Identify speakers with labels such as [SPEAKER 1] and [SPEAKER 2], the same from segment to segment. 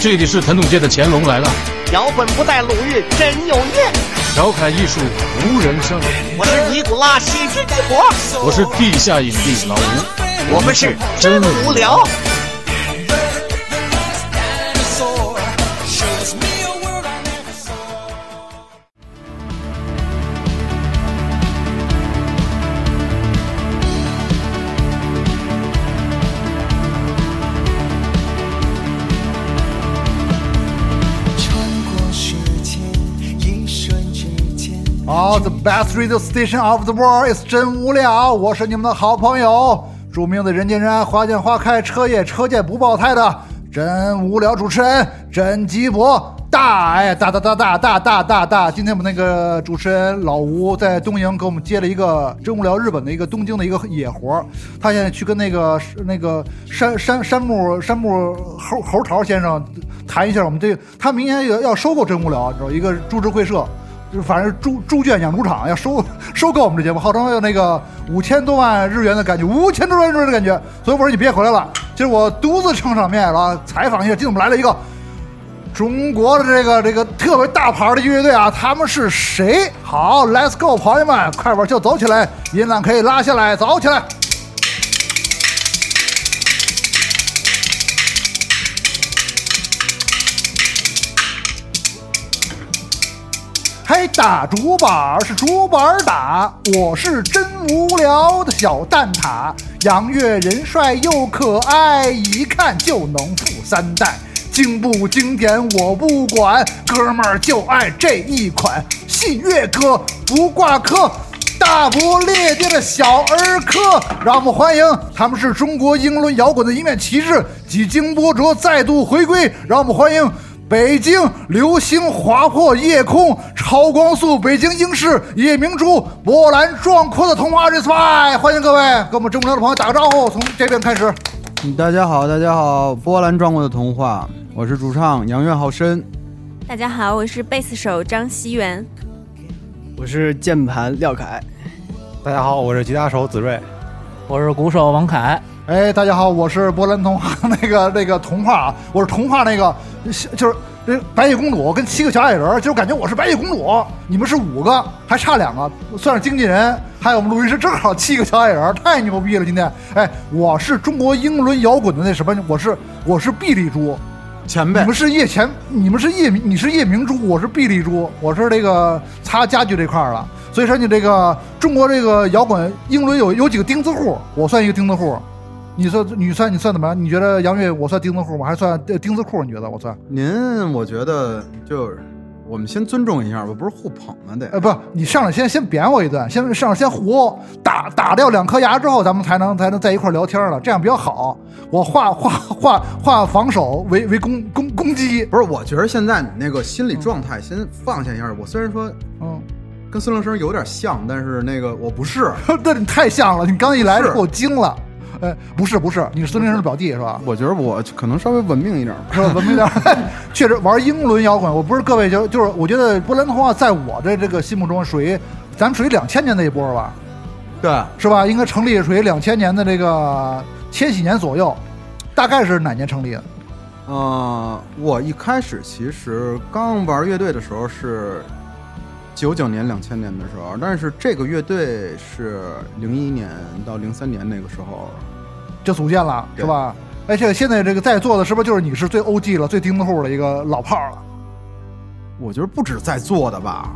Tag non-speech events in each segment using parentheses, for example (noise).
[SPEAKER 1] 这里是谭董界的乾隆来了，
[SPEAKER 2] 脚本不带鲁豫真有韵。
[SPEAKER 1] 调侃艺术无人胜。
[SPEAKER 2] 我是尼古拉喜剧之国，
[SPEAKER 1] 我是地下影帝老吴，
[SPEAKER 2] 我们是真无聊。
[SPEAKER 3] 好、oh,，The best radio station of the world is 真无聊，我是你们的好朋友，著名的人见人爱，花见花开，车也车见不爆胎的真无聊主持人真吉博大哎大大大大大大大大。今天我们那个主持人老吴在东营给我们接了一个真无聊日本的一个东京的一个野活儿，他现在去跟那个那个山山山木山木猴猴桃先生谈一下，我们这他明年要要收购真无聊，你知道一个株式会社。就反正猪猪圈养猪场要收 (laughs) 收购我们这节目，号称要那个五千多万日元的感觉，五千多万日元的感觉。所以我说你别回来了，今儿我独自撑场面了，采访一下。今天我们来了一个中国的这个这个特别大牌的乐队啊，他们是谁？好，Let's go，朋友们，快玩就走起来，音浪可以拉下来，走起来。嘿，打竹板是竹板打，我是真无聊的小蛋挞。杨越人帅又可爱，一看就能富三代。经不经典我不管，哥们儿就爱这一款。信乐歌不挂科，大不列颠的小儿科。让我们欢迎，他们是中国英伦摇滚的一面旗帜，几经波折再度回归。让我们欢迎。北京流星划破夜空，超光速北京英式夜明珠，波澜壮阔的童话 r e s p y 欢迎各位，跟我们真无聊的朋友打个招呼，从这边开始。
[SPEAKER 4] 嗯大家好，大家好，波澜壮阔的童话，我是主唱杨院浩生。
[SPEAKER 5] 大家好，我是贝斯手张熙元。
[SPEAKER 6] 我是键盘廖凯。
[SPEAKER 7] 大家好，我是吉他手子睿。
[SPEAKER 8] 我是鼓手王凯。
[SPEAKER 3] 哎，大家好，我是波兰童话那个 (laughs) 那个童话啊，我是童话那个就是这白雪公主跟七个小矮人，就感觉我是白雪公主，你们是五个，还差两个，算是经纪人，还有我们录音师正好七个小矮人，太牛逼了！今天，哎，我是中国英伦摇滚的那什么，我是我是碧丽珠
[SPEAKER 4] 前辈，
[SPEAKER 3] 你们是叶前，你们是叶你是叶明珠，我是碧丽珠，我是这个擦家具这块儿了。所以说你这个中国这个摇滚英伦有有几个钉子户，我算一个钉子户。你算你算你算怎么样？你觉得杨越我算钉子户吗？还是算钉子裤？你觉得我算？
[SPEAKER 4] 您我觉得就是我们先尊重一下吧，不是互捧吗？得
[SPEAKER 3] 呃，不，你上来先先扁我一顿，先上来先胡打打掉两颗牙之后，咱们才能才能在一块聊天了，这样比较好。我化化化化防守为为攻攻攻击。
[SPEAKER 4] 不是，我觉得现在你那个心理状态先放下一下。嗯、我虽然说嗯。跟孙乐生有点像，但是那个我不是，
[SPEAKER 3] 对你太像了。你刚一来给我惊了，哎，不是不是，你是孙乐生的表弟是吧？
[SPEAKER 4] 我觉得我可能稍微文明一点，
[SPEAKER 3] 是吧？文明点， (laughs) 确实玩英伦摇滚，我不是各位就就是，我觉得波兰童话在我的这个心目中属于咱们属于两千年那一波吧，
[SPEAKER 4] 对，
[SPEAKER 3] 是吧？应该成立属于两千年的这个千禧年左右，大概是哪年成立的？
[SPEAKER 4] 呃，我一开始其实刚玩乐队的时候是。九九年、两千年的时候，但是这个乐队是零一年到零三年那个时候
[SPEAKER 3] 就组建了，是吧？而且现在这个在座的是不是就是你是最 OG 了、最钉子户的一个老炮了？
[SPEAKER 4] 我觉得不止在座的吧。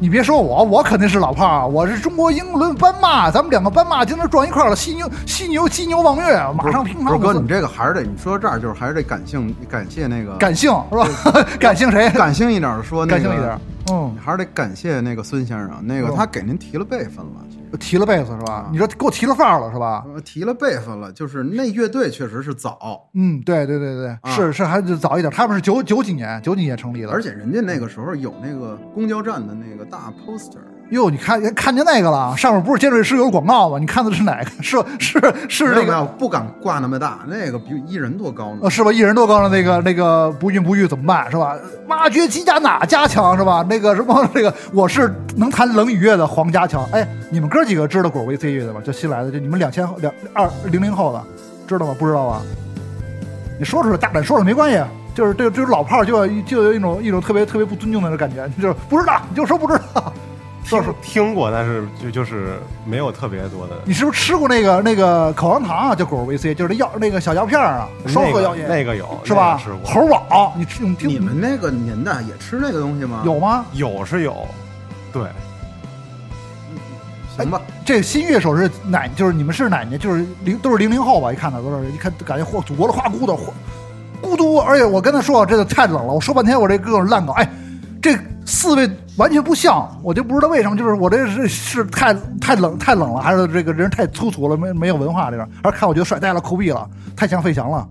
[SPEAKER 3] 你别说我，我肯定是老炮啊我是中国英伦斑马，咱们两个斑马经常撞一块了，犀牛、犀牛、犀牛望月，马上平
[SPEAKER 4] 常。不是哥，你这个还是得，你说到这儿就是还是得感性，感谢那个
[SPEAKER 3] 感性是吧？ (laughs) 感性谁？
[SPEAKER 4] 感性一点的说、那啊
[SPEAKER 3] 个，感性一点。嗯，
[SPEAKER 4] 还是得感谢那个孙先生，那个他给您提了辈分了，
[SPEAKER 3] 嗯、提了辈分是吧？啊、你说给我提了范儿了是吧？
[SPEAKER 4] 提了辈分了，就是那乐队确实是早，
[SPEAKER 3] 嗯，对对对对，啊、是是还是早一点，他们是九九几年九几年成立的，
[SPEAKER 4] 而且人家那个时候有那个公交站的那个大 poster。
[SPEAKER 3] 哟，你看看见那个了？上面不是尖锐狮有广告吗？你看的是哪个？是是是那个？
[SPEAKER 4] 不敢挂那么大，那个比一人多高呢？
[SPEAKER 3] 呃、是吧？一人多高呢？那个那个不孕不育怎么办？是吧？挖掘机加哪加强是吧？那个什么这个我是能弹冷雨乐的黄家强。哎，你们哥几个知道果 VC 乐队吗？就新来的，就你们两千两二零零后的，知道吗？不知道啊？你说出来，大胆说说没关系。就是对这种老炮儿就要就有一种一种特别特别不尊敬的那种感觉，就是不知道你就说不知道。到时
[SPEAKER 7] 听
[SPEAKER 3] 候
[SPEAKER 7] 听过，但是就就是没有特别多的
[SPEAKER 3] 你是不是吃过那个那个口香糖啊？叫果儿 VC，就是那药那个小药片儿啊，双
[SPEAKER 7] 那
[SPEAKER 3] 核
[SPEAKER 7] 个
[SPEAKER 3] 药品、
[SPEAKER 7] 那个有
[SPEAKER 3] 是吧？
[SPEAKER 7] 哦那个吃过
[SPEAKER 3] 猴宝，你吃你听
[SPEAKER 4] 你们那个年代也吃那个东西吗？
[SPEAKER 3] 有吗？
[SPEAKER 7] 有是有，对，
[SPEAKER 4] 行吧，
[SPEAKER 6] 哎
[SPEAKER 3] 这新乐手是哪？就是你们是哪年？就是零都是零零后吧？一看到都是一看感觉嚯，祖国的花骨朵，嚯，孤独。而且我跟他说，这个太冷了。我说半天，我这各种烂搞，哎，这四位完全不像，我就不知道为什么，就是我这是是太太冷太冷了，还是这个人太粗俗了，没没有文化这个，还是看我觉得帅呆了，酷毙了，太强费翔了。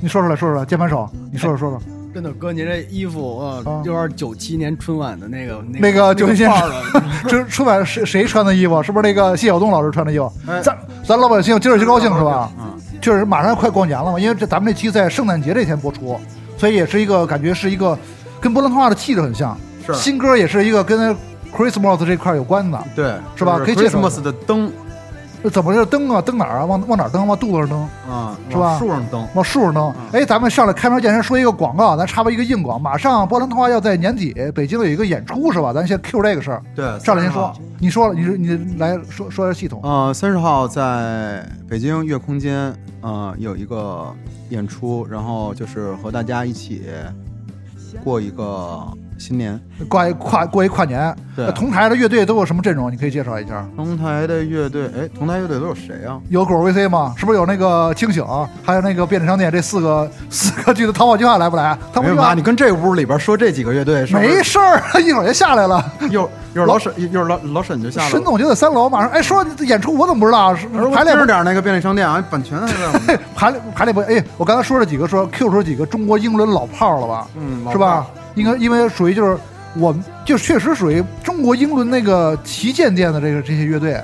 [SPEAKER 3] 你说出来，说出来，键盘手，你说说说说。
[SPEAKER 6] 真的哥，您这衣服啊
[SPEAKER 3] 啊，
[SPEAKER 6] 又是九七年春晚的那个
[SPEAKER 4] 哎
[SPEAKER 3] 那个
[SPEAKER 6] 九
[SPEAKER 3] 九
[SPEAKER 6] 七
[SPEAKER 3] 七年
[SPEAKER 6] 范儿了。
[SPEAKER 3] 这春晚谁谁穿的衣服？是不是那个谢晓东老师穿的衣服？
[SPEAKER 4] 哎
[SPEAKER 3] 咱咱老百姓今儿就高兴是吧？
[SPEAKER 6] 哎
[SPEAKER 4] 嗯，
[SPEAKER 3] 确实马上快过年了嘛，因为这咱们这期在圣诞节这天播出，所以也是一个感觉是一个跟波兰通话的气质很像。
[SPEAKER 4] 是
[SPEAKER 3] 新歌也是一个跟 Christmas 这块儿有关的，
[SPEAKER 4] 对，
[SPEAKER 3] 是吧
[SPEAKER 4] 就
[SPEAKER 3] 可以介绍一下
[SPEAKER 4] Christmas 的灯
[SPEAKER 3] 这怎么是蹬啊？蹬哪儿啊？往往哪儿蹬？往肚子上蹬？
[SPEAKER 4] 啊，
[SPEAKER 3] 是吧
[SPEAKER 4] 往树上灯，
[SPEAKER 3] 往树上蹬？哎，咱们上来开门见山说一个广告，咱插播一个硬广。马上波兰通话要在年底北京有一个演出是吧？咱先 Q 这个事儿。
[SPEAKER 4] 对，
[SPEAKER 3] 啊上来先
[SPEAKER 4] 30号
[SPEAKER 3] 说，你说了，你你来说说一下系统。
[SPEAKER 4] 呃，三十号在北京月空间，呃，有一个演出，然后就是和大家一起过一个新年。
[SPEAKER 3] 过一跨过一跨年。
[SPEAKER 4] 对
[SPEAKER 3] 呃同台的乐队都有什么阵容？你可以介绍一下。
[SPEAKER 4] 同台的乐队，哎，同台乐队都有谁啊？
[SPEAKER 3] 有果儿 VC 吗？是不是有那个清醒，还有那个便利商店这四个 (laughs) 四个剧的淘宝计划来不来？啊淘宝
[SPEAKER 4] 没
[SPEAKER 3] 计
[SPEAKER 4] 有妈，
[SPEAKER 3] 划
[SPEAKER 4] 你跟这屋里边说这几个乐队是不
[SPEAKER 3] 没
[SPEAKER 4] 是？
[SPEAKER 3] 事儿，一会儿就下来了。
[SPEAKER 4] 又又是老沈，又是老老沈就下来
[SPEAKER 3] 沈
[SPEAKER 4] 了。
[SPEAKER 3] 总就在三楼，马上哎说演出我怎么不知道？是
[SPEAKER 4] 而我
[SPEAKER 3] 排
[SPEAKER 4] 听着
[SPEAKER 3] 练
[SPEAKER 4] 点那个便利商店啊，版权还在我
[SPEAKER 3] (laughs) 不
[SPEAKER 4] 们。
[SPEAKER 3] 排练排练不哎，我刚才说了几个说 Q 出几个中国英伦老炮儿了吧？
[SPEAKER 4] 嗯，老
[SPEAKER 3] 是吧？应该因为属于就是我们就确实属于中国英伦那个旗舰店的这个这些乐队，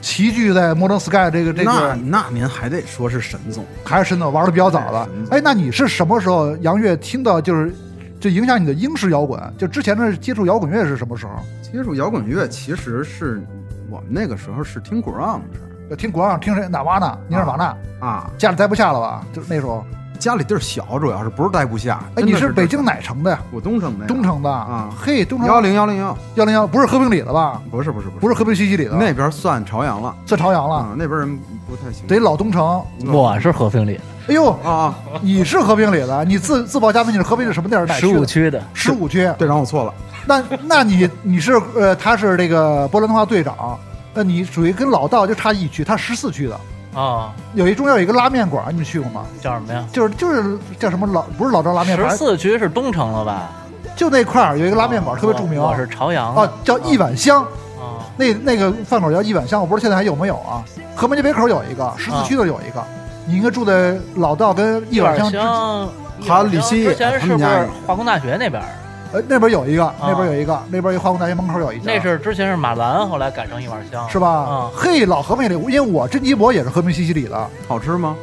[SPEAKER 3] 齐聚在 Modern Sky 这个
[SPEAKER 4] 炮？
[SPEAKER 3] 这
[SPEAKER 4] 那
[SPEAKER 3] 个
[SPEAKER 4] 那您还得说是沈总，
[SPEAKER 3] 还是沈总玩的比较早的
[SPEAKER 4] 对沈。总
[SPEAKER 3] 哎，那你是什么时候杨乐听到就是就影响你的英式摇滚？就之前的接触摇滚乐是什么时候？
[SPEAKER 4] 接触摇滚乐其实是我们那个时候是听 grunge 的
[SPEAKER 3] 就听国上听谁？哪瓦纳、尼尔瓦纳，
[SPEAKER 4] 啊，
[SPEAKER 3] 家里待不下了吧？就是那时候。
[SPEAKER 4] 家里地儿小，主要是不是待不下。
[SPEAKER 3] 哎，
[SPEAKER 4] 真的
[SPEAKER 3] 你是
[SPEAKER 4] 是
[SPEAKER 3] 北京哪城的呀？
[SPEAKER 4] 我东城的呀，
[SPEAKER 3] 东城的
[SPEAKER 4] 啊
[SPEAKER 3] 嘿，东城
[SPEAKER 4] 幺零幺零幺，
[SPEAKER 3] 幺零幺不是和平里的吧？
[SPEAKER 4] 不是不是不是，
[SPEAKER 3] 不是和平西西里的，
[SPEAKER 4] 那边算朝阳了
[SPEAKER 3] 算朝阳了，
[SPEAKER 4] 啊，那边人不太行。
[SPEAKER 3] 得老东城。
[SPEAKER 8] 我是和平里
[SPEAKER 3] 哎呦，
[SPEAKER 4] 啊啊，
[SPEAKER 3] 你是和平里的，你自自报家门，你是和平里什么地儿？哪
[SPEAKER 8] 十五
[SPEAKER 3] 区
[SPEAKER 8] 区的，
[SPEAKER 3] 的？十五区。
[SPEAKER 4] 队长我错了，
[SPEAKER 3] 那那你你是呃，他是这个波兰通话队长，那你属于跟老道就差一区，他十四区的。
[SPEAKER 8] 啊，
[SPEAKER 3] 有一中间有一个拉面馆，你们去过吗？
[SPEAKER 8] 叫什么呀？
[SPEAKER 3] 就是就是叫什么老不是老赵拉面，
[SPEAKER 8] 十
[SPEAKER 3] 反正
[SPEAKER 8] 四区是东城了吧？
[SPEAKER 3] 就那块儿有一个拉面馆、
[SPEAKER 8] 啊
[SPEAKER 3] 特别著名，
[SPEAKER 8] 我我是朝阳的
[SPEAKER 3] 啊叫一碗香，
[SPEAKER 8] 啊，
[SPEAKER 3] 那那个饭馆叫一碗香，我不知道现在还有没有啊？河门街北口有一个，十
[SPEAKER 8] 啊
[SPEAKER 3] 四区的有一个。你应该住在老道跟一
[SPEAKER 8] 一
[SPEAKER 3] 碗香
[SPEAKER 8] 碗
[SPEAKER 3] 之间，
[SPEAKER 8] 香，
[SPEAKER 4] 还有李希
[SPEAKER 8] 之前
[SPEAKER 4] 他
[SPEAKER 8] 是
[SPEAKER 4] 们
[SPEAKER 8] 不
[SPEAKER 4] 家
[SPEAKER 8] 是
[SPEAKER 4] 也
[SPEAKER 8] 华工大学那边儿？
[SPEAKER 3] 呃，那边有一个，那边有一个，那边一化工大学门口有一家，
[SPEAKER 8] 啊那是之前是马兰，后来改成一碗香，
[SPEAKER 3] 是吧
[SPEAKER 8] 啊？，
[SPEAKER 3] 嘿，老和平里，因为我甄吉博也是和平西西里的，
[SPEAKER 4] 好吃吗？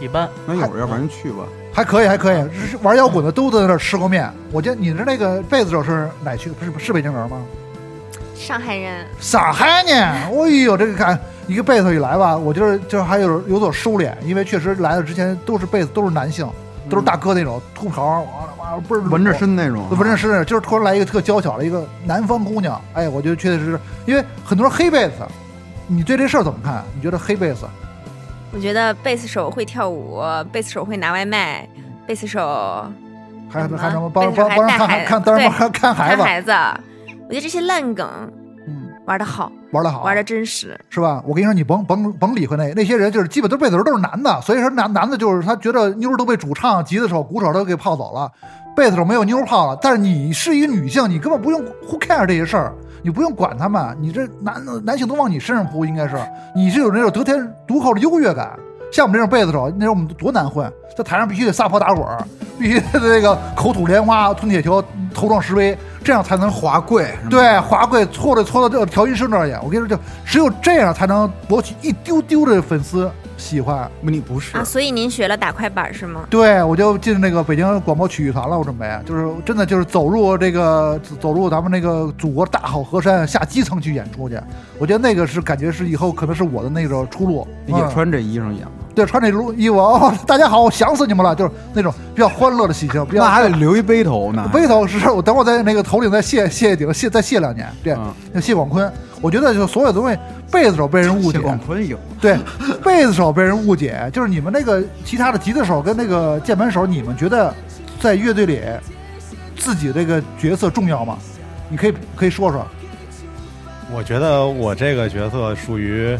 [SPEAKER 8] 一般
[SPEAKER 4] 那一会儿要不然去吧。
[SPEAKER 3] 还可以，还可以，是玩摇滚的都在那儿吃过面。我记得你是那个贝子手是哪区？不是是北京人吗？
[SPEAKER 5] 上海人，
[SPEAKER 3] 傻嗨呢！哎呦，这个看一个贝斯一来吧，我就是就是还有有所收敛，因为确实来了之前都是贝斯都是男性，都是大哥那种秃瓢，哇哇倍儿
[SPEAKER 4] 纹嗯着身那种，啊
[SPEAKER 3] 纹着身，就是突然来一个特娇小的一个南方姑娘，哎，我觉得确确实实，因为很多人黑贝斯，你对这事儿怎么看？你觉得黑贝斯
[SPEAKER 5] 我觉得贝斯手会跳舞，贝斯手会拿外卖，贝斯手
[SPEAKER 3] 还
[SPEAKER 5] 什么
[SPEAKER 3] 还什么帮
[SPEAKER 5] 贝斯手
[SPEAKER 3] 帮
[SPEAKER 5] 还
[SPEAKER 3] 帮人看
[SPEAKER 5] 带孩子
[SPEAKER 3] 看当然
[SPEAKER 5] 对
[SPEAKER 3] 帮人看孩
[SPEAKER 5] 看
[SPEAKER 3] 子，
[SPEAKER 5] 孩子，我觉得这些烂梗
[SPEAKER 3] 嗯，
[SPEAKER 5] 玩的好，
[SPEAKER 3] 玩的好，啊
[SPEAKER 5] 玩的真实。
[SPEAKER 3] 是吧？我跟你说，你甭甭甭理会那那些人，就是基本都贝斯手都是男的，所以说男男的就是他觉得妞儿都被主唱、吉他手、鼓手都给泡走了，贝斯手没有妞儿泡了。但是你是一个女性，你根本不用 who care 这些事儿，你不用管他们，你这男男性都往你身上扑，应该是你是有那种得天独厚的优越感。像我们这种贝斯手，那时候我们多难混，在台上必须得撒泼打滚
[SPEAKER 4] (laughs)
[SPEAKER 3] 儿，必须得那个口吐莲花、吞铁球、头撞石碑，这样才能
[SPEAKER 4] 华贵，是吗，
[SPEAKER 3] 对，华贵搓着搓到这调音师那儿去。我跟你说，就只有这样才能博取一丢丢的粉丝喜欢。
[SPEAKER 4] 不你不是
[SPEAKER 5] 啊，，所以您学了打快板是吗？
[SPEAKER 3] 对，我就进那个北京广播曲艺团了，我准备就是真的就是走入这个走入咱们那个祖国大好河山，下基层去演出去。我觉得那个是感觉是以后可能是我的那种出路。
[SPEAKER 4] 也
[SPEAKER 3] 嗯
[SPEAKER 4] 穿这衣裳演吗？
[SPEAKER 3] 对，穿这路衣服哦，大家好，我想死你们了，就是那种比较欢乐的喜庆，比较
[SPEAKER 4] 那还得留一背头呢。
[SPEAKER 3] 背头是我等我在那个头顶再卸卸一顶，卸再卸两年，对
[SPEAKER 4] 嗯，
[SPEAKER 3] 那谢广坤，我觉得就所有东西，贝斯手被人误解
[SPEAKER 4] 谢，广坤有，
[SPEAKER 3] 对，贝斯手被人误解，就是你们那个其他的吉他手跟那个键盘手，你们觉得在乐队里自己这个角色重要吗？你可以可以说说，
[SPEAKER 7] 我觉得我这个角色属于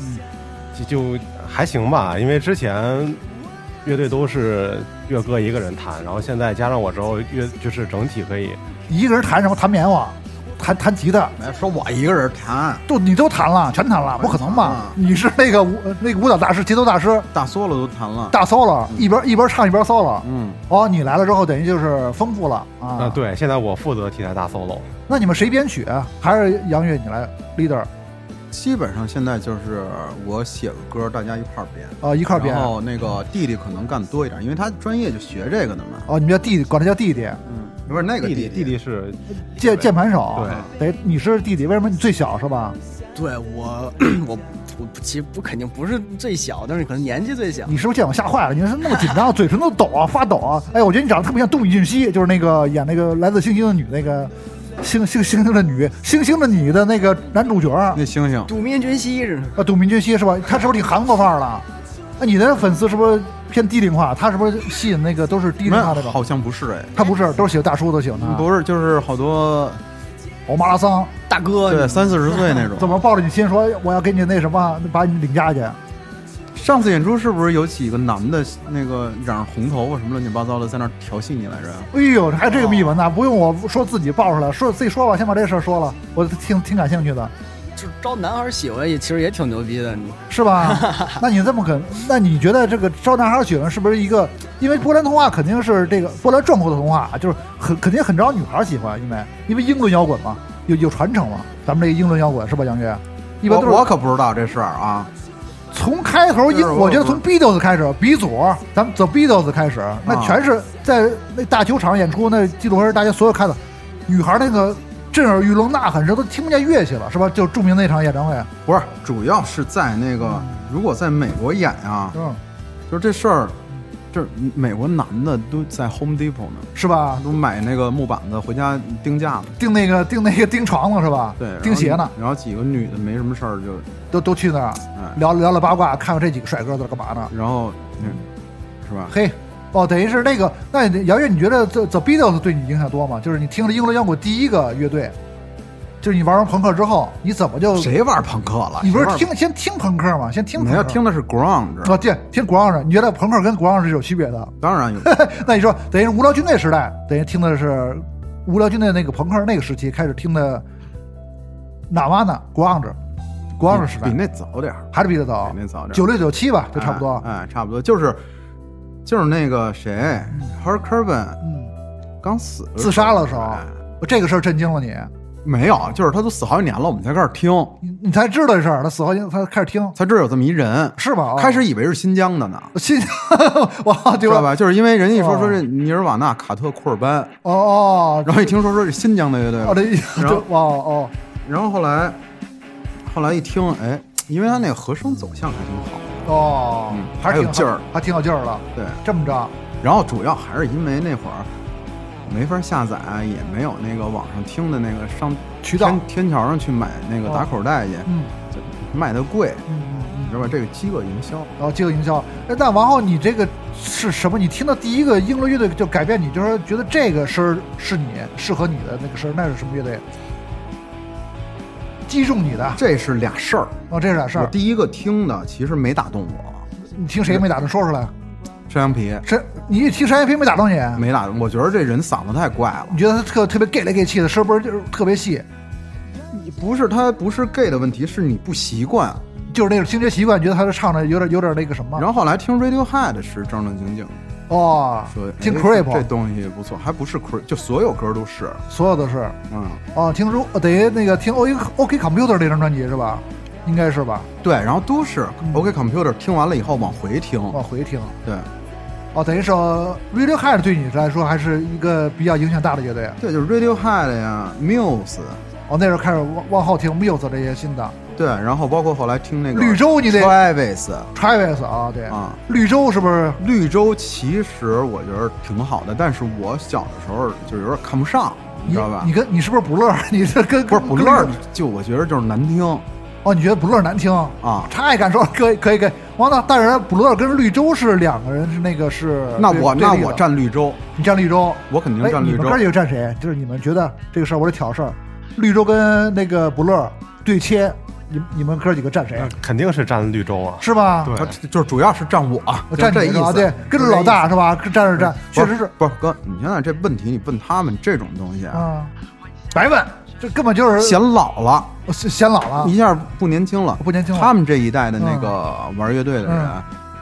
[SPEAKER 7] 就就还行吧，因为之前乐队都是乐哥一个人弹，然后现在加上我之后，乐就是整体可以。
[SPEAKER 3] 你一个人弹什么？弹棉花，弹弹吉他，
[SPEAKER 4] 哎说我一个人弹
[SPEAKER 3] 都你都弹了，全弹了，不可能吧
[SPEAKER 4] 啊？
[SPEAKER 3] 你是那个舞那个舞蹈大师、节奏大师，
[SPEAKER 4] 大 solo 都弹了。
[SPEAKER 3] 大 solo，一边一边唱一边 solo。
[SPEAKER 4] 嗯，
[SPEAKER 3] 哦，你来了之后，等于就是丰富了啊。
[SPEAKER 7] 啊，。对，现在我负责替代大 solo。
[SPEAKER 3] 那你们谁编曲啊？还是杨乐你来 leader 啊、
[SPEAKER 4] 基本上现在就是我写个歌，大家一块儿编。
[SPEAKER 3] 一块儿编
[SPEAKER 4] 然
[SPEAKER 3] 啊、
[SPEAKER 4] 后那个弟弟可能干的多一点，因为他专业就学这个的嘛。
[SPEAKER 3] 哦？你们叫弟弟，管他叫弟弟，
[SPEAKER 4] 嗯，不是那个
[SPEAKER 7] 弟弟
[SPEAKER 4] 弟
[SPEAKER 7] 弟弟是
[SPEAKER 3] 键键盘手。
[SPEAKER 7] 对
[SPEAKER 3] 对，得你是弟弟，为什么你最小是吧？
[SPEAKER 6] 对我 (clears throat) 我我其实不肯定不是最小，但是可能年纪最小。
[SPEAKER 3] 你是不是见我吓坏了？你是那么紧张， (laughs) 嘴唇都抖啊，发抖啊！哎，我觉得你长得特别像东野俊熙，就是那个演那个《来自星星的女》那个星星星星的女星星的你的那个男主角儿
[SPEAKER 4] 那星星
[SPEAKER 6] 赌民军熙是吗
[SPEAKER 3] 啊，董明俊熙是吧？他是不是你韩国范儿了？那你的粉丝是不是偏低龄化？他是不是吸引那个都是低龄
[SPEAKER 4] 没
[SPEAKER 3] 化那
[SPEAKER 4] 有，
[SPEAKER 3] 种？
[SPEAKER 4] 好像不是哎。
[SPEAKER 3] 他不是，都是喜欢大叔都喜欢他。
[SPEAKER 4] 不是，就是好多
[SPEAKER 3] 欧马拉桑
[SPEAKER 6] 大哥，
[SPEAKER 4] 对三四十岁那种。
[SPEAKER 3] 怎么抱着你亲说我要给你那什么，把你领家去？
[SPEAKER 4] 上次演出是不是有几个男的，那个染上红头发什么乱七八糟的，在那儿调戏你来着？
[SPEAKER 3] 哎呦，还这个秘闻呢？不用我说自己爆出来，说自己说吧，先把这事儿说了，我挺挺感兴趣的，
[SPEAKER 6] 就是招男孩喜欢也其实也挺牛逼的。你
[SPEAKER 3] 是吧？
[SPEAKER 4] (laughs)
[SPEAKER 3] 那你这么肯，那你觉得这个招男孩喜欢是不是一个？因为波兰童话肯定是这个波兰壮阔的童话，就是很肯定很招女孩喜欢，因为因为英伦摇滚嘛，有有传承嘛，咱们这个英伦摇滚是吧，杨月？一般
[SPEAKER 4] 我
[SPEAKER 3] 都是
[SPEAKER 4] 我可不知道这事儿啊。
[SPEAKER 3] 从开头
[SPEAKER 4] 是
[SPEAKER 3] 英，
[SPEAKER 4] 我啊
[SPEAKER 3] 我觉得从 Beatles 开始，鼻祖，咱们走 Beatles 开始，那全是在那大球场演出，那纪录片大家所有看的，女孩那个震耳欲聋呐喊声都听不见乐器了，是吧？就著名那场演唱会，
[SPEAKER 4] 不是，主要是在那个，如果在美国演啊，
[SPEAKER 3] 嗯，
[SPEAKER 4] 就是这事儿，就是美国男的都在 Home Depot 呢，
[SPEAKER 3] 是吧？
[SPEAKER 4] 都买那个木板子回家钉架子。
[SPEAKER 3] 钉那个钉那
[SPEAKER 4] (laughs)
[SPEAKER 3] 个钉床子是吧？
[SPEAKER 4] 对，然后
[SPEAKER 3] 钉鞋呢，
[SPEAKER 4] 然后几个女的没什么事儿就，
[SPEAKER 3] 都都去那儿
[SPEAKER 4] 哎，
[SPEAKER 3] 聊聊聊八卦，看看这几个帅哥在干嘛呢？
[SPEAKER 4] 然后，嗯，是吧？
[SPEAKER 3] 嘿。哦，等于是那个，那姚月，你觉得 The The Beatles 对你影响多吗？就是你听了英伦摇滚第一个乐队，就是你玩完朋克之后，你怎么就
[SPEAKER 4] 谁玩朋克了？
[SPEAKER 3] 你不是
[SPEAKER 4] 谁玩
[SPEAKER 3] 听先听朋克吗？先听
[SPEAKER 4] 你
[SPEAKER 3] 朋克
[SPEAKER 4] 要听的是 ground，
[SPEAKER 3] 啊，对，听 grunge，你觉得朋克跟 grunge 是有区别的？(laughs)
[SPEAKER 4] 当然有。
[SPEAKER 3] 那你说，等于无聊军队时代，等于听的是无聊军队那个朋克那个时期开始听的哪哇呢 grunge，grunge 时代
[SPEAKER 4] 比那早点儿，
[SPEAKER 3] 还是比得早
[SPEAKER 4] 比，那早点儿，
[SPEAKER 3] 九六九七吧，就差不多。
[SPEAKER 4] 哎，哎差不多就是就是那个谁 h e r c u r b a n
[SPEAKER 3] 嗯，
[SPEAKER 4] 刚死的
[SPEAKER 3] 自杀了时候
[SPEAKER 4] 哎
[SPEAKER 3] 这个事儿震惊了你，
[SPEAKER 4] 没有，就是他都死好几年了，我们才开始听，
[SPEAKER 3] 你你才知道这事儿，他死后他开始听，
[SPEAKER 4] 才知道有这么一人，
[SPEAKER 3] 是吧？哦
[SPEAKER 4] 开始以为是新疆的呢。
[SPEAKER 3] 心， (laughs) 哇，
[SPEAKER 4] 知
[SPEAKER 3] 对
[SPEAKER 4] 道
[SPEAKER 3] 吧？
[SPEAKER 4] 吧？就是因为人家一说
[SPEAKER 3] 哦
[SPEAKER 4] 说这尼尔瓦纳卡特库尔班，
[SPEAKER 3] 哦哦，
[SPEAKER 4] 然后一听说说是新疆的乐队，
[SPEAKER 3] 哦，这
[SPEAKER 4] 然
[SPEAKER 3] 就
[SPEAKER 4] 后
[SPEAKER 3] 哦哦，
[SPEAKER 4] 然后后来后来一听，哎，因为他那个和声走向还挺好，
[SPEAKER 3] 哦
[SPEAKER 4] 嗯，
[SPEAKER 3] 还是
[SPEAKER 4] 还有
[SPEAKER 3] 挺
[SPEAKER 4] 劲儿
[SPEAKER 3] 还挺有劲儿了。
[SPEAKER 4] 对。
[SPEAKER 3] 这么着，
[SPEAKER 4] 然后主要还是因为那会儿没法下载，也没有那个网上听的那个上
[SPEAKER 3] 渠道
[SPEAKER 4] 天天桥上去买那个打口袋去，
[SPEAKER 3] 嗯
[SPEAKER 4] 就卖的贵，
[SPEAKER 3] 嗯嗯
[SPEAKER 4] 你
[SPEAKER 3] 嗯，
[SPEAKER 4] 知道吧？这个饥饿营销，
[SPEAKER 3] 然后饥饿营销。哎那然后你这个是什么？你听到第一个英伦乐队就改变你，就是说觉得这个声儿是你适合你的那个声儿，那是什么乐队？击中你的
[SPEAKER 4] 这是俩事儿。
[SPEAKER 3] 哦，这是俩事
[SPEAKER 4] 我
[SPEAKER 3] 儿。
[SPEAKER 4] 第一个听的其实没打动我，
[SPEAKER 3] 你听谁没打动？说出来。啊
[SPEAKER 4] 山羊皮
[SPEAKER 3] 谁？你一听山羊皮没打动你？
[SPEAKER 4] 没打动，我觉得这人嗓子太怪了。
[SPEAKER 3] 你觉得他特特别 gay 来 gay 气的，是不是就是特别细？
[SPEAKER 4] 你不是他不是 gay 的问题，是你不习惯。
[SPEAKER 3] 啊就是那种听觉习惯，觉得他这唱的有点有点那个什么
[SPEAKER 4] 然后后来听 Radiohead 是正正经经
[SPEAKER 3] 哦，
[SPEAKER 4] 说，
[SPEAKER 3] 听
[SPEAKER 4] 哎
[SPEAKER 3] Creep
[SPEAKER 4] 这东西不错，还不是 Creep，就所有歌都是，
[SPEAKER 3] 所有的是
[SPEAKER 4] 嗯，
[SPEAKER 3] 哦，听说呃等于那个听 O K O K Computer 这张专辑是吧？应该是吧？
[SPEAKER 4] 对，然后都是
[SPEAKER 3] 嗯
[SPEAKER 4] OK Computer 听完了以后往回听，
[SPEAKER 3] 往回听。
[SPEAKER 4] 对
[SPEAKER 3] 哦，等于是呃 Radiohead 对你来说还是一个比较影响大的乐队。啊
[SPEAKER 4] 对，就是 Radiohead 呀、Muse，
[SPEAKER 3] 哦，那时候开始往往后听 Muse 这些新的。
[SPEAKER 4] 对，然后包括后来听那个
[SPEAKER 3] 绿洲你得
[SPEAKER 4] Travis
[SPEAKER 3] Travis 啊，对，
[SPEAKER 4] 啊，
[SPEAKER 3] 绿洲是不是？
[SPEAKER 4] 绿洲其实我觉得挺好的，但是我小的时候就有点看不上，你
[SPEAKER 3] 你
[SPEAKER 4] 知道吧
[SPEAKER 3] 你？跟你是不是不乐儿？ (laughs) 你这跟
[SPEAKER 4] 不是不
[SPEAKER 3] 跟
[SPEAKER 4] 乐儿，就我觉得就是难听
[SPEAKER 3] 哦，你觉得不乐儿难听？
[SPEAKER 4] 啊。
[SPEAKER 3] 太敢说了， (laughs) 可以可以可以。王导，但是不乐儿跟绿洲是两个人，是那个是
[SPEAKER 4] 那
[SPEAKER 3] 对
[SPEAKER 4] 我
[SPEAKER 3] 对
[SPEAKER 4] 那
[SPEAKER 3] 立的
[SPEAKER 4] 我站绿洲，
[SPEAKER 3] 你站绿洲，
[SPEAKER 4] 我肯定
[SPEAKER 3] 哎，
[SPEAKER 4] 站
[SPEAKER 3] 你
[SPEAKER 4] 绿
[SPEAKER 3] 们
[SPEAKER 4] 洲
[SPEAKER 3] 哥。几个站谁？就是你们觉得这个事儿，我得挑事儿。绿洲跟那个不乐儿对切，你你们哥几个站谁？
[SPEAKER 4] 嗯
[SPEAKER 7] 那呃肯定是占绿洲啊。
[SPEAKER 3] 是吧？
[SPEAKER 7] 对
[SPEAKER 4] 他就是主要是站我，
[SPEAKER 3] 我站
[SPEAKER 4] 就
[SPEAKER 3] 你
[SPEAKER 4] 这意
[SPEAKER 3] 是吧？
[SPEAKER 4] 思。
[SPEAKER 3] 对，跟着老大是吧？跟站着站，
[SPEAKER 4] 就
[SPEAKER 3] 确
[SPEAKER 4] 这意
[SPEAKER 3] 实
[SPEAKER 4] 思，
[SPEAKER 3] 是
[SPEAKER 4] 不是不是哥，你想想这问题，你问他们这种东西，
[SPEAKER 3] 啊，白问，这根本就是
[SPEAKER 4] 显老了，
[SPEAKER 3] 显显老了
[SPEAKER 4] 一，下不年轻了。
[SPEAKER 3] 啊不年轻了。嗯
[SPEAKER 4] 他们这一代的那个玩乐队的人，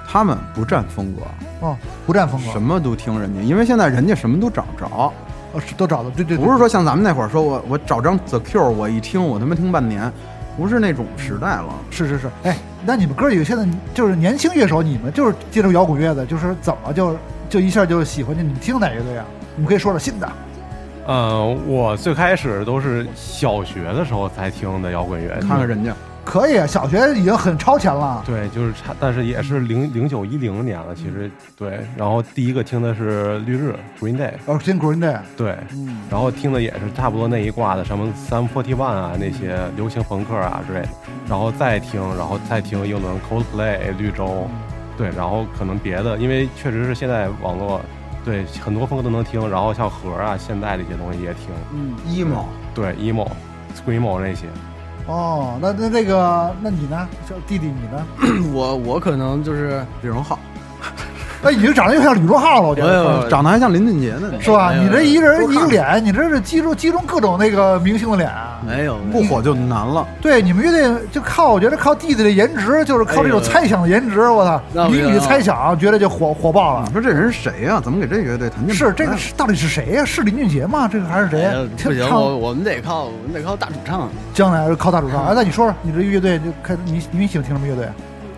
[SPEAKER 4] 他们不占风格，
[SPEAKER 3] 哦，不占风格，
[SPEAKER 4] 什么都听人家，因为现在人家什么都找不着，
[SPEAKER 3] 哦是都找的，对对，对
[SPEAKER 4] 不是说像咱们那会儿说我我找张 The Cure，我一听我他妈听半年，不是那种时代了。
[SPEAKER 3] 是是是，哎，那你们哥儿几个现在就是年轻乐手，你们就是接触摇滚乐的，就是怎么就就一下就喜欢你？你们听哪乐队啊？你们可以说说新的
[SPEAKER 7] 嗯，我最开始都是小学的时候才听的摇滚乐，
[SPEAKER 3] 嗯
[SPEAKER 4] 看看人家，
[SPEAKER 3] 可以，啊小学已经很超前了。
[SPEAKER 7] 对，就是差，但是也是
[SPEAKER 3] 嗯
[SPEAKER 7] 零零九一零年了，其实对。然后第一个听的是绿日 Green Day，
[SPEAKER 3] 哦，听 Green Day，
[SPEAKER 7] 对，
[SPEAKER 4] 嗯，
[SPEAKER 7] 然后听的也是差不多那一挂的，什么三 forty one 啊那些
[SPEAKER 3] 嗯
[SPEAKER 7] 流行朋克啊之类的，然后再听，然后再听英伦 Coldplay 绿
[SPEAKER 3] 嗯
[SPEAKER 7] 洲，对，然后可能别的，因为确实是现在网络。对，很多风格都能听，然后像盒啊、现代这些东西也听，
[SPEAKER 4] 嗯，emo， (clears throat)
[SPEAKER 7] 对，emo、screamo 那些，
[SPEAKER 3] 哦，那那那个，那你呢，小弟弟你呢？
[SPEAKER 6] 我我可能就是
[SPEAKER 4] 李荣浩，哎
[SPEAKER 3] 哎，你这长得又像李荣浩了，我觉得。
[SPEAKER 6] 我
[SPEAKER 4] 长得还像林俊杰呢。
[SPEAKER 3] 哎是吧？
[SPEAKER 6] 没有
[SPEAKER 3] 你这一人
[SPEAKER 4] 多
[SPEAKER 3] 一
[SPEAKER 4] 看
[SPEAKER 3] 个脸，你这是击中击中各种那个明星的脸啊。
[SPEAKER 6] 没有
[SPEAKER 4] 哎不火就难了，
[SPEAKER 3] 对，你们乐队就靠，我觉得靠弟弟的颜值，就是靠
[SPEAKER 6] 哎
[SPEAKER 3] 这种
[SPEAKER 6] 呦
[SPEAKER 3] 猜想的颜值，我操，
[SPEAKER 6] 那不
[SPEAKER 3] 一
[SPEAKER 6] 行啊
[SPEAKER 3] 缕猜想，觉得就火火爆了
[SPEAKER 4] 啊你。说这人是谁呀、怎么啊给这乐队弹键
[SPEAKER 3] 是
[SPEAKER 4] 盘
[SPEAKER 3] 这个
[SPEAKER 4] 呢
[SPEAKER 3] 是到底是谁呀、是林俊杰吗？这个还是谁
[SPEAKER 6] 嗯啊哎呀？不行，
[SPEAKER 3] 唱
[SPEAKER 6] 我啊我们得靠我们得靠大主唱。
[SPEAKER 3] 将来是靠大主唱。哎，那你说说，你这乐队就开始，你你喜欢听什么乐队？啊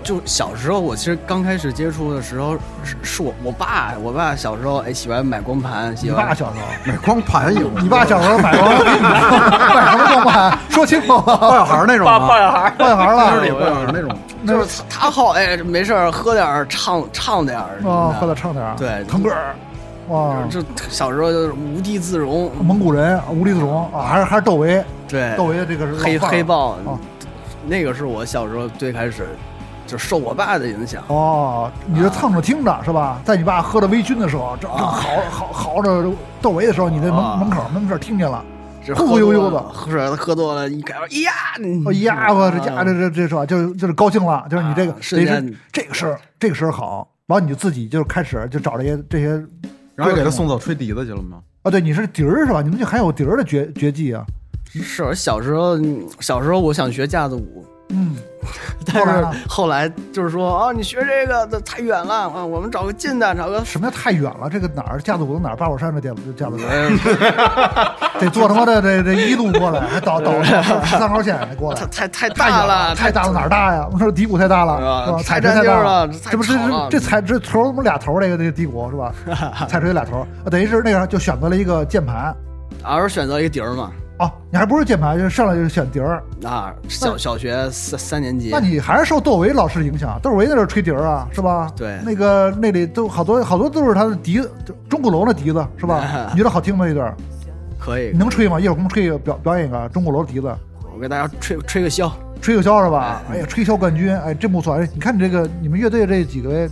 [SPEAKER 6] 就小时候，我其实刚开始接触的时候是是我我爸，我爸小时候哎喜欢买光盘，喜
[SPEAKER 3] 你爸
[SPEAKER 6] 欢
[SPEAKER 3] 小时候，
[SPEAKER 4] 美光盘有
[SPEAKER 3] 你
[SPEAKER 4] (laughs)
[SPEAKER 3] 爸小时候买过买什么光盘？说清楚
[SPEAKER 4] 抱
[SPEAKER 3] 了，
[SPEAKER 4] 小孩那种
[SPEAKER 8] 抱
[SPEAKER 4] 吗？
[SPEAKER 8] 抱小孩儿，
[SPEAKER 3] 换行
[SPEAKER 4] 就是里
[SPEAKER 3] 了。
[SPEAKER 4] 抱小孩那种，
[SPEAKER 3] (laughs) 那
[SPEAKER 6] 就是他他好哎没事儿喝点儿唱唱点儿
[SPEAKER 3] 哦，后来
[SPEAKER 6] 点
[SPEAKER 3] 唱点儿，
[SPEAKER 6] 对
[SPEAKER 3] 腾格尔，哇，
[SPEAKER 6] 就小时候就是无地自容，
[SPEAKER 3] 蒙古人，无地自容啊，还是还是窦唯，
[SPEAKER 6] 对
[SPEAKER 3] 窦唯的这个是老
[SPEAKER 6] 哎黑
[SPEAKER 3] 范儿
[SPEAKER 6] 黑豹
[SPEAKER 3] 哦，
[SPEAKER 6] 那个是我小时候最开始就受我爸的影响，
[SPEAKER 3] 哦，你是蹭着听
[SPEAKER 6] 啊
[SPEAKER 3] 着是吧？在你爸喝着微醺的时候，正正嚎嚎嚎着窦唯的时候，你在门
[SPEAKER 6] 啊
[SPEAKER 3] 门口门口听见了，
[SPEAKER 6] 是
[SPEAKER 3] 忽
[SPEAKER 6] 喝
[SPEAKER 3] 忽悠悠
[SPEAKER 6] 多
[SPEAKER 3] 的
[SPEAKER 6] 了喝喝多了一改，哎呀，
[SPEAKER 3] 哎呀，我这家这这这是吧？就是就是高兴了，就是你这个
[SPEAKER 6] 啊
[SPEAKER 3] 这
[SPEAKER 6] 瞬
[SPEAKER 3] 是
[SPEAKER 6] 间
[SPEAKER 3] 这个事儿，这个事儿好，完你就自己就开始就找这些这些
[SPEAKER 4] 然后给他送走吹笛子去了吗？
[SPEAKER 3] 啊，对，你是笛儿是吧？你们就还有笛儿的绝绝技啊？
[SPEAKER 6] 是我小时候小时候我想学架子鼓，
[SPEAKER 3] 嗯，
[SPEAKER 6] 但
[SPEAKER 3] 后来呢
[SPEAKER 6] 是后来就是说啊，你学这个的太远了啊，我们找个近的，找个
[SPEAKER 3] 什么叫太远了？这个哪儿架子鼓的哪儿？八宝山的架子架子鼓
[SPEAKER 6] 哎
[SPEAKER 3] (laughs) 得坐他妈的这这一路过来，还倒倒十三号线
[SPEAKER 6] (laughs)
[SPEAKER 3] 得过来
[SPEAKER 6] 太。太太
[SPEAKER 3] 太
[SPEAKER 6] 大
[SPEAKER 3] 远
[SPEAKER 6] 了，
[SPEAKER 3] 太大了
[SPEAKER 6] 了
[SPEAKER 3] 哪儿大呀？我说底鼓太大了，
[SPEAKER 6] 啊
[SPEAKER 3] 是吧？
[SPEAKER 6] 太
[SPEAKER 3] 踩锤太
[SPEAKER 6] 占地
[SPEAKER 3] 大
[SPEAKER 6] 儿
[SPEAKER 3] 了，
[SPEAKER 6] 了这太
[SPEAKER 3] 这不是
[SPEAKER 6] 吵
[SPEAKER 3] 这
[SPEAKER 6] 了
[SPEAKER 3] 这踩这头儿不是俩头儿这个这个底鼓是吧？踩锤俩头儿，啊等于是那样就选择了一个键盘
[SPEAKER 6] 而是选择一个笛儿嘛。
[SPEAKER 3] 哦，你还不是键盘，就上来就选笛儿，
[SPEAKER 6] 啊，小小学三三年级
[SPEAKER 3] 那，你还是受窦唯老师影响，窦唯那是吹笛儿啊，是吧？
[SPEAKER 6] 对
[SPEAKER 3] 那个那里都好多好多都是他的笛，就钟鼓楼的笛子是吧？你觉得好听吗？这段儿
[SPEAKER 6] 可以
[SPEAKER 3] 你，能吹吗？一会儿我们吹一个表表演一个钟啊鼓楼的笛子，
[SPEAKER 6] 我给大家吹吹个箫。
[SPEAKER 3] 吹个箫是吧？哎呀，吹箫冠军，哎，真不错。哎，你看你这个你们乐队这几位，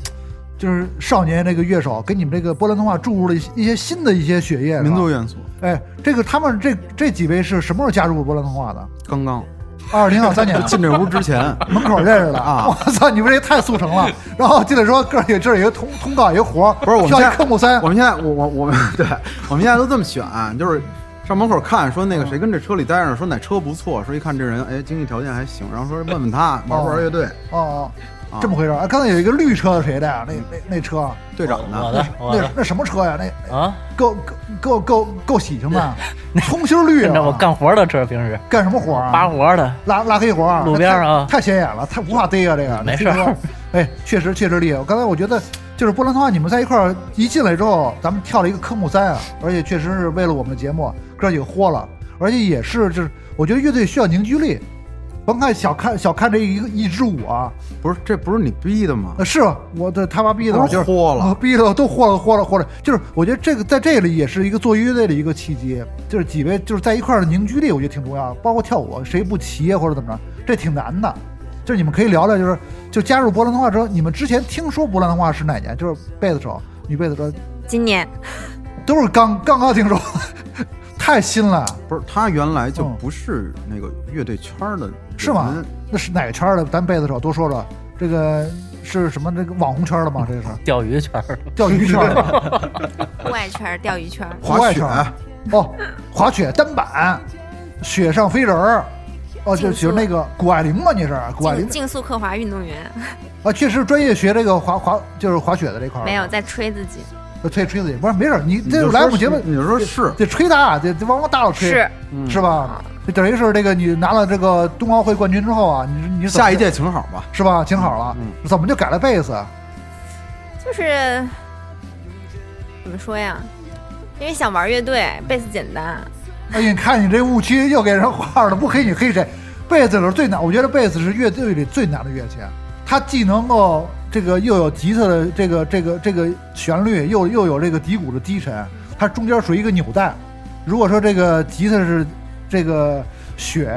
[SPEAKER 3] 就是少年这个乐手，给你们这个波兰动画注入了一些一些新的一些血液，是吧
[SPEAKER 4] 民族。元素，
[SPEAKER 3] 哎，这个他们这这几位是什么时候加入波兰动画的？
[SPEAKER 4] 刚刚
[SPEAKER 3] 二零二三
[SPEAKER 4] (laughs)
[SPEAKER 3] 年啊。
[SPEAKER 4] 进这屋之
[SPEAKER 6] (laughs)
[SPEAKER 4] 前，
[SPEAKER 3] 门口认识的
[SPEAKER 4] 啊
[SPEAKER 3] (laughs) 我操，你们这也太速成
[SPEAKER 4] (laughs)
[SPEAKER 3] 了。然后进来说，哥儿几个这儿有一个通通告，有一个活儿，
[SPEAKER 4] 不是我们
[SPEAKER 3] 跳
[SPEAKER 4] 现
[SPEAKER 3] 一
[SPEAKER 4] 在
[SPEAKER 3] 科目三哦
[SPEAKER 4] 我，们现在我我我们对，我们现在都这么选，就是上门口看，说那个谁跟这车里待着，说哪车不错，说一看这人，哎，经济条件还行，然后说问问他玩不玩乐队，
[SPEAKER 3] 哦
[SPEAKER 4] 啊
[SPEAKER 3] 哦，这么回事儿。哎刚才有一个绿车是谁的呀？那那那车，啊
[SPEAKER 4] 队长
[SPEAKER 8] 我
[SPEAKER 4] 呢？
[SPEAKER 8] 的我
[SPEAKER 3] 那
[SPEAKER 8] 的
[SPEAKER 3] 那什么车呀？那那
[SPEAKER 8] 啊，
[SPEAKER 3] 够够够够够喜庆
[SPEAKER 8] (laughs)
[SPEAKER 3] 的，通心绿
[SPEAKER 8] 跟着我
[SPEAKER 3] 啊！
[SPEAKER 8] 干活的，这是平时
[SPEAKER 3] 干什么活儿
[SPEAKER 8] 扒
[SPEAKER 3] 啊？
[SPEAKER 8] 活的，
[SPEAKER 3] 拉拉黑活儿，
[SPEAKER 8] 路边儿啊
[SPEAKER 3] 太太显眼了，太无法逮啊！这个
[SPEAKER 8] 没事
[SPEAKER 3] 这
[SPEAKER 8] 儿
[SPEAKER 3] 车哎，确实确实厉害。我刚才我觉得。就是波兰通话，你们在一块儿一进来之后，咱们跳了一个科目三啊，而且确实是为了我们的节目，哥几个豁了，而且也是就是，我觉得乐队需要凝聚力，甭看小看小看这一个一支舞啊，
[SPEAKER 4] 不是这不是你逼的吗
[SPEAKER 3] 呃，？是我的他妈逼的嘛，
[SPEAKER 4] 都
[SPEAKER 3] 就是
[SPEAKER 4] 哦豁了
[SPEAKER 3] 啊逼的都豁了，豁了，豁了。就是我觉得这个在这里也是一个做乐队的一个契机，就是几位就是在一块儿的凝聚力，我觉得挺重要的。包括跳舞，谁不齐啊呀或者怎么着，这挺难的。就是你们可以聊聊，就是就加入波兰童话之后，你们之前听说波兰童话是哪年？就是贝斯手、女贝斯手
[SPEAKER 5] 今年
[SPEAKER 3] 都是刚刚刚听说， (laughs) 太新了。
[SPEAKER 4] 不是他原来就
[SPEAKER 3] 嗯
[SPEAKER 4] 不是那个乐队圈儿的人，
[SPEAKER 3] 是吗？
[SPEAKER 4] 嗯
[SPEAKER 3] 那是哪个圈儿的？咱贝斯手多说说，这个是什么？这个网红圈儿的吗？这
[SPEAKER 4] (laughs)
[SPEAKER 3] 个是
[SPEAKER 8] 钓鱼圈儿，
[SPEAKER 3] 钓鱼圈儿的、
[SPEAKER 5] 户外圈儿、钓鱼圈儿，
[SPEAKER 3] 户外
[SPEAKER 4] 滑雪
[SPEAKER 3] 圈儿哦，滑雪、单板、雪上飞人儿，哦，就
[SPEAKER 5] 竞
[SPEAKER 3] 就是
[SPEAKER 5] 速
[SPEAKER 3] 那个谷爱凌嘛，你是谷爱
[SPEAKER 5] 竞
[SPEAKER 3] 凌
[SPEAKER 5] 竞速刻滑运动员，
[SPEAKER 3] 啊，确实专业学这个滑滑就是滑雪的这块儿，
[SPEAKER 5] 没有在吹自己，
[SPEAKER 3] 呃吹吹自己，不是没事儿，你
[SPEAKER 4] 你
[SPEAKER 3] 这
[SPEAKER 4] 就
[SPEAKER 3] 来我
[SPEAKER 4] 说
[SPEAKER 3] 们节目
[SPEAKER 4] 是你就说是
[SPEAKER 3] 得吹他，得得往我大了吹，
[SPEAKER 5] 是
[SPEAKER 4] 嗯
[SPEAKER 3] 是吧？就等于是这个你拿了这个冬奥会冠军之后啊，你你怎么
[SPEAKER 4] 下一届请好吧？
[SPEAKER 3] 是吧？挺好了，
[SPEAKER 4] 嗯
[SPEAKER 3] 怎么就改了贝斯？啊
[SPEAKER 5] 就是怎么说呀？因为想玩乐队，贝斯简单，
[SPEAKER 3] 哎呀，你看你这误区又给人画了，不黑你黑谁？贝斯是最难，我觉得贝斯是乐队里最难的乐器，啊它既能够这个又有吉他的这个这个这个旋律，又又有这个底鼓的低沉，它中间属于一个纽带。如果说这个吉他是这个血，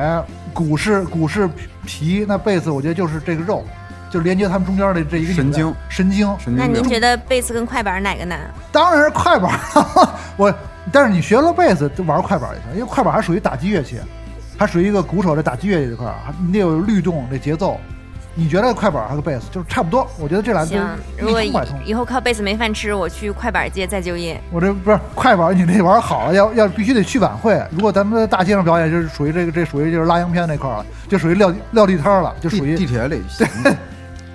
[SPEAKER 3] 鼓是鼓是皮，那贝斯我觉得就是这个肉，就连接他们中间的这一个纽带
[SPEAKER 4] 神经
[SPEAKER 3] 神经。
[SPEAKER 4] 神
[SPEAKER 5] 那
[SPEAKER 4] 经
[SPEAKER 5] 您
[SPEAKER 4] 病。
[SPEAKER 5] 觉得贝斯跟快板哪个难？
[SPEAKER 3] 当然是快板了，我但是你学了贝斯就玩快板也行，因为快板还属于打击乐器，还属于一个鼓手的打击乐器这块儿，还你得有律动这节奏。你觉得快板还是贝斯，就是差不多？我觉得这俩
[SPEAKER 5] 行，
[SPEAKER 3] 都
[SPEAKER 5] 如果
[SPEAKER 3] 一
[SPEAKER 5] 以
[SPEAKER 3] 通百通。
[SPEAKER 5] 以后靠贝斯没饭吃，我去快板界再就业。
[SPEAKER 3] 我这不是快板，你这玩儿好，要要必须得去晚会。如果咱们在大街上表演，就是属于这个，这属于就是拉洋片那块儿了，就属于撂撂地摊儿了，就属于
[SPEAKER 4] 地地铁里行，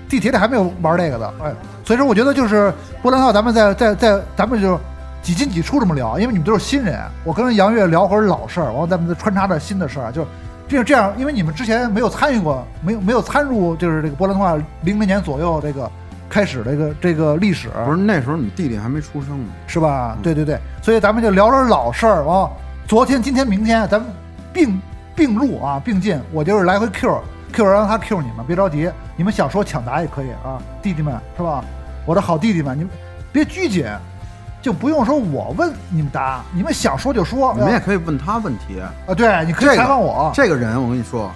[SPEAKER 3] 地铁里还没有玩这个的，哎，所以说我觉得就是波兰套，咱们在在在咱们就是几进几出这么聊，因为你们都是新人，我跟杨越聊会儿老事儿，然后咱们再穿插点新的事儿，就是这样这样，因为你们之前没有参与过，没有没有参入，就是这个波兰话零零年左右这个开始这个这个历史，
[SPEAKER 4] 不是那时候你弟弟还没出生呢。
[SPEAKER 3] 是吧？
[SPEAKER 4] 嗯
[SPEAKER 3] 对对对，所以咱们就聊点老事儿啊。昨天、今天、明天，咱们并并入啊，并进。我就是来回 Q Q，让他 Q 你们，别着急，你们想说抢答也可以啊，弟弟们是吧？我的好弟弟们，你们别拘谨，就不用说我问你们答，你们想说就说。
[SPEAKER 4] 你们也可以问他问题。
[SPEAKER 3] 啊，对，你可
[SPEAKER 4] 这
[SPEAKER 3] 以
[SPEAKER 4] 个
[SPEAKER 3] 采访我。
[SPEAKER 4] 这个人，我跟你 (laughs) 说，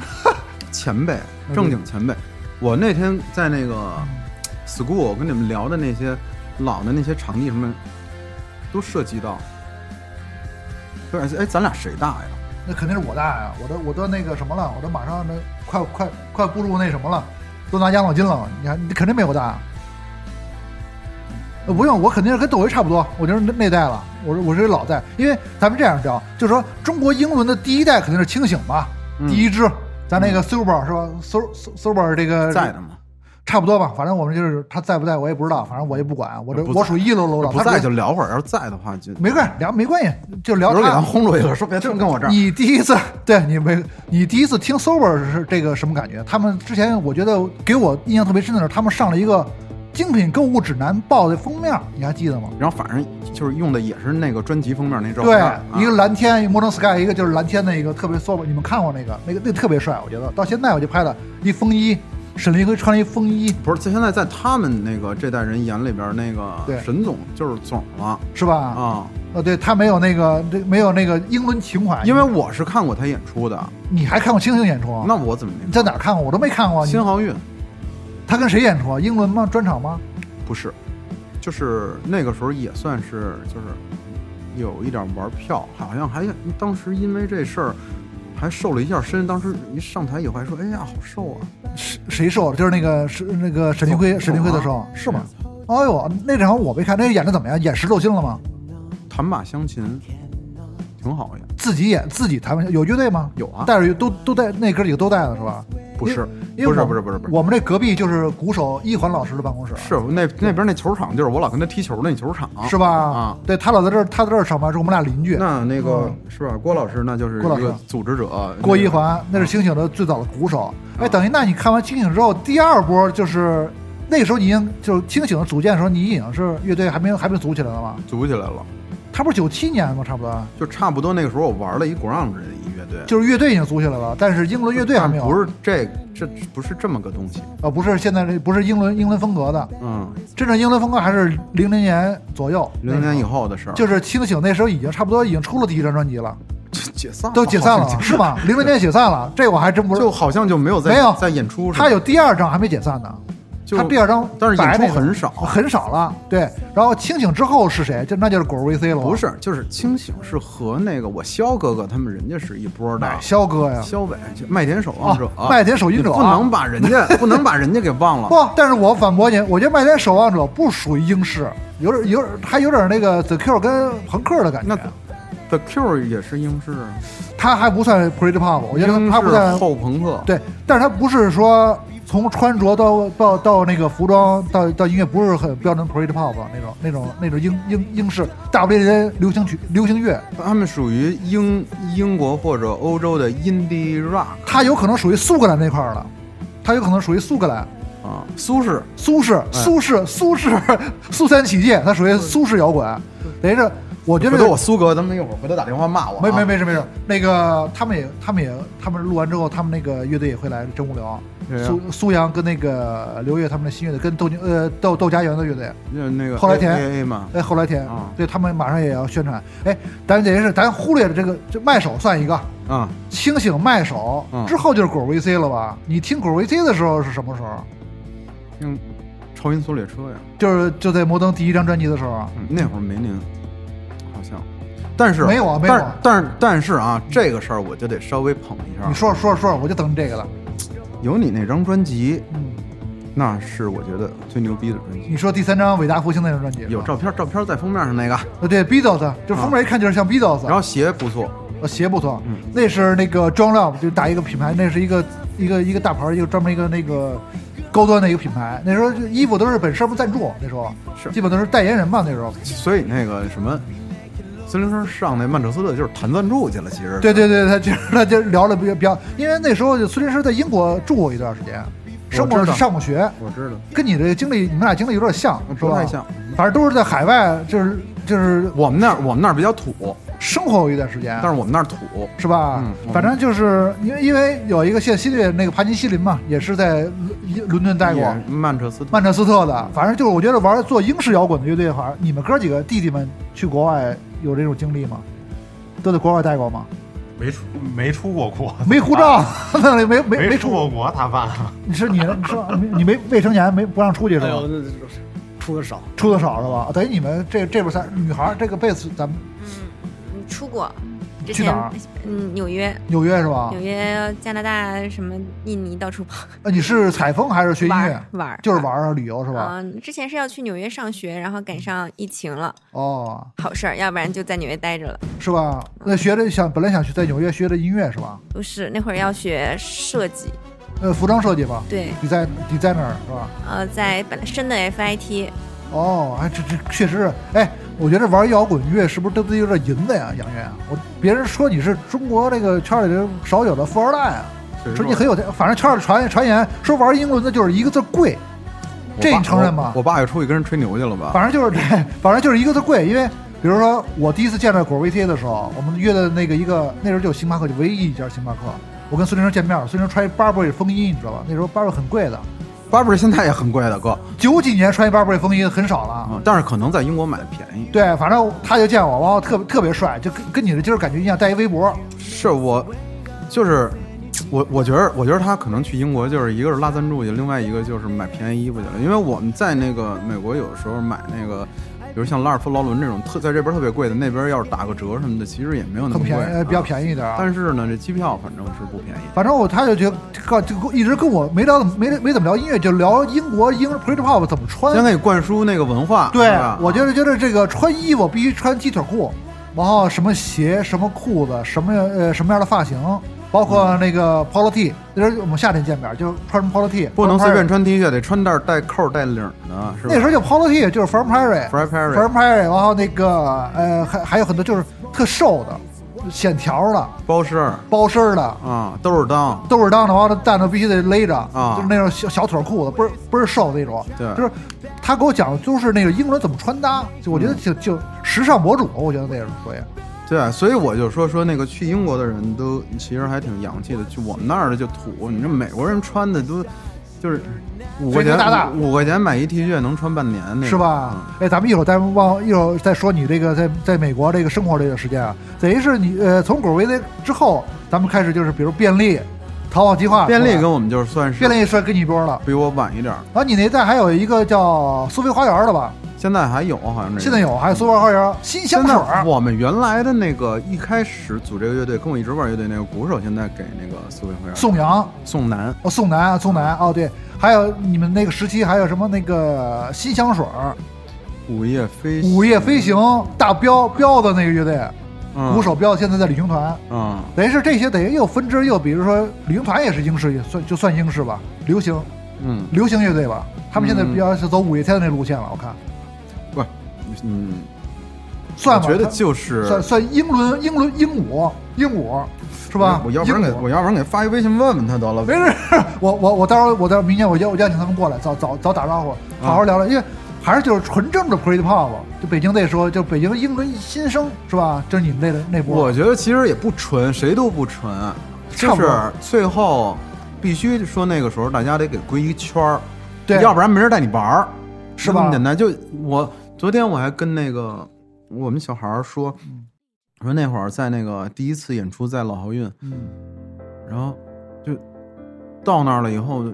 [SPEAKER 4] 前辈，正经前辈。我那天在那个 school 跟你们聊的那些老的那些场地什么，都涉及到。就是哎，咱俩谁大呀？
[SPEAKER 3] 那肯定是我大呀，我都我都那个什么了，我都马上那快快快步入那什么了，都拿养老金了，你看你肯定没我大、啊呃不用，我肯定是跟窦唯差不多，我就是那那代了，我是我是老代，因为咱们这样聊，就是说中国英伦的第一代肯定是清醒吧，
[SPEAKER 4] 嗯
[SPEAKER 3] 第一支，咱那个 Super 是吧？Su- Su-？Super 这个
[SPEAKER 4] 在的嘛，
[SPEAKER 3] 差不多吧，反正我们就是他在不在我也不知道，反正我也不管，我这
[SPEAKER 4] 不在
[SPEAKER 3] 我属于一楼楼了，
[SPEAKER 4] 不
[SPEAKER 3] 他
[SPEAKER 4] 在就聊会儿，要是在的话就
[SPEAKER 3] 没关系，聊没关系，就聊
[SPEAKER 4] 有时
[SPEAKER 3] 他。
[SPEAKER 4] 候给咱轰出去了，说别听跟我这儿。
[SPEAKER 3] 你第一次对你没你第一次听 Sober 是这个什么感觉？他们之前我觉得给我印象特别深的是，他们上了一个精品购物指南报的封面，你还记得吗？
[SPEAKER 4] 然后反正就是用的也是那个专辑封面那照片
[SPEAKER 3] 对
[SPEAKER 4] 儿，，
[SPEAKER 3] 一个
[SPEAKER 4] 啊
[SPEAKER 3] 蓝天，一个 Modern Sky，一个就是蓝天的一个特别 sober，你们看过那个？那个那个特别帅，我觉得到现在我就拍了一风衣，沈凌辉穿了一风衣，
[SPEAKER 4] 不是，就现在在他们那个这代人眼里边，那
[SPEAKER 3] 对
[SPEAKER 4] 个沈总就是总了
[SPEAKER 3] 是吧？啊
[SPEAKER 4] 啊。
[SPEAKER 3] 呃，对他没有那个这没有那个英伦情怀，
[SPEAKER 4] 因为我是看过他演出的，
[SPEAKER 3] 你还看过星星演出啊？
[SPEAKER 4] 那我怎么
[SPEAKER 3] 你
[SPEAKER 4] 没
[SPEAKER 3] 在哪儿看过？我都没看过。你
[SPEAKER 4] 新濠运
[SPEAKER 3] 他跟谁演出啊？英伦吗？专场吗？
[SPEAKER 4] 不是，就是那个时候也算是就是有一点玩票，好像还当时因为这事儿还瘦了一下身。当时一上台以后还说：“哎呀，好瘦啊
[SPEAKER 3] 谁谁瘦了？就是那个是那个沈凌辉，！”沈凌辉的时候是吗？？哎呦，那场我没看，那演的怎么样？演石头星了吗？
[SPEAKER 4] 弹把相亲，挺好演。
[SPEAKER 3] 自己演自己弹，有乐队吗？
[SPEAKER 4] 有啊，
[SPEAKER 3] 带着都都带那哥几个都带了是吧？
[SPEAKER 4] 不是，
[SPEAKER 3] 因为
[SPEAKER 4] 不是，
[SPEAKER 3] 我
[SPEAKER 4] 不是，不是，不是，
[SPEAKER 3] 我们这隔壁就是鼓手一环老师的办公室，
[SPEAKER 4] 是那那边那球场，就是我老跟他踢球的那球场。
[SPEAKER 3] 啊是吧？
[SPEAKER 4] 啊
[SPEAKER 3] 对他老在这儿，他在这儿上班，是我们俩邻居。
[SPEAKER 4] 那那个
[SPEAKER 3] 嗯
[SPEAKER 4] 是吧？郭老师那就是一
[SPEAKER 3] 郭老师啊
[SPEAKER 4] 个组织者，
[SPEAKER 3] 郭一
[SPEAKER 4] 那个
[SPEAKER 3] 环那是星星的最早的鼓
[SPEAKER 4] 啊
[SPEAKER 3] 手。哎，等于那你看完清醒之后，第二波就是那时候你已经就是清醒的组建的时候，你已经是乐队还没有还没组起来了吗？
[SPEAKER 4] 组起来了。
[SPEAKER 3] 他不是九七年吗？差不多，啊
[SPEAKER 4] 就差不多那个时候我玩了一 grunge 的一乐队，
[SPEAKER 3] 就是乐队已经组起来了，但是英伦乐队还
[SPEAKER 4] 但
[SPEAKER 3] 没有，
[SPEAKER 4] 不是这这不是这么个东西，
[SPEAKER 3] 啊，不是现在这不是英伦英伦风格的，
[SPEAKER 4] 嗯，
[SPEAKER 3] 真正英伦风格还是零零年左右，
[SPEAKER 4] 零零年以后的事儿，
[SPEAKER 3] 就是清醒那时候已经差不多已经出了第一张专辑了，
[SPEAKER 4] 就哦解散了
[SPEAKER 3] 都解散
[SPEAKER 4] 好
[SPEAKER 3] 了
[SPEAKER 4] 像 (laughs)
[SPEAKER 3] 是吗？零零年解散了，这我还真不知
[SPEAKER 4] 就
[SPEAKER 3] 道。
[SPEAKER 4] 好像就没有在
[SPEAKER 3] 没有
[SPEAKER 4] 在演出似的，
[SPEAKER 3] 他有第二张还没解散呢，
[SPEAKER 4] 就
[SPEAKER 3] 他第二张
[SPEAKER 4] 但是演
[SPEAKER 3] 白那
[SPEAKER 4] 出
[SPEAKER 3] 个
[SPEAKER 4] 很少，
[SPEAKER 3] 很少了，对。然后清醒之后是谁？就那就是果儿 VC 了，
[SPEAKER 4] 不？是就是清醒是和那个我肖哥哥他们人家是一波的
[SPEAKER 3] 哎，，肖哥呀，
[SPEAKER 4] 肖伟就麦田守望者，
[SPEAKER 3] 哦麦田守望者
[SPEAKER 4] 你不能把人
[SPEAKER 3] (laughs)
[SPEAKER 4] 家不能把人家给忘了，
[SPEAKER 3] 不，但是我反驳您，我觉得《麦田守望者》不属于英式，有点有点还有点那个 The Cure 跟朋克的感
[SPEAKER 4] 那
[SPEAKER 3] 觉，啊
[SPEAKER 4] The Cure 也是英式啊，
[SPEAKER 3] 他还不算 Pretty Pop，我觉得
[SPEAKER 4] 英
[SPEAKER 3] 他不
[SPEAKER 4] 式
[SPEAKER 3] 算
[SPEAKER 4] 嗯后朋克，
[SPEAKER 3] 对，但是他不是说从穿着到到到那个服装到到音乐不是很标准 Pretty Pop 那种那种那种英英英式大不列颠流行曲流行乐，
[SPEAKER 4] 他们属于英英国或者欧洲的 indie rock
[SPEAKER 3] 他有可能属于苏格兰那块儿了，他有可能属于苏格兰。
[SPEAKER 4] 啊，苏轼
[SPEAKER 3] 苏式、
[SPEAKER 4] 哎
[SPEAKER 3] 苏式、苏式、苏三起解，它属于苏式摇滚。等于是，我觉
[SPEAKER 4] 回
[SPEAKER 3] 得
[SPEAKER 4] 头我苏哥他们一会儿回头打电话骂我啊，
[SPEAKER 3] 没没没事没事，那个他们也他们也他们录完之后，他们那个乐队也会来，真无聊。
[SPEAKER 4] 谁呀
[SPEAKER 3] 苏苏阳跟那个刘烨他们的新乐队，跟窦靖呃窦窦家园的乐队，
[SPEAKER 4] 就是那个
[SPEAKER 3] 后来
[SPEAKER 4] A
[SPEAKER 3] 填
[SPEAKER 4] A 嘛，
[SPEAKER 3] 哎，后来天
[SPEAKER 4] 啊
[SPEAKER 3] 对他们马上也要宣传。哎，咱等于是咱忽略了这个这麦手算一个，
[SPEAKER 4] 啊，
[SPEAKER 3] 清醒麦手
[SPEAKER 4] 嗯
[SPEAKER 3] 之后就是果 VC 了吧？你听果 VC 的时候是什么时候？
[SPEAKER 4] 听超音速列车呀，
[SPEAKER 3] 就是就在摩登第一张专辑的时候啊。
[SPEAKER 4] 嗯那会儿没您，好像，但是
[SPEAKER 3] 没有啊没有啊
[SPEAKER 4] 但是但是但是啊，这个事儿我就得稍微捧一下。
[SPEAKER 3] 你说着说着说着，我就等你这个了。
[SPEAKER 4] 有你那张专辑，
[SPEAKER 3] 嗯，
[SPEAKER 4] 那是我觉得最牛逼的专辑
[SPEAKER 3] 你。说第三张《伟大复兴》那张专辑是吧
[SPEAKER 4] 有照片，照片在封面上那个，
[SPEAKER 3] 呃对 Beatles，就封面一看就是像 Beatles，、啊
[SPEAKER 4] 然后鞋不错，
[SPEAKER 3] 呃鞋不错，
[SPEAKER 4] 嗯
[SPEAKER 3] 那是那个 John Love 就打一个品牌，那是一个一个一个大牌，一个专门一个那个高端的一个品牌。那时候就衣服都是本身不赞助，那时候
[SPEAKER 4] 是
[SPEAKER 3] 基本都是代言人嘛那时候。
[SPEAKER 4] 所以那个什么，孙林生上那曼彻斯特就是谈赞助去了，其实
[SPEAKER 3] 对对对，他就是他就聊了比较比较，因为那时候就孙律师在英国住过一段时间，生
[SPEAKER 4] 我
[SPEAKER 3] 活
[SPEAKER 4] 知道
[SPEAKER 3] 上过学，
[SPEAKER 4] 我知道，
[SPEAKER 3] 跟你这个经历，你们俩经历有点像，是
[SPEAKER 4] 不
[SPEAKER 3] 吧？
[SPEAKER 4] 太像，
[SPEAKER 3] 反正都是在海外，就是就是
[SPEAKER 4] 我们那儿我们那儿比较土，
[SPEAKER 3] 生活过一段时间
[SPEAKER 4] 但。是我们那儿土，
[SPEAKER 3] 是吧？
[SPEAKER 4] 嗯我
[SPEAKER 3] 反正就是因为因为有一个现新的那个帕金西林嘛，也是在伦伦敦待过，
[SPEAKER 4] 也曼彻斯特
[SPEAKER 3] 曼彻斯特的。反正就是我觉得玩做英式摇滚的乐队，好像你们哥几个弟弟们去国外有这种经历吗？都在国外待过吗？
[SPEAKER 7] 没出没出过国，
[SPEAKER 3] 没护照， (laughs) 那里没没
[SPEAKER 7] 啊没
[SPEAKER 3] 没
[SPEAKER 7] 出
[SPEAKER 3] 出
[SPEAKER 7] 过国，他爸
[SPEAKER 3] 你是你你说你你没未成年没不让出去是
[SPEAKER 6] 哎
[SPEAKER 3] 吧
[SPEAKER 6] 呦，？那这出的少，
[SPEAKER 3] 出的少是吧？等于你们这这边三女孩这个贝斯咱们
[SPEAKER 5] 嗯，出国，之
[SPEAKER 3] 去
[SPEAKER 5] 前
[SPEAKER 3] 哪儿啊
[SPEAKER 5] 嗯纽约、
[SPEAKER 3] 纽约是吧
[SPEAKER 5] 纽？约、加拿大什么印尼到处跑
[SPEAKER 3] 呃你是采风还是学音
[SPEAKER 5] 玩
[SPEAKER 3] 乐
[SPEAKER 5] 儿？玩儿，
[SPEAKER 3] 就是玩儿啊，旅游是吧？
[SPEAKER 5] 啊、之前是要去纽约上学，然后赶上疫情了，
[SPEAKER 3] 哦，
[SPEAKER 5] 好事儿，要不然就在纽约待着了。
[SPEAKER 3] 是吧？那学着想本来想去在纽约学的音乐是吧？
[SPEAKER 5] 不是那会儿要学设计，
[SPEAKER 3] 呃，服装设计吧。
[SPEAKER 5] 对，
[SPEAKER 3] 你在你在那儿是吧？
[SPEAKER 5] 呃，在本来深的 FIT，
[SPEAKER 3] 哦，哎，这这确实是，哎，我觉得玩摇滚乐是不是都得有点银子呀，杨月？我别人说你是中国这个圈里的少有的富二代啊，说你很有钱，反正圈里传传言说玩英伦的就是一个字贵，
[SPEAKER 4] 我
[SPEAKER 3] 这
[SPEAKER 4] 爸
[SPEAKER 3] 你承认吗
[SPEAKER 4] 我我爸也出去跟人吹牛去了吧？
[SPEAKER 3] 反正就是这，反正就是一个字贵，因为。比如说，我第一次见到果 VT 的时候，我们约的那个一个，那时候就有星巴克，就唯一一家星巴克。我跟孙生见面，孙生穿一 Burberry 风衣，你知道吧？那时候 Burberry 很贵的，
[SPEAKER 4] 巴布现在也很贵的哥，
[SPEAKER 3] 九几年穿一 Burberry 风衣很少了啊
[SPEAKER 4] 啊，但是可能在英国买的便宜。
[SPEAKER 3] 对，反正他就见我，完后特特别帅，就跟跟你的今儿感觉一样，戴一围脖。
[SPEAKER 4] 是我，就是我，我觉得，我觉得他可能去英国就是一个是拉赞助去，另外一个就是买便宜衣服去了。因为我们在那个美国有时候买那个，比如像拉尔夫劳伦这种特在这边特别贵的，那边要是打个折什么的，其实也没有
[SPEAKER 3] 很
[SPEAKER 4] 那么贵，
[SPEAKER 3] 便宜，呃比较
[SPEAKER 4] 宜。
[SPEAKER 3] 便宜一点啊。
[SPEAKER 4] 嗯但是呢，这机票反正是不便宜。
[SPEAKER 3] 反正我他就觉得告就跟一直跟我没聊怎么没没怎么聊音乐，就聊英国英 Pretty Pop 怎么
[SPEAKER 4] 先
[SPEAKER 3] 穿。
[SPEAKER 4] 给你灌输那个文化，
[SPEAKER 3] 对
[SPEAKER 4] 是吧，
[SPEAKER 3] 我就是觉得这个穿衣服必须穿鸡腿裤，然后什么鞋、什么裤子、什么呃什么样的发型，包括那个 polo T。那时候我们夏天见面就穿 polo T，
[SPEAKER 4] 不能随便。穿 T 恤，得穿带带扣带领的，是
[SPEAKER 3] 那
[SPEAKER 4] 吧？
[SPEAKER 3] 时候就 polo T，就是 Frank Perry。
[SPEAKER 4] Fred Perry
[SPEAKER 3] f r a n p e r r y 然后那个呃还还有很多就是特瘦的、线条的。
[SPEAKER 4] 包身儿
[SPEAKER 3] 包身儿的，
[SPEAKER 4] 啊，兜儿裆，
[SPEAKER 3] 兜儿裆的话，那蛋子必须得勒着，
[SPEAKER 4] 啊
[SPEAKER 3] 就是那种小小腿裤子，倍儿倍儿瘦那种。
[SPEAKER 4] 对嗯
[SPEAKER 3] 就是他给我讲，就是那个英伦怎么穿搭，就我觉得挺、就时尚博主，我觉得那是属于。
[SPEAKER 4] 对，啊所以我就说说那个去英国的人都其实还挺洋气的，就我们那儿的就土，你这美国人穿的都就是五块
[SPEAKER 3] 随
[SPEAKER 4] 钱
[SPEAKER 3] 地大大
[SPEAKER 4] 五块钱买一 T 恤能穿半年那种嗯
[SPEAKER 3] 是吧？哎，咱们一会儿再忘，一会儿再说你这个在在美国这个生活这个时间啊，等于是你呃从果维那之后，咱们开始就是比如便利、淘宝计划
[SPEAKER 4] 嗯
[SPEAKER 3] 出来，
[SPEAKER 4] 便利跟我们就是算是
[SPEAKER 3] 便利算跟你一波了。
[SPEAKER 4] 比我晚一点儿，
[SPEAKER 3] 然后你那代还有一个叫苏菲花园的吧？
[SPEAKER 4] 现在还有好像这个
[SPEAKER 3] 现在有，还有苏菲花园新香
[SPEAKER 4] 现
[SPEAKER 3] 水
[SPEAKER 4] 在
[SPEAKER 3] 儿，
[SPEAKER 4] 我们原来的那个一开始组这个乐队，跟我一直玩乐队那个鼓手，现在给那个苏慧慧
[SPEAKER 3] 宋阳、
[SPEAKER 4] 宋楠，
[SPEAKER 3] 哦宋楠、宋楠哦对，还有你们那个时期还有什么那个新香水儿、
[SPEAKER 4] 午夜飞
[SPEAKER 3] 午夜飞行、大彪彪的那个乐队，
[SPEAKER 4] 嗯
[SPEAKER 3] 鼓手彪现在在旅行团。
[SPEAKER 4] 嗯，
[SPEAKER 3] 等于是这些，等于又分支，又比如说旅行团也是英式，也算就算英式吧，流行
[SPEAKER 4] 嗯，
[SPEAKER 3] 流行乐队吧。他们现在
[SPEAKER 4] 嗯
[SPEAKER 3] 比较是走五月天的那路线了，我看
[SPEAKER 4] 不是，嗯，
[SPEAKER 3] 算吧，
[SPEAKER 4] 我觉得
[SPEAKER 3] 他
[SPEAKER 4] 就是
[SPEAKER 3] 算算英伦英伦英舞英舞是吧？
[SPEAKER 4] 我要不然给
[SPEAKER 3] 英舞
[SPEAKER 4] 我要不然给发一微信问问他得了，
[SPEAKER 3] 没事，我我我到时候我到时候明年我邀我邀请他们过来，早早早打招
[SPEAKER 4] 啊
[SPEAKER 3] 呼，好好聊聊，因为还是就是纯正的 Pretty Pop，就北京那时候就北京英伦新生是吧？就是你们那个那波，
[SPEAKER 4] 我觉得其实也不纯，谁都不纯，
[SPEAKER 3] 差
[SPEAKER 4] 就
[SPEAKER 3] 不多
[SPEAKER 4] 是最后必须说那个时候大家得给归一圈儿，
[SPEAKER 3] 对
[SPEAKER 4] 要不然没人带你玩儿，
[SPEAKER 3] 是
[SPEAKER 4] 就这
[SPEAKER 3] 吧
[SPEAKER 4] 么简单。就我昨天我还跟那个我们小孩儿说，
[SPEAKER 3] 嗯
[SPEAKER 4] 我说那会儿在那个第一次演出在老好运，
[SPEAKER 3] 嗯
[SPEAKER 4] 然后就到那儿了以后，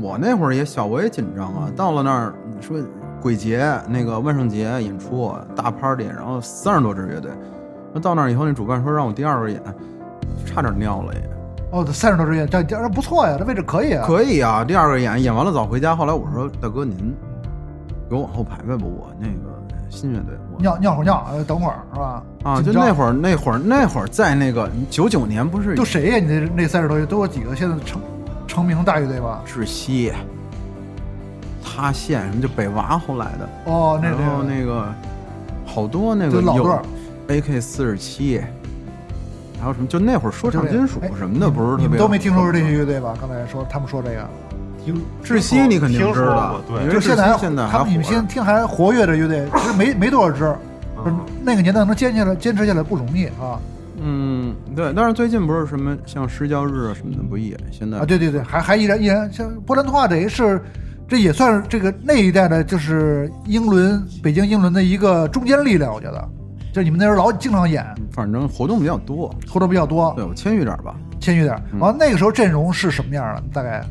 [SPEAKER 4] 我那会儿也小，我也紧张
[SPEAKER 3] 嗯
[SPEAKER 4] 啊。到了那儿，你说鬼节那个万圣节演出大 party，然后三十多支乐队，那到那儿以后，那主办说让我第二个演，差点尿了也。
[SPEAKER 3] 哦，三十多支乐，这这不错呀，这位置可以啊，
[SPEAKER 4] 可以啊，第二个演演完了早回家。后来我说大哥您给我往后排排吧，我那个新乐队我。
[SPEAKER 3] 尿尿会儿尿，呃，等会儿是吧？
[SPEAKER 4] 啊，就
[SPEAKER 3] 紧张
[SPEAKER 4] 那会儿，那会儿，那会儿在那个九九年不是
[SPEAKER 3] 都谁呀、你那那三十多岁都有几个现在成成名大乐队吧？
[SPEAKER 4] 窒息、塌陷什么，就北娃后来的，
[SPEAKER 3] 哦，那
[SPEAKER 4] 然后
[SPEAKER 3] 那
[SPEAKER 4] 那个好多那
[SPEAKER 3] 就
[SPEAKER 4] 个
[SPEAKER 3] 老段
[SPEAKER 4] 有
[SPEAKER 3] 儿
[SPEAKER 4] AK 四十七，还有什么就那会儿说唱金属
[SPEAKER 3] 对哎
[SPEAKER 4] 什么的，不是
[SPEAKER 3] 你
[SPEAKER 4] 特
[SPEAKER 3] 们
[SPEAKER 4] 别
[SPEAKER 3] 都没听说过这些乐队吧？刚才说他们说这个，
[SPEAKER 4] 窒息，你肯定知道，
[SPEAKER 7] 听说过对
[SPEAKER 4] 因为
[SPEAKER 3] 就
[SPEAKER 4] 窒
[SPEAKER 3] 现
[SPEAKER 4] 息
[SPEAKER 3] 在
[SPEAKER 4] 现在还
[SPEAKER 3] 他
[SPEAKER 4] 火
[SPEAKER 3] 们你们先
[SPEAKER 4] 着。
[SPEAKER 3] 听还活跃的乐
[SPEAKER 4] (laughs)
[SPEAKER 3] 队，其实没没多少支，就是
[SPEAKER 7] 嗯
[SPEAKER 3] 那个年代能坚持下来坚持下来不容易啊
[SPEAKER 4] 嗯，对，但是最近不是什么像失教日啊什么的，不也现在
[SPEAKER 3] 啊！对对对，还还依然依然像波兰话等于是。这也算是这个那一代的，就是英伦北京英伦的一个中坚力量，我觉得，就你们那时候老经常演，
[SPEAKER 4] 反正活动比较多。
[SPEAKER 3] 活动比较多。
[SPEAKER 4] 对我谦虚点儿吧，
[SPEAKER 3] 谦虚点儿。
[SPEAKER 4] 嗯
[SPEAKER 3] 完、后那个时候阵容是什么样的？啊大概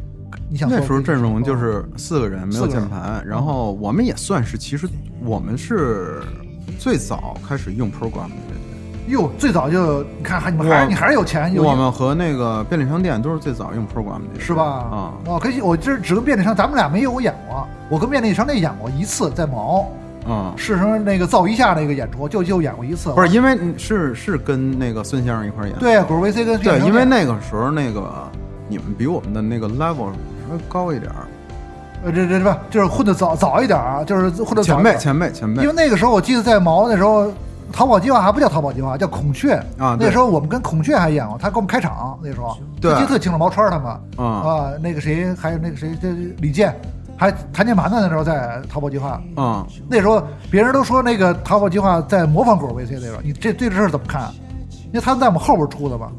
[SPEAKER 3] 你想说
[SPEAKER 4] 那时候
[SPEAKER 3] 这个
[SPEAKER 4] 阵容就是四个人，没有
[SPEAKER 3] 四个人
[SPEAKER 4] 键盘，然后我们也算是，其实我们是最早开始用 program 的乐队。
[SPEAKER 3] 哟，最早就你看还你们
[SPEAKER 4] 我
[SPEAKER 3] 还是你还是有钱，有
[SPEAKER 4] 我们和那个便利商店都是最早用 program 的，
[SPEAKER 3] 是吧？
[SPEAKER 4] 啊、
[SPEAKER 3] 哦，可以，我这只跟便利商，咱们俩没有演过，我跟便利商店演过一次，在毛
[SPEAKER 4] 啊、
[SPEAKER 3] 是什么那个造一下那个演出，就就演过一次，
[SPEAKER 4] 不是因为你是是跟那个孙先生一块儿演，
[SPEAKER 3] 啊对啊果儿 VC 跟便
[SPEAKER 4] 对
[SPEAKER 3] 利，商
[SPEAKER 4] 因为
[SPEAKER 3] 店
[SPEAKER 4] 那个时候那个你们比我们的那个 level 稍微高一点儿，
[SPEAKER 3] 呃这这这不就是混的早早一点啊，就是混的早
[SPEAKER 4] 前
[SPEAKER 3] 一
[SPEAKER 4] 辈
[SPEAKER 3] 点
[SPEAKER 4] 前辈前辈
[SPEAKER 3] 因为，那个时候我记得在毛那时候。淘宝计划还不叫淘宝计划，叫孔雀
[SPEAKER 4] 啊对
[SPEAKER 3] 那时候我们跟孔雀还演过，他给我们开场。那时候
[SPEAKER 4] 对
[SPEAKER 3] 我记得特清楚，毛川他们，
[SPEAKER 4] 啊
[SPEAKER 3] 啊，那个谁，还有那个谁，这李健，还谭健盘呢，那时候在淘宝计划。
[SPEAKER 4] 啊、
[SPEAKER 3] 那时候别人都说那个淘宝计划在模仿果儿 VC 那时候，你这对这事儿怎么看？啊因为他们在我们后边出的嘛。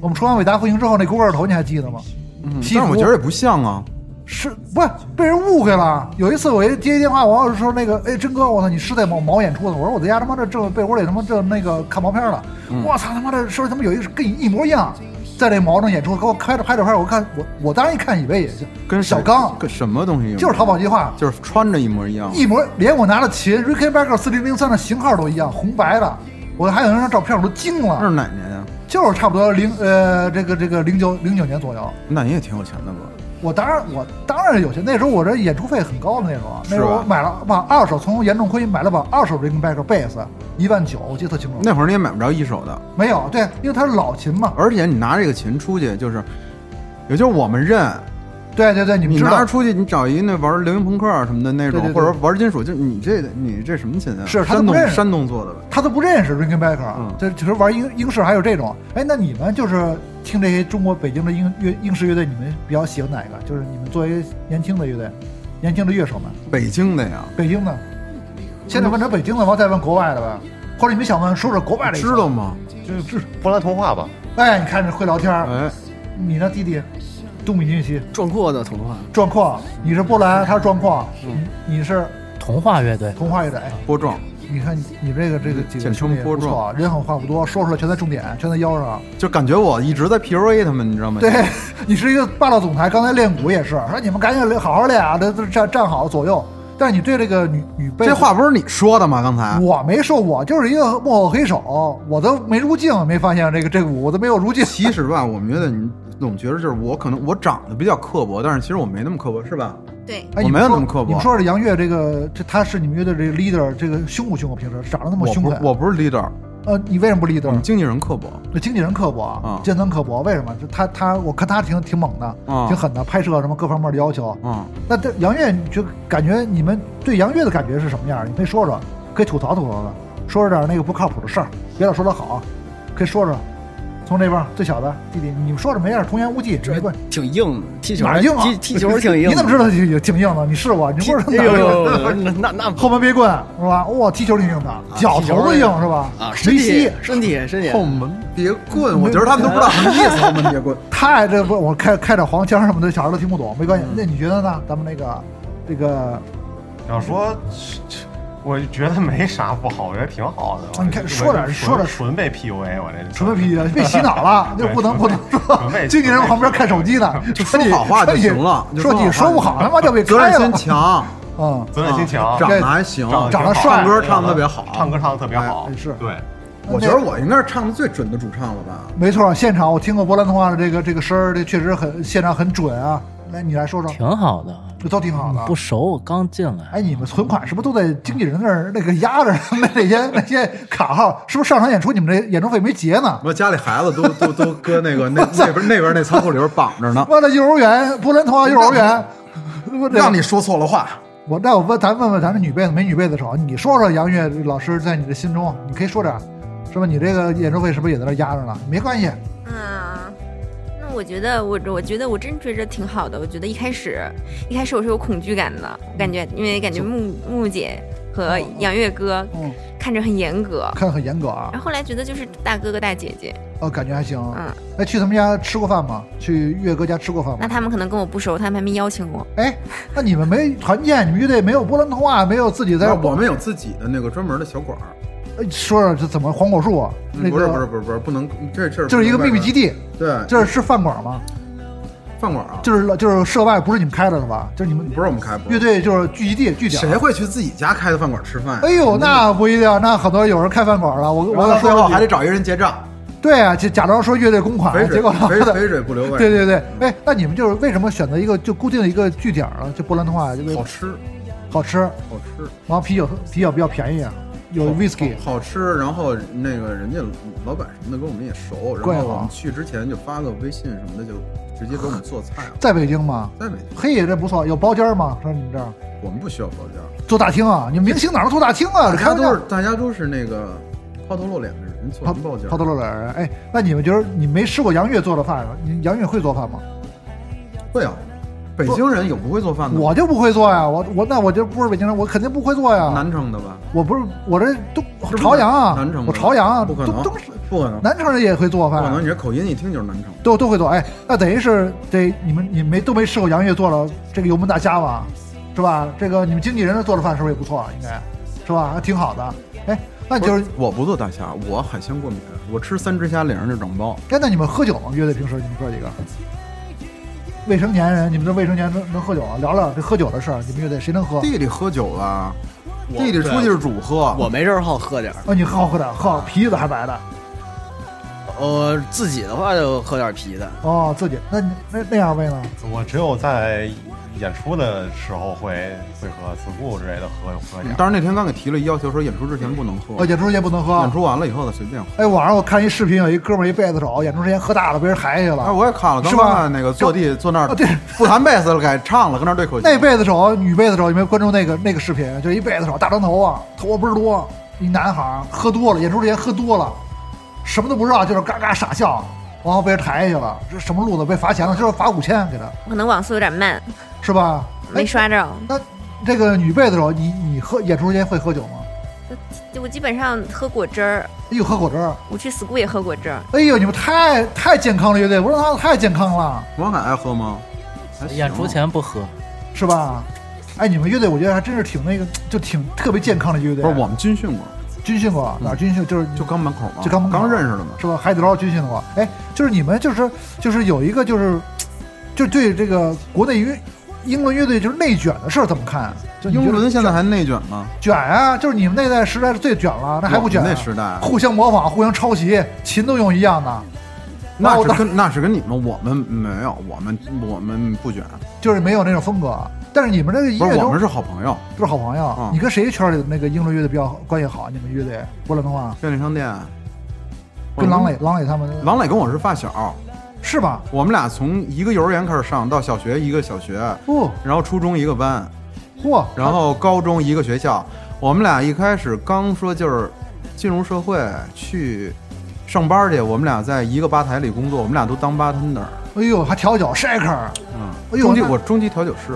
[SPEAKER 3] 我们出完《伟大复兴》之后，那锅盖头你还记得吗？
[SPEAKER 4] 嗯，
[SPEAKER 3] 西
[SPEAKER 4] 但是
[SPEAKER 3] 服
[SPEAKER 4] 我觉得也不像啊，
[SPEAKER 3] 是不是被人误会了？有一次我一接一电话，我要是说那个，哎，真哥，我操，你是在毛毛演出的？我说我在家他妈这这被窝里他妈这那个看毛片了。
[SPEAKER 4] 嗯
[SPEAKER 3] 我操他妈这说他妈有一个跟你一模一样，在这毛上演出，给我拍着拍着拍着，我看我我当时一看以为也是
[SPEAKER 4] 跟
[SPEAKER 3] 小
[SPEAKER 4] 谁
[SPEAKER 3] 刚，
[SPEAKER 4] 跟什么东西一样
[SPEAKER 3] 就是淘宝计划，
[SPEAKER 4] 就是穿着一模一样，
[SPEAKER 3] 一模连我拿的琴 Rickenbacker 四零零三的型号都一样，红白的。我还有那张照片，我都惊
[SPEAKER 4] 那是
[SPEAKER 3] 了，
[SPEAKER 4] 哪年呀、
[SPEAKER 3] 就是差不多零呃这个这个零九零九年左右。
[SPEAKER 4] 那你也挺有钱的吧？
[SPEAKER 3] 我当然我当然有钱，那时候我这演出费很高的那时候，啊那时候
[SPEAKER 4] 是吧
[SPEAKER 3] 我买了把二手从严仲坤买了把二手 Rickenbacker bass 一万九，我记得特清楚。
[SPEAKER 4] 那会儿你也买不着一手的，
[SPEAKER 3] 没有对，因为它是老琴嘛。
[SPEAKER 4] 而且你拿这个琴出去，就是，也就是我们认，
[SPEAKER 3] 对对对，你们
[SPEAKER 4] 你
[SPEAKER 3] 知
[SPEAKER 4] 拿
[SPEAKER 3] 道
[SPEAKER 4] 着出去，你找一那玩流行朋克啊什么的那种，
[SPEAKER 3] 对对对
[SPEAKER 4] 或者玩金属，就你这你这什么琴啊？
[SPEAKER 3] 是他都
[SPEAKER 4] 山
[SPEAKER 3] 不认
[SPEAKER 4] 东
[SPEAKER 3] 识
[SPEAKER 4] 山东做的吧？
[SPEAKER 3] 他都不认识 Rickenbacker，、
[SPEAKER 4] 嗯
[SPEAKER 3] 这只是玩英英式还有这种。哎，那你们就是听这些中国北京的英乐英式乐队，你们比较喜欢哪个？就是你们作为年轻的乐队，年轻的乐手们，
[SPEAKER 4] 北京的呀，
[SPEAKER 3] 北京的现在问他北京的吗？再问国外的吧，或者你们想问说说国外的也
[SPEAKER 4] 知
[SPEAKER 3] 行？
[SPEAKER 4] 道吗？
[SPEAKER 7] 就这波兰童话吧，
[SPEAKER 3] 哎，你看这会聊天儿，
[SPEAKER 4] 哎，
[SPEAKER 3] 你呢，弟弟？东北军西
[SPEAKER 6] 壮阔的童话，
[SPEAKER 3] 状况，你是波兰，他是状况，你你是
[SPEAKER 8] 童话乐队，
[SPEAKER 3] 童话乐队。哎
[SPEAKER 4] 波壮
[SPEAKER 3] 你看你这个这个几个
[SPEAKER 4] 简称
[SPEAKER 3] 兄弟不
[SPEAKER 4] 波
[SPEAKER 3] 错啊，人狠话不多，说出来全在重点，全在腰上。
[SPEAKER 4] 就感觉我一直在 PUA 他们，你知道吗？
[SPEAKER 3] 对， (laughs) 你是一个霸道总裁，刚才练鼓也是，说你们赶紧好好练啊，这这站站好左右。但是你对这个女女被
[SPEAKER 4] 这话不是你说的吗？刚才
[SPEAKER 3] 我没说，我就是一个幕后黑手，我都没入镜，没发现这个这个我都没有入镜。
[SPEAKER 4] 其实吧，我们觉得你总觉得就是我可能我长得比较刻薄，但是其实我没那么刻薄，是吧？
[SPEAKER 5] 对，
[SPEAKER 3] (laughs) 哎，
[SPEAKER 4] 我
[SPEAKER 3] 你们
[SPEAKER 4] 没有
[SPEAKER 3] 说
[SPEAKER 4] 那么刻薄
[SPEAKER 3] 你们说这杨越这个，这他是你们乐队这个 leader，这个凶不凶啊？平时长得那么
[SPEAKER 4] 我
[SPEAKER 3] 凶
[SPEAKER 4] 不
[SPEAKER 3] 狠，
[SPEAKER 4] 我嗯不是 leader，
[SPEAKER 3] 呃，你为什么不
[SPEAKER 4] 我们
[SPEAKER 3] leader？
[SPEAKER 4] 经纪人刻薄。
[SPEAKER 3] 这经纪人刻薄啊
[SPEAKER 4] 啊，
[SPEAKER 3] 尖酸刻薄，为什么？就他他，我看他挺挺猛的，
[SPEAKER 4] 啊
[SPEAKER 3] 挺狠的，拍摄什么各方面的要求。
[SPEAKER 4] 嗯，
[SPEAKER 3] 那这杨越，你就感觉你们对杨越的感觉是什么样？你可以说说，可以吐槽吐槽的，说说点那个不靠谱的事儿，别老说他好，可以说说。从这边最小的弟弟，你们说什么样？童言无忌，没关系。
[SPEAKER 6] 挺硬的，踢球
[SPEAKER 3] 哪儿硬啊
[SPEAKER 6] 踢踢球挺硬。
[SPEAKER 3] (laughs) 你怎么知？道挺挺硬的？你试过？你
[SPEAKER 6] 踢
[SPEAKER 3] 不知道
[SPEAKER 6] 哎
[SPEAKER 3] 哪儿
[SPEAKER 6] 呦，
[SPEAKER 3] 硬？
[SPEAKER 6] 那那那
[SPEAKER 3] 后门别棍是吧？哇，踢球挺硬的，脚头子硬是吧？
[SPEAKER 6] 啊，身
[SPEAKER 3] 梅
[SPEAKER 6] 体
[SPEAKER 3] 西
[SPEAKER 6] 身体身体
[SPEAKER 4] 后门别棍，我觉得他们都不知道什么意思。后门别棍，
[SPEAKER 3] 太这不，我开开点黄腔什么的，小孩都听不懂，没关系。
[SPEAKER 6] 嗯
[SPEAKER 3] 那你觉得呢？咱们那个这个，
[SPEAKER 7] 要说，我觉得没啥不好，我觉得挺好的。
[SPEAKER 3] 你看说点说点
[SPEAKER 7] 纯被 PUA，我这
[SPEAKER 3] 什么逼啊？被洗脑
[SPEAKER 4] (laughs)
[SPEAKER 3] 了，就不能不能
[SPEAKER 7] 准
[SPEAKER 3] 说
[SPEAKER 7] 备。
[SPEAKER 3] 经纪人旁边看手机呢，
[SPEAKER 4] 就说好话就行了。就
[SPEAKER 3] 说你说
[SPEAKER 4] 好
[SPEAKER 3] 不
[SPEAKER 4] 话
[SPEAKER 3] 好，他妈就被
[SPEAKER 4] (laughs) 责任
[SPEAKER 3] 开
[SPEAKER 4] 心
[SPEAKER 3] 了。
[SPEAKER 4] 强，
[SPEAKER 3] (laughs)
[SPEAKER 4] 啊
[SPEAKER 3] 嗯，
[SPEAKER 7] 责任心强，
[SPEAKER 4] 长得还行，
[SPEAKER 7] 长
[SPEAKER 3] 长得帅
[SPEAKER 4] 唱歌唱得特别好，
[SPEAKER 7] 唱歌唱得特别好
[SPEAKER 3] 哎，是
[SPEAKER 7] 对，
[SPEAKER 4] 我觉得我应该是唱的最准的主唱了吧？
[SPEAKER 3] 没错，现场我听过波兰童话的这个这个声儿，这确实很现场很准啊。来，你来说说，
[SPEAKER 8] 挺好的。
[SPEAKER 3] 这都挺好的。
[SPEAKER 8] 不熟，我刚进来。
[SPEAKER 3] 哎，你们存款是不是都在经纪人那儿那个压着？那 (laughs) 那些那些卡号是不是上场演出你们这演出费没结呢？。
[SPEAKER 4] 我家里孩子都都都搁那个那那边那边那仓库里边绑着呢 (laughs)
[SPEAKER 3] 为了幼儿园，波兰童话幼儿园，我
[SPEAKER 4] 让你说错了话，
[SPEAKER 3] 我那我问咱问问咱这女被子没女被子少，你说说杨越老师在你的心中，你可以说点儿，是吧？你这个演唱会是不是也在那儿压着呢？没关系，
[SPEAKER 5] 嗯，那我觉得我我觉得我真觉着挺好的。我觉得一开始一开始我是有恐惧感的，我感觉因为感觉木木姐和杨月哥
[SPEAKER 3] 嗯，
[SPEAKER 5] 看着很严格，
[SPEAKER 3] 看得很严格啊
[SPEAKER 5] 然，后后来觉得就是大哥哥大姐姐，
[SPEAKER 3] 哦，感觉还行。
[SPEAKER 5] 嗯，
[SPEAKER 3] 哎，去他们家吃过饭吗？去岳哥家吃过饭
[SPEAKER 5] 那
[SPEAKER 3] 吗？
[SPEAKER 5] 他们可能跟我不熟，他们还没邀请我。
[SPEAKER 3] 哎，那你们没团建，你们乐队没有波兰童话，没有自己在
[SPEAKER 4] 那我们有自己的那个专门的小馆儿，
[SPEAKER 3] 哎说说这怎么黄果树啊？那个
[SPEAKER 4] 不是不是不是不是不能，这这
[SPEAKER 3] 就是一个秘密基
[SPEAKER 4] 地，
[SPEAKER 3] 地，
[SPEAKER 4] 对，
[SPEAKER 3] 这是饭馆吗？
[SPEAKER 4] 饭馆啊，
[SPEAKER 3] 就是就是涉外，不是你们开的是吧？就是你们
[SPEAKER 4] 不是我们开播
[SPEAKER 3] 乐，队就是聚集地据点。
[SPEAKER 4] 谁会去自己家开的饭馆吃饭呀？啊
[SPEAKER 3] 哎呦，那不一定，那很多有人开饭馆了。我
[SPEAKER 4] 然后
[SPEAKER 3] 我
[SPEAKER 4] 到最后
[SPEAKER 3] 说
[SPEAKER 4] 还得找一个人结账，
[SPEAKER 3] 对啊，就假装说乐队公
[SPEAKER 4] 肥
[SPEAKER 3] 款，
[SPEAKER 4] 水
[SPEAKER 3] 结果他妈
[SPEAKER 4] 肥
[SPEAKER 3] 的，
[SPEAKER 4] 肥水不流外
[SPEAKER 3] 对
[SPEAKER 4] 人，
[SPEAKER 3] 对对，哎，那你们就是为什么选择一个就固定的一个据点了？就波兰童话，就
[SPEAKER 4] 好吃
[SPEAKER 3] 好吃，
[SPEAKER 4] 好吃
[SPEAKER 3] 然后啤酒啤酒比较便宜啊，有 whisky
[SPEAKER 4] 好吃，然后那个人家老板什么的跟我们也熟，然
[SPEAKER 3] 怪
[SPEAKER 4] 后
[SPEAKER 3] 我
[SPEAKER 4] 我们去之前就发个微信什么的，就直接给我们做菜了。
[SPEAKER 3] 在北京吗？
[SPEAKER 4] 在北京
[SPEAKER 3] 嘿，这不错，有包间吗？说你们这儿
[SPEAKER 4] 我们不需要包间儿，
[SPEAKER 3] 做大厅啊？你们明星哪能做大厅啊？
[SPEAKER 4] 大
[SPEAKER 3] 这开
[SPEAKER 4] 家
[SPEAKER 3] 玩
[SPEAKER 4] 都
[SPEAKER 3] 笑
[SPEAKER 4] 是。大家都是那个抛头露脸的人，做
[SPEAKER 3] 抛
[SPEAKER 4] 什么包间儿？
[SPEAKER 3] 抛头露脸儿，哎，那你们觉得你没吃过杨越做的饭吗？你杨越会做饭吗？
[SPEAKER 4] 会啊，北京人有不会做饭的吗，
[SPEAKER 3] 我就不会做呀，我我那我就不是北京人，我肯定不会做呀。
[SPEAKER 4] 南城的吧？
[SPEAKER 3] 我不是我这东
[SPEAKER 4] 嗯是不是
[SPEAKER 3] 朝阳啊
[SPEAKER 4] 南城，
[SPEAKER 3] 我
[SPEAKER 4] 的
[SPEAKER 3] 朝阳啊，
[SPEAKER 4] 不可
[SPEAKER 3] 东
[SPEAKER 4] 能
[SPEAKER 3] 东
[SPEAKER 4] 不可能，
[SPEAKER 3] 南城人也会做
[SPEAKER 4] 不可能，
[SPEAKER 3] 饭，啊
[SPEAKER 4] 你这口音一听就是南城。
[SPEAKER 3] 都都会做。哎，那等于是这你们你们没都没吃过杨越做了这个油焖大虾吧，是吧？这个你们经纪人做的饭是不是也不错？啊应该是吧，还挺好的。哎，那你就是
[SPEAKER 4] 不我不做大虾，我海鲜过敏，我吃三只虾脸上就长包。
[SPEAKER 3] 哎，那你们喝酒吗？乐队平时你们哥几个，未成年人，你们这未成年能能喝酒啊？聊聊这喝酒的事儿，你们乐队谁能喝？
[SPEAKER 4] 弟弟喝酒了，
[SPEAKER 6] 我
[SPEAKER 4] 弟弟出去是主喝，
[SPEAKER 6] 我没事儿好喝点儿，
[SPEAKER 3] 啊，你好喝点，喝啤的还白的
[SPEAKER 6] 呃，自己的话就喝点啤的，
[SPEAKER 3] 哦，自己那你那那二位呢？
[SPEAKER 7] 我只有在演出的时候会会喝自顾之类的喝喝点儿。
[SPEAKER 4] 但是那天刚给提了一要求，说演出之前不能喝
[SPEAKER 3] 哦，，演出之前不能喝。
[SPEAKER 4] 演出完了以后再随便喝。
[SPEAKER 3] 哎，网上我看一视频，有一哥们儿一贝斯手，演出之前喝大了，被人嗨去了。
[SPEAKER 4] 哎，我也看了，
[SPEAKER 3] 是
[SPEAKER 4] 刚
[SPEAKER 3] 吧
[SPEAKER 4] 看那个坐地坐那
[SPEAKER 3] 啊
[SPEAKER 4] 儿
[SPEAKER 3] 对，
[SPEAKER 4] 不弹贝斯了，改唱哦了，跟那儿对口型。
[SPEAKER 3] 那贝斯手，女贝斯手，有没有关注那个那个视频？就是一贝斯手大长头啊，头发倍儿多，一男孩儿喝多了，演出之前喝多了，什么都不知道，就是嘎嘎傻笑，然后被人抬下去了，这什么路子被罚钱了，就是罚五千给他，
[SPEAKER 5] 可能网速有点慢，
[SPEAKER 3] 是吧？哎
[SPEAKER 5] 没刷着。
[SPEAKER 3] 那这个女贝斯手，你你喝演出之前会喝酒吗？
[SPEAKER 5] 就我基本上喝果汁儿，
[SPEAKER 3] 哎呦，喝果汁儿，
[SPEAKER 5] 我去 school 也喝果汁儿，
[SPEAKER 3] 哎呦，你们太太健康了，乐队，我说他太健康了，
[SPEAKER 4] 王凯爱喝吗？还行
[SPEAKER 8] 演出前不喝，
[SPEAKER 3] 是吧？哎，你们乐队我觉得还真是挺那个，就挺特别健康的乐队。啊
[SPEAKER 4] 不是我们军训过，
[SPEAKER 3] 军训过哪儿军训？就是
[SPEAKER 4] 就刚门口嘛，
[SPEAKER 3] 就刚门口
[SPEAKER 4] 刚认识的嘛。
[SPEAKER 3] 是吧？海底捞军训的话，哎，就是你们就是就是有一个就是就对这个国内乐英伦乐队就是内卷的事儿怎么看？啊就你觉得
[SPEAKER 4] 英伦现在还内卷吗？
[SPEAKER 3] 卷啊，就是你们那代时代是最卷了，那还不卷、
[SPEAKER 4] 我
[SPEAKER 3] 啊？
[SPEAKER 4] 们那时代，
[SPEAKER 3] 互相模仿，互相抄袭，琴都用一样的， (laughs) 那
[SPEAKER 4] 那
[SPEAKER 3] 我
[SPEAKER 4] 是
[SPEAKER 3] 当
[SPEAKER 4] 跟那是跟你们，我们没有，我们我们不卷，
[SPEAKER 3] 就是没有那种风格。但是你们这个音
[SPEAKER 4] 不
[SPEAKER 3] 乐
[SPEAKER 4] 是我
[SPEAKER 3] 都
[SPEAKER 4] 们是好朋友。
[SPEAKER 3] 都是好朋友，
[SPEAKER 4] 嗯
[SPEAKER 3] 你跟谁圈里的那个英伦乐队比较关系好？你们乐队波兰的话，
[SPEAKER 4] 便利商店，
[SPEAKER 3] 啊跟郎磊、郎磊他们
[SPEAKER 4] 郎磊跟我是发小，
[SPEAKER 3] 是吧？
[SPEAKER 4] 我们俩从一个幼儿园开始上，到小学一个小学，
[SPEAKER 3] 哦，
[SPEAKER 4] 然后初中一个班，
[SPEAKER 3] 嚯，
[SPEAKER 4] 然后高中一个学校。我们俩一开始刚说就是进入社会去上班去，我们俩在一个吧台里工作，我们俩都当 bartender。
[SPEAKER 3] 哎呦，还调酒 shaker，
[SPEAKER 4] 嗯，
[SPEAKER 3] 哎呦
[SPEAKER 4] 中级
[SPEAKER 3] 那
[SPEAKER 4] 我中级调酒师，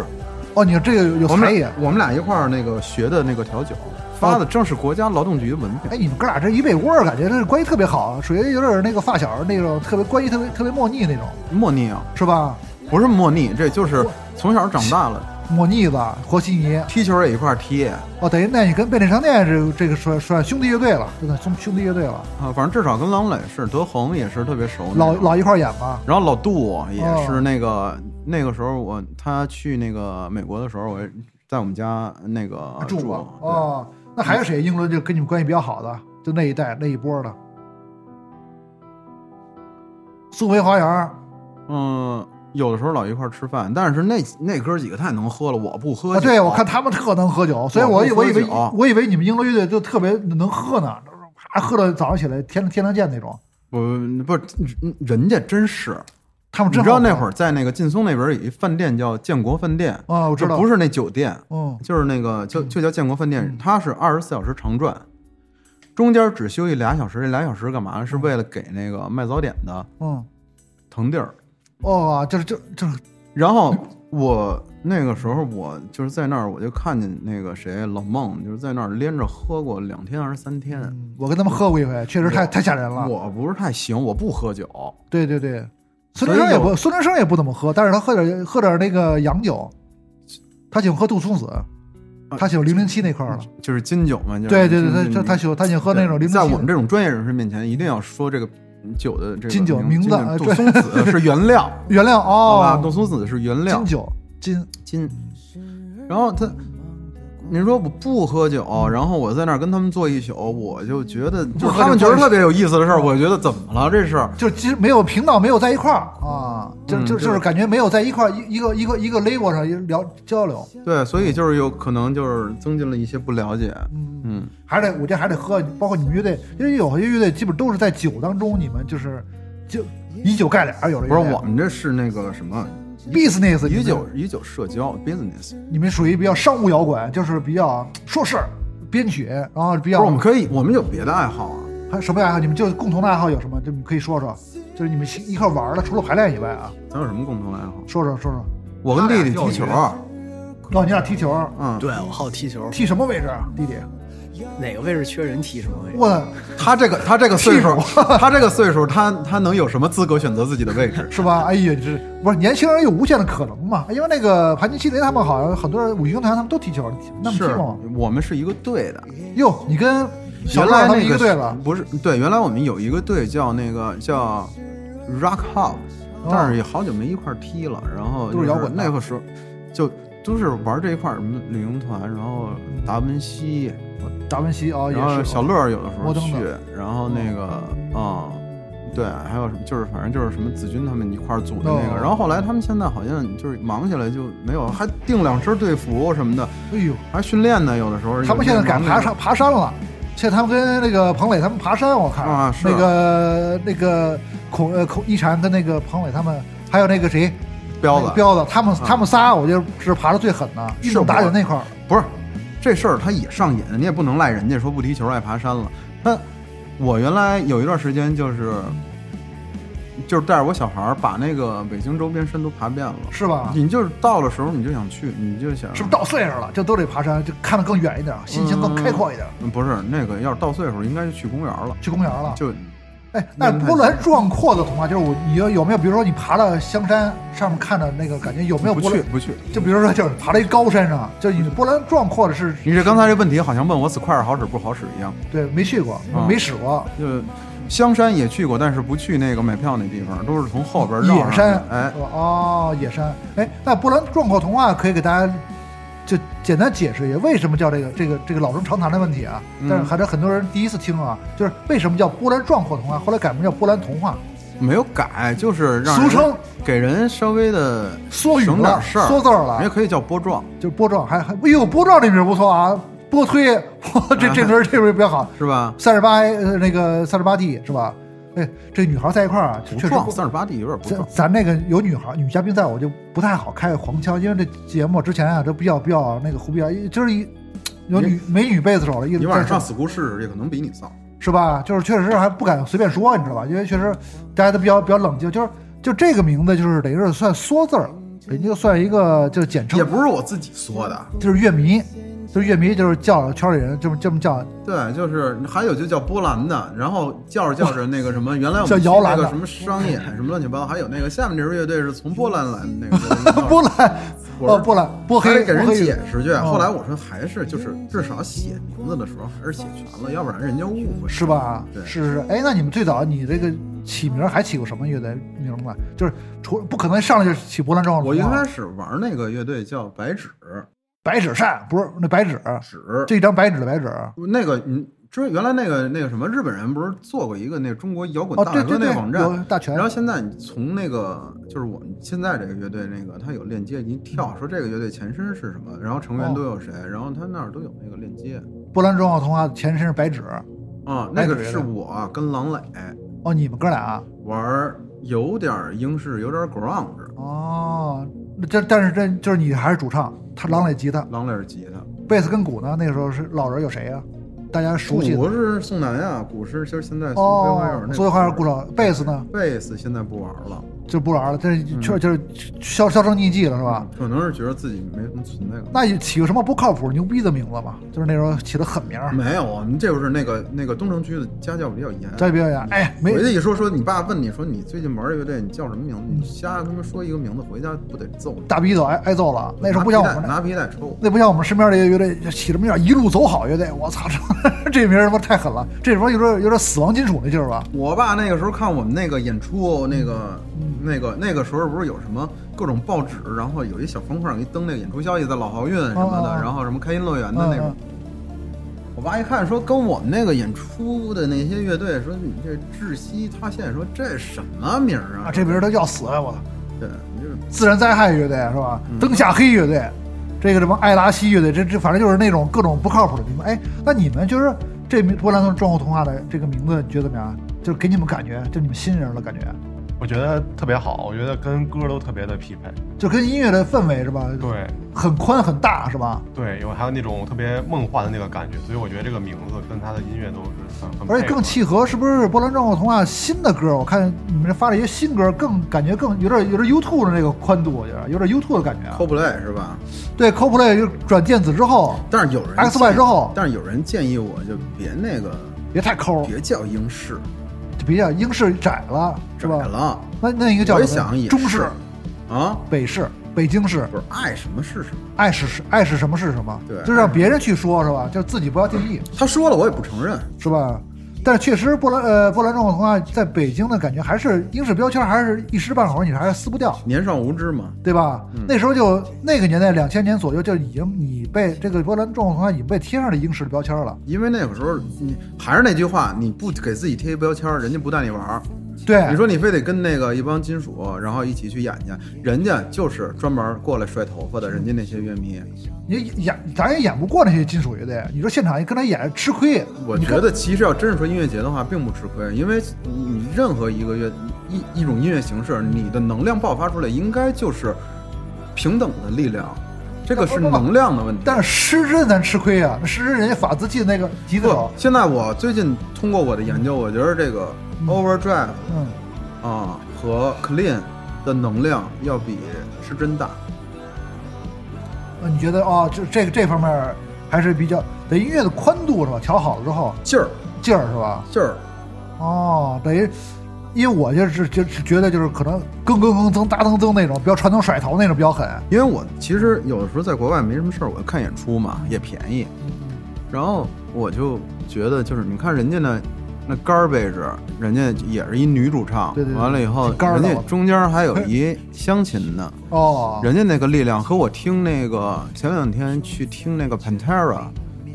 [SPEAKER 3] 哦，你这个有有才
[SPEAKER 4] 我们
[SPEAKER 3] 艺
[SPEAKER 4] 俩。我们俩一块儿那个学的那个调酒，发的正是国家劳动局的文凭。
[SPEAKER 3] 哎，你们哥俩这一被窝儿，感觉这关系特别好，属于有点那个发小那种，特别关系特别特别莫逆那种，
[SPEAKER 4] 莫逆啊，
[SPEAKER 3] 是吧？
[SPEAKER 4] 不是莫逆，这就是从小长大了，
[SPEAKER 3] 莫逆子、和稀泥，
[SPEAKER 4] 踢球也一块儿踢啊，
[SPEAKER 3] 哦，等于那你跟便利商店这这个算算兄弟乐队了，真的兄兄弟乐队了，
[SPEAKER 4] 反正至少跟郎磊是，德恒也是特别熟那种。
[SPEAKER 3] 老老哦一块儿演吧。
[SPEAKER 4] 然后老杜也是那个、那个时候我他去那个美国的时候，我也在我们家那个
[SPEAKER 3] 住过
[SPEAKER 4] 啊对
[SPEAKER 3] 哦。那还有谁？英伦就跟你们关系比较好的，就那一代那一波的，苏梅花园。
[SPEAKER 4] 嗯，有的时候老一块儿吃饭，但是那那哥几个太能喝了，我不喝
[SPEAKER 3] 啊，
[SPEAKER 4] 酒。
[SPEAKER 3] 对，我看他们特能喝酒，所以
[SPEAKER 4] 我
[SPEAKER 3] 我以我
[SPEAKER 4] 不喝
[SPEAKER 3] 以为
[SPEAKER 4] 酒
[SPEAKER 3] 我以为你们英伦乐队就特别能喝呢，啪喝到早上起来天天亮见那种。
[SPEAKER 4] 不不是人人家真是，
[SPEAKER 3] 他们
[SPEAKER 4] 你
[SPEAKER 3] 真
[SPEAKER 4] 知道那
[SPEAKER 3] 好
[SPEAKER 4] 会儿在那个劲松那边有一饭店叫建国饭店，
[SPEAKER 3] 啊，我知道，
[SPEAKER 4] 就不是那酒店，
[SPEAKER 3] 嗯，
[SPEAKER 4] 就是那个就就叫建国饭店，它是二十四小时常转，中间只休息俩小时，这俩小时干嘛？是为了给那个卖早点的
[SPEAKER 3] 嗯，
[SPEAKER 4] 腾地儿。
[SPEAKER 3] 哦，就是就就是
[SPEAKER 4] 然后我那个时候我就是在那儿，我就看见那个谁老孟，就是在那儿连着喝过两天还是三天。
[SPEAKER 3] 我跟他们喝过一回，确实太太吓人了。
[SPEAKER 4] 我不是太行，我不喝酒，
[SPEAKER 3] 对对对，孙
[SPEAKER 4] 所
[SPEAKER 3] 中
[SPEAKER 4] 以
[SPEAKER 3] 山也
[SPEAKER 4] 有
[SPEAKER 3] 不，孙中山也不怎么喝，但是他喝点喝点那个洋酒，他喜欢喝杜松子，
[SPEAKER 4] 啊
[SPEAKER 3] 他喜欢零零七那块儿了。
[SPEAKER 4] 就是金酒嘛。就是
[SPEAKER 3] 对对对，
[SPEAKER 4] 你
[SPEAKER 3] 他他他喜欢他喜欢喝那种零零七。
[SPEAKER 4] 在我们这种专业人士面前，一定要说这个酒的这个
[SPEAKER 3] 金酒名
[SPEAKER 4] 名
[SPEAKER 3] 字
[SPEAKER 4] 金酒
[SPEAKER 3] 哎
[SPEAKER 4] 杜松子是原料，
[SPEAKER 3] 原料
[SPEAKER 4] 好吧？
[SPEAKER 3] (laughs)
[SPEAKER 4] 杜
[SPEAKER 3] 哦，
[SPEAKER 4] 松啊子是原料
[SPEAKER 3] 金，酒金，
[SPEAKER 4] 金。然后他，你说我不喝酒，然后我在那儿跟他们坐一宿，我就觉得
[SPEAKER 3] 嗯不
[SPEAKER 4] 就
[SPEAKER 3] 喝酒
[SPEAKER 4] 是
[SPEAKER 3] 嗯
[SPEAKER 4] 他们觉
[SPEAKER 3] 坐一宿
[SPEAKER 4] 得特别有意思的事儿，我觉得怎么了这是？
[SPEAKER 3] 就是其实没有频道没有在一块儿啊，就
[SPEAKER 4] 嗯
[SPEAKER 3] 就
[SPEAKER 4] 对
[SPEAKER 3] 就是感觉没有在一块儿一一个一个一个 level 上一聊交流，
[SPEAKER 4] 对，所以就是有可能就是增进了一些不了解。
[SPEAKER 3] 嗯。
[SPEAKER 4] 嗯，
[SPEAKER 3] 还得我觉得还得喝，包括你们乐队，因为有些乐队基本都是在酒当中，你们就是就以酒盖脸儿，有的
[SPEAKER 4] 不是我们这是那个什么
[SPEAKER 3] business
[SPEAKER 4] 以酒以酒社交 business，
[SPEAKER 3] 你们属于比较商务摇滚，就是比较说事儿、编曲，然后比
[SPEAKER 4] 不
[SPEAKER 3] 较
[SPEAKER 4] 是我们可以我们有别的爱好啊。
[SPEAKER 3] 还有什么爱好？你们就共同的爱好有什么？就你们可以说说，就是你们一块玩儿的，除了排练以外啊，
[SPEAKER 4] 咱有什么共同爱好？
[SPEAKER 3] 说说说说。
[SPEAKER 4] 我跟弟弟踢球，
[SPEAKER 3] 啊哦，你俩踢球，
[SPEAKER 4] 嗯，
[SPEAKER 6] 对我好踢球，
[SPEAKER 3] 踢什么位置啊，弟弟？
[SPEAKER 6] 哪个位置缺人踢什么位置。
[SPEAKER 3] 我
[SPEAKER 4] 他这个他这个岁数， (laughs) 他这个岁数，他他能有什么资格选择自己的位置？
[SPEAKER 3] 是吧？哎呀，这不是年轻人有无限的可能嘛？因为那个盘尼西雷他们好像很多人五星团他们都踢球，你 (laughs) 那么踢
[SPEAKER 4] 是
[SPEAKER 3] 吗？
[SPEAKER 4] 我们是一个队的，
[SPEAKER 3] 哟，你跟小
[SPEAKER 4] 原
[SPEAKER 3] 赖
[SPEAKER 4] 来
[SPEAKER 3] 他
[SPEAKER 4] 那
[SPEAKER 3] 们一
[SPEAKER 4] 个
[SPEAKER 3] 个队了，
[SPEAKER 4] 不是对，原来我们有一个队叫那个叫 Rock House，但是也好久没一块儿踢了。然后
[SPEAKER 3] 哦都是摇滚的
[SPEAKER 4] 那个时候就都是玩这一块儿什么旅行团，然后达文西，
[SPEAKER 3] 达文西啊，也
[SPEAKER 4] 然后
[SPEAKER 3] 是
[SPEAKER 4] 小乐儿有的时候
[SPEAKER 3] 摩登
[SPEAKER 4] 去
[SPEAKER 3] 的，嗯
[SPEAKER 4] 然后那个啊、对，还有什么就是反正就是什么子君他们一块儿组的那个。
[SPEAKER 3] 哦
[SPEAKER 4] 然后后来他们现在好像就是忙起来就没有，还订两身队服什么的，
[SPEAKER 3] 哎呦，
[SPEAKER 4] 还训练呢。有的时候
[SPEAKER 3] 他们现在改爬山爬山了，现在他们跟那个彭磊他们爬山，我看
[SPEAKER 4] 啊是
[SPEAKER 3] 那个那个孔呃孔一禅跟那个彭磊他们，还有那个谁
[SPEAKER 4] 彪
[SPEAKER 3] 那
[SPEAKER 4] 子
[SPEAKER 3] 个彪子，他们
[SPEAKER 4] 啊
[SPEAKER 3] 他们仨，我觉得是爬的最狠的，
[SPEAKER 4] 是
[SPEAKER 3] 运动打
[SPEAKER 4] 我
[SPEAKER 3] 酒那块儿，
[SPEAKER 4] 不是这事儿，他也上瘾，你也不能赖人家说不踢球爱爬山了。那我原来有一段时间就是就是带着我小孩儿把那个北京周边山都爬遍了。
[SPEAKER 3] 是吧？
[SPEAKER 4] 你就是到了时候你就想去，你就想
[SPEAKER 3] 是不是到岁数了，就都得爬山，就看得更远一点，心情更开阔一点。
[SPEAKER 4] 嗯不是那个，要是到岁数应该就去公园了，
[SPEAKER 3] 去公园了，
[SPEAKER 4] 就
[SPEAKER 3] 哎，那波澜壮阔的童话，就是我，你有有没有，比如说你爬到香山上面看着那个感觉，有没有
[SPEAKER 4] 不
[SPEAKER 3] 波
[SPEAKER 4] 去
[SPEAKER 3] 澜？
[SPEAKER 4] 不去。
[SPEAKER 3] 就比如说，就是爬到一高山上，就是你波澜壮阔的是，
[SPEAKER 4] 你这刚才这问题好像问我 Square 好使不好使一样，
[SPEAKER 3] 对没去过，
[SPEAKER 4] 嗯
[SPEAKER 3] 没使过，
[SPEAKER 4] 就香山也去过，但是不去那个买票那地方，都是从后边绕上
[SPEAKER 3] 野
[SPEAKER 4] 去
[SPEAKER 3] 山，
[SPEAKER 4] 哎
[SPEAKER 3] 是，吧哦，野山，哎，那波澜壮阔童话可以给大家就简单解释一下，为什么叫这个这个这个老生常谈的问题啊？
[SPEAKER 4] 嗯
[SPEAKER 3] 但是还是很多人第一次听啊，就是为什么叫波澜壮阔童话，后来改名叫波澜童话，
[SPEAKER 4] 没有改，就是让
[SPEAKER 3] 俗称
[SPEAKER 4] 人给人稍微的
[SPEAKER 3] 缩语
[SPEAKER 4] 省
[SPEAKER 3] 了，
[SPEAKER 4] 点事儿，
[SPEAKER 3] 缩字儿了
[SPEAKER 4] 也，可以叫波状，
[SPEAKER 3] 就是波壮，还还，哎呦，波壮这名儿不错啊，波推， (laughs) 哇这这轮儿这轮儿比较好，
[SPEAKER 4] 是吧？
[SPEAKER 3] 三十八呃那个三十八 D 是吧？哎，这女孩在一块儿啊，
[SPEAKER 4] 不
[SPEAKER 3] 确实
[SPEAKER 4] 壮，
[SPEAKER 3] 不。
[SPEAKER 4] 三十八 D 有点不
[SPEAKER 3] 咱
[SPEAKER 4] 壮。
[SPEAKER 3] 咱那个有女孩女嘉宾在，我就不太好开黄腔，因为这节目之前啊都比较比较那个胡逼啊，就是一有女美女贝斯手了，一直
[SPEAKER 4] 你晚上上
[SPEAKER 3] 在
[SPEAKER 4] school 试试，也可能比你丧。
[SPEAKER 3] 是吧？就是确实是还不敢随便说，你知道吧？因为确实大家都比较比较冷静，就是就这个名字就是等于是算缩字儿，等于就算一个就是简称
[SPEAKER 4] 也，不是我自己说的，
[SPEAKER 3] 就是乐迷，就是乐迷就是叫圈里人这么这么叫，
[SPEAKER 4] 对，就是还有就叫波兰的，然后叫着叫着那个什么，原来我
[SPEAKER 3] 叫
[SPEAKER 4] 们
[SPEAKER 3] 摇篮
[SPEAKER 4] 那
[SPEAKER 3] 的
[SPEAKER 4] 个什么商演什么乱七八糟，还有那个下面这支乐队是从波兰来的那个
[SPEAKER 3] (laughs) 波兰哦波兰波
[SPEAKER 4] 还
[SPEAKER 3] 黑
[SPEAKER 4] 得给人
[SPEAKER 3] 波黑
[SPEAKER 4] 解释去。
[SPEAKER 3] 嗯
[SPEAKER 4] 后来我说还是就是至少写名字的时候还是写全了，要不然人家误会
[SPEAKER 3] 是？吧？
[SPEAKER 4] 对
[SPEAKER 3] 是是。哎，那你们最早你这个起名儿还起过什么乐队名字？就是除不可能上来就起波澜壮
[SPEAKER 4] 我
[SPEAKER 3] 阔
[SPEAKER 4] 一
[SPEAKER 3] 童话
[SPEAKER 4] 开始玩那个乐队叫白纸
[SPEAKER 3] 白纸扇不是那白纸，
[SPEAKER 4] 纸，
[SPEAKER 3] 这一张白纸的白纸。
[SPEAKER 4] 那个你知原来那个那个什么日本人不是做过一个那个中国摇滚
[SPEAKER 3] 哦，
[SPEAKER 4] 大
[SPEAKER 3] 对
[SPEAKER 4] 哥
[SPEAKER 3] 对对，
[SPEAKER 4] 那网站，
[SPEAKER 3] 有大全
[SPEAKER 4] 然。后现在你从那个就是我们现在这个乐队那个，它有链接，你一
[SPEAKER 3] 嗯
[SPEAKER 4] 跳说这个乐队前身是什么，然后成
[SPEAKER 3] 哦
[SPEAKER 4] 员都有谁，然后它那儿都有那个链接。
[SPEAKER 3] 波澜壮阔童话的前身是白纸。
[SPEAKER 4] 啊、
[SPEAKER 3] 白
[SPEAKER 4] 那
[SPEAKER 3] 纸
[SPEAKER 4] 个
[SPEAKER 3] 乐
[SPEAKER 4] 是
[SPEAKER 3] 队
[SPEAKER 4] 我跟郎磊
[SPEAKER 3] 哦，你们哥俩啊？
[SPEAKER 4] 玩儿有点儿英式，有点儿 grunge，
[SPEAKER 3] 哦，那这但是这就是你还是主唱，他郎磊吉他、
[SPEAKER 4] 郎磊是吉他，
[SPEAKER 3] 贝斯跟鼓呢？那个时候是老人有谁呀？大家熟悉的
[SPEAKER 4] 鼓是宋楠呀，鼓是就是现在宋飞花园
[SPEAKER 3] 哦
[SPEAKER 4] 那，个
[SPEAKER 3] 所以花园鼓手。贝斯呢
[SPEAKER 4] 贝斯现在不玩儿了，
[SPEAKER 3] 就不玩了，这
[SPEAKER 4] 嗯
[SPEAKER 3] 确实就是销销声匿迹了，是吧？
[SPEAKER 4] 可能是觉得自己没什么存在感。
[SPEAKER 3] 那也起个什么不靠谱、牛逼的名字嘛？就是那时候起的狠名儿，
[SPEAKER 4] 没有，我们这就是那个那个东城区的家教比较严，
[SPEAKER 3] 再表演，哎，没
[SPEAKER 4] 回去一说说，你爸问你说你最近玩这乐队，你叫什么名字？你瞎跟他们说一个名字，回家不得揍你？
[SPEAKER 3] 大逼斗挨挨揍了。那时候不
[SPEAKER 4] 拿
[SPEAKER 3] 像
[SPEAKER 4] 皮
[SPEAKER 3] 我
[SPEAKER 4] 带
[SPEAKER 3] 们那，
[SPEAKER 4] 拿皮带抽。
[SPEAKER 3] 那不像我们身边这些乐队就起什么叫一路走好乐队，我操， (laughs) 这这名儿他妈太狠了，这他妈有点有点死亡金属那劲儿吧？
[SPEAKER 4] 我爸那个时候看我们那个演出，那个、
[SPEAKER 3] 嗯
[SPEAKER 4] 那个、那个时候不是有什么各种报纸，然后有一小方块给你登那个演出消息，在老好运什么的，
[SPEAKER 3] 哦哦哦
[SPEAKER 4] 然后什么开心乐园的那种。
[SPEAKER 3] 嗯，
[SPEAKER 4] 我爸一看说跟我们那个演出的那些乐队说你这窒息塌陷，说这什么名儿
[SPEAKER 3] 嗯
[SPEAKER 4] 啊？
[SPEAKER 3] 啊，这名儿都要死啊！我操，
[SPEAKER 4] 对，你这
[SPEAKER 3] 自然灾害乐队是吧？
[SPEAKER 4] 嗯
[SPEAKER 3] 灯下黑乐队，这个什么艾拉西乐队，这这反正就是那种各种不靠谱的名字。哎，那你们就是这名波兰壮阔童话的这个名字，你觉得怎么样？啊就是给你们感觉，就你们新人的感觉。啊
[SPEAKER 7] 我觉得特别好，我觉得跟歌都特别的匹配。
[SPEAKER 3] 就跟音乐的氛围是吧？，
[SPEAKER 7] 对
[SPEAKER 3] 很宽很大是吧？
[SPEAKER 7] 对，有还有那种特别梦幻的那个感觉，所以我觉得这个名字跟他的音乐都是很很
[SPEAKER 3] 而且
[SPEAKER 7] 配合
[SPEAKER 3] 更契合，是不是波澜壮阔童话啊新的歌？我看你们这发了一些新歌，更感觉更有点有点 YouTube 的那个宽度，我觉得有点 YouTube 的感觉啊。
[SPEAKER 4] cosplay 是吧？
[SPEAKER 3] 对 CoPlay 就转电子之后，
[SPEAKER 4] 但是有人
[SPEAKER 3] X Y
[SPEAKER 4] 建议
[SPEAKER 3] 之后
[SPEAKER 4] 但是有人建议我就别那个，
[SPEAKER 3] 别太抠，
[SPEAKER 4] 别叫英式，
[SPEAKER 3] 就别像英式窄了是
[SPEAKER 4] 窄
[SPEAKER 3] 吧？
[SPEAKER 4] 了。
[SPEAKER 3] 那那一个
[SPEAKER 4] 我
[SPEAKER 3] 叫
[SPEAKER 4] 也
[SPEAKER 3] 什
[SPEAKER 4] 想
[SPEAKER 3] 么？
[SPEAKER 4] 也
[SPEAKER 3] 中
[SPEAKER 4] 是
[SPEAKER 3] 式、
[SPEAKER 4] 啊，
[SPEAKER 3] 北式、北京式，
[SPEAKER 4] 不是爱什么是什么。
[SPEAKER 3] 爱是是爱是什么是什么？
[SPEAKER 4] 对
[SPEAKER 3] 就让别人去说是吧？就自己不要定义。
[SPEAKER 4] 他说了，我也不承认。
[SPEAKER 3] 是吧？但是确实波兰呃波兰壮阔童话在北京的感觉还是英式标签，还是一时半会儿你还是撕不掉，
[SPEAKER 4] 年少无知嘛，
[SPEAKER 3] 对吧？
[SPEAKER 4] 嗯
[SPEAKER 3] 那时候就那个年代两千年左右就已经你被这个波兰壮阔童话已经被贴上了英式的标签了。
[SPEAKER 4] 因为那个时候你还是那句话，你不给自己贴一标签儿，人家不带你玩儿。
[SPEAKER 3] 对，
[SPEAKER 4] 你说你非得跟那个一帮金属，然后一起去演去，人家就是专门过来甩头发的，人家那些乐迷，
[SPEAKER 3] 你演咱也演不过那些金属乐队，你说现场一跟他演吃亏。
[SPEAKER 4] 我
[SPEAKER 3] 你
[SPEAKER 4] 觉
[SPEAKER 3] 跟
[SPEAKER 4] 得其实要真是说音乐节的话，并不吃亏，因为你任何一个乐一一种音乐形式，你的能量爆发出来，应该就是平等的力量，这个是能量的问题。
[SPEAKER 3] 但是失真咱吃亏啊，那失真人家法兹记那个吉他
[SPEAKER 4] 不
[SPEAKER 3] 手，，
[SPEAKER 4] 现在我最近通过我的研究，我觉得这个 Overdrive
[SPEAKER 3] 嗯，
[SPEAKER 4] 啊和 Clean 的能量要比是真大。
[SPEAKER 3] 呃你觉得哦，就这个这方面儿还是比较对音乐的宽度是吧？调好了之后
[SPEAKER 4] 劲儿
[SPEAKER 3] 劲儿是吧？
[SPEAKER 4] 劲儿，
[SPEAKER 3] 哦，等于，因为我就是就是觉得就是可能更更更增哒噔增那种比较传统甩头那种比较狠，
[SPEAKER 4] 因为我其实有的时候在国外没什么事儿，我看演出
[SPEAKER 3] 嗯
[SPEAKER 4] 嘛也便宜，然后我就觉得就是你看人家那那 garbage，人家也是一女主唱，
[SPEAKER 3] 对对对
[SPEAKER 4] 完了以后
[SPEAKER 3] 挺干儿
[SPEAKER 4] 人
[SPEAKER 3] 的
[SPEAKER 4] 家中间还有一湘琴呢，
[SPEAKER 3] (laughs) 哦，
[SPEAKER 4] 人家那个力量和我听那个前两天去听那个 Pantera，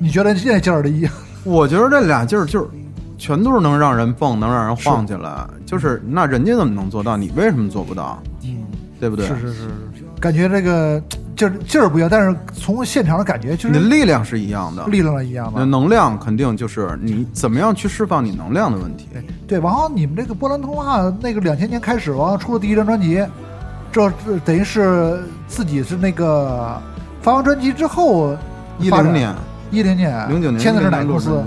[SPEAKER 3] 你觉得这劲儿的一，
[SPEAKER 4] 我觉得这俩劲儿就是全都是能让人蹦，能让人晃起来，
[SPEAKER 3] 嗯
[SPEAKER 4] 就是那人家怎么能做到，你为什么做不到？对不对？
[SPEAKER 3] 是是是是，感觉这个劲儿劲儿不一样，但是从现场的感觉就
[SPEAKER 4] 你的
[SPEAKER 3] 是
[SPEAKER 4] 力量是一样的，
[SPEAKER 3] 力量一样
[SPEAKER 4] 那
[SPEAKER 3] 的。
[SPEAKER 4] 能量肯定就是你怎么样去释放你能量的问题。
[SPEAKER 3] 对，然后你们这个波兰通话那个两千年开始完了出了第一张专辑，这这等于是自己是那个发完专辑之后
[SPEAKER 4] 一
[SPEAKER 3] 发展
[SPEAKER 4] 零年，
[SPEAKER 3] 一零年
[SPEAKER 4] 零九年
[SPEAKER 3] 哎签的是哪个公司？？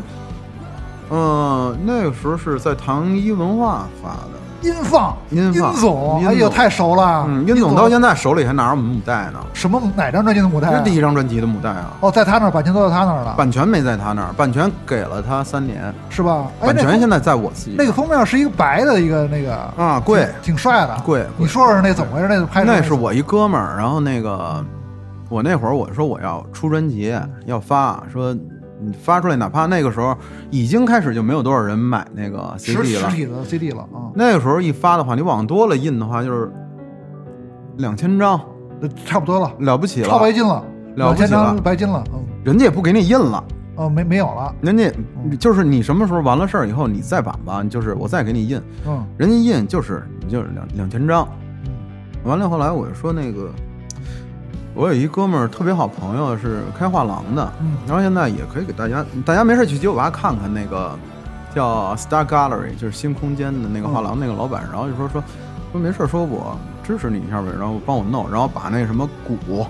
[SPEAKER 4] 嗯，那个时候是在唐一文化发的。
[SPEAKER 3] 音放，
[SPEAKER 4] 音放
[SPEAKER 3] 总，
[SPEAKER 4] 音
[SPEAKER 3] 哎呦，
[SPEAKER 4] 总
[SPEAKER 3] 太熟了。
[SPEAKER 4] 嗯，殷总到现在手里还拿着我们母带呢，
[SPEAKER 3] 什么哪张专辑的母带
[SPEAKER 4] 这
[SPEAKER 3] 啊
[SPEAKER 4] 是？第一张专辑的母带啊。
[SPEAKER 3] 哦，在他那儿，版权都在他那儿了，
[SPEAKER 4] 版权没在他那儿，版权给了他三年，
[SPEAKER 3] 是吧？哎，
[SPEAKER 4] 版
[SPEAKER 3] 那
[SPEAKER 4] 权
[SPEAKER 3] 封
[SPEAKER 4] 现在在我自己
[SPEAKER 3] 那个封面是一个白的一个那个
[SPEAKER 4] 啊贵
[SPEAKER 3] 挺挺帅的，
[SPEAKER 4] 贵贵
[SPEAKER 3] 你说说那怎么回事？那拍摄
[SPEAKER 4] 那是我一哥们儿，然后那个我那会儿我说我要出专辑要发，说你发出来，哪怕那个时候已经开始就没有多少人买那个
[SPEAKER 3] 实
[SPEAKER 4] CD
[SPEAKER 3] 实
[SPEAKER 4] 了，嗯
[SPEAKER 3] 体的 CD 了啊，
[SPEAKER 4] 那个时候一发的话，你往多了印的话就是两千张，
[SPEAKER 3] 差不多了，
[SPEAKER 4] 了不起
[SPEAKER 3] 超白
[SPEAKER 4] 了，
[SPEAKER 3] 金了，
[SPEAKER 4] 了
[SPEAKER 3] 两
[SPEAKER 4] 不起
[SPEAKER 3] 千
[SPEAKER 4] 了
[SPEAKER 3] 张白金了，嗯，
[SPEAKER 4] 人家也不给你印了，
[SPEAKER 3] 哦，没没有了，
[SPEAKER 4] 人家
[SPEAKER 3] 嗯
[SPEAKER 4] 就是你什么时候完了事儿以后，你再版吧，就是我再给你印，
[SPEAKER 3] 嗯，
[SPEAKER 4] 人家印就是你就是两两千张，完了后来我就说那个，我有一哥们儿特别好朋友是开画廊的，
[SPEAKER 3] 嗯
[SPEAKER 4] 然后现在也可以给大家，大家没事去酒吧看看那个叫 Star Gallery，就是新空间的那个
[SPEAKER 3] 嗯
[SPEAKER 4] 画廊那个老板，然后就说说说没事儿，说我支持你一下呗，然后帮我弄，然后把那什么鼓，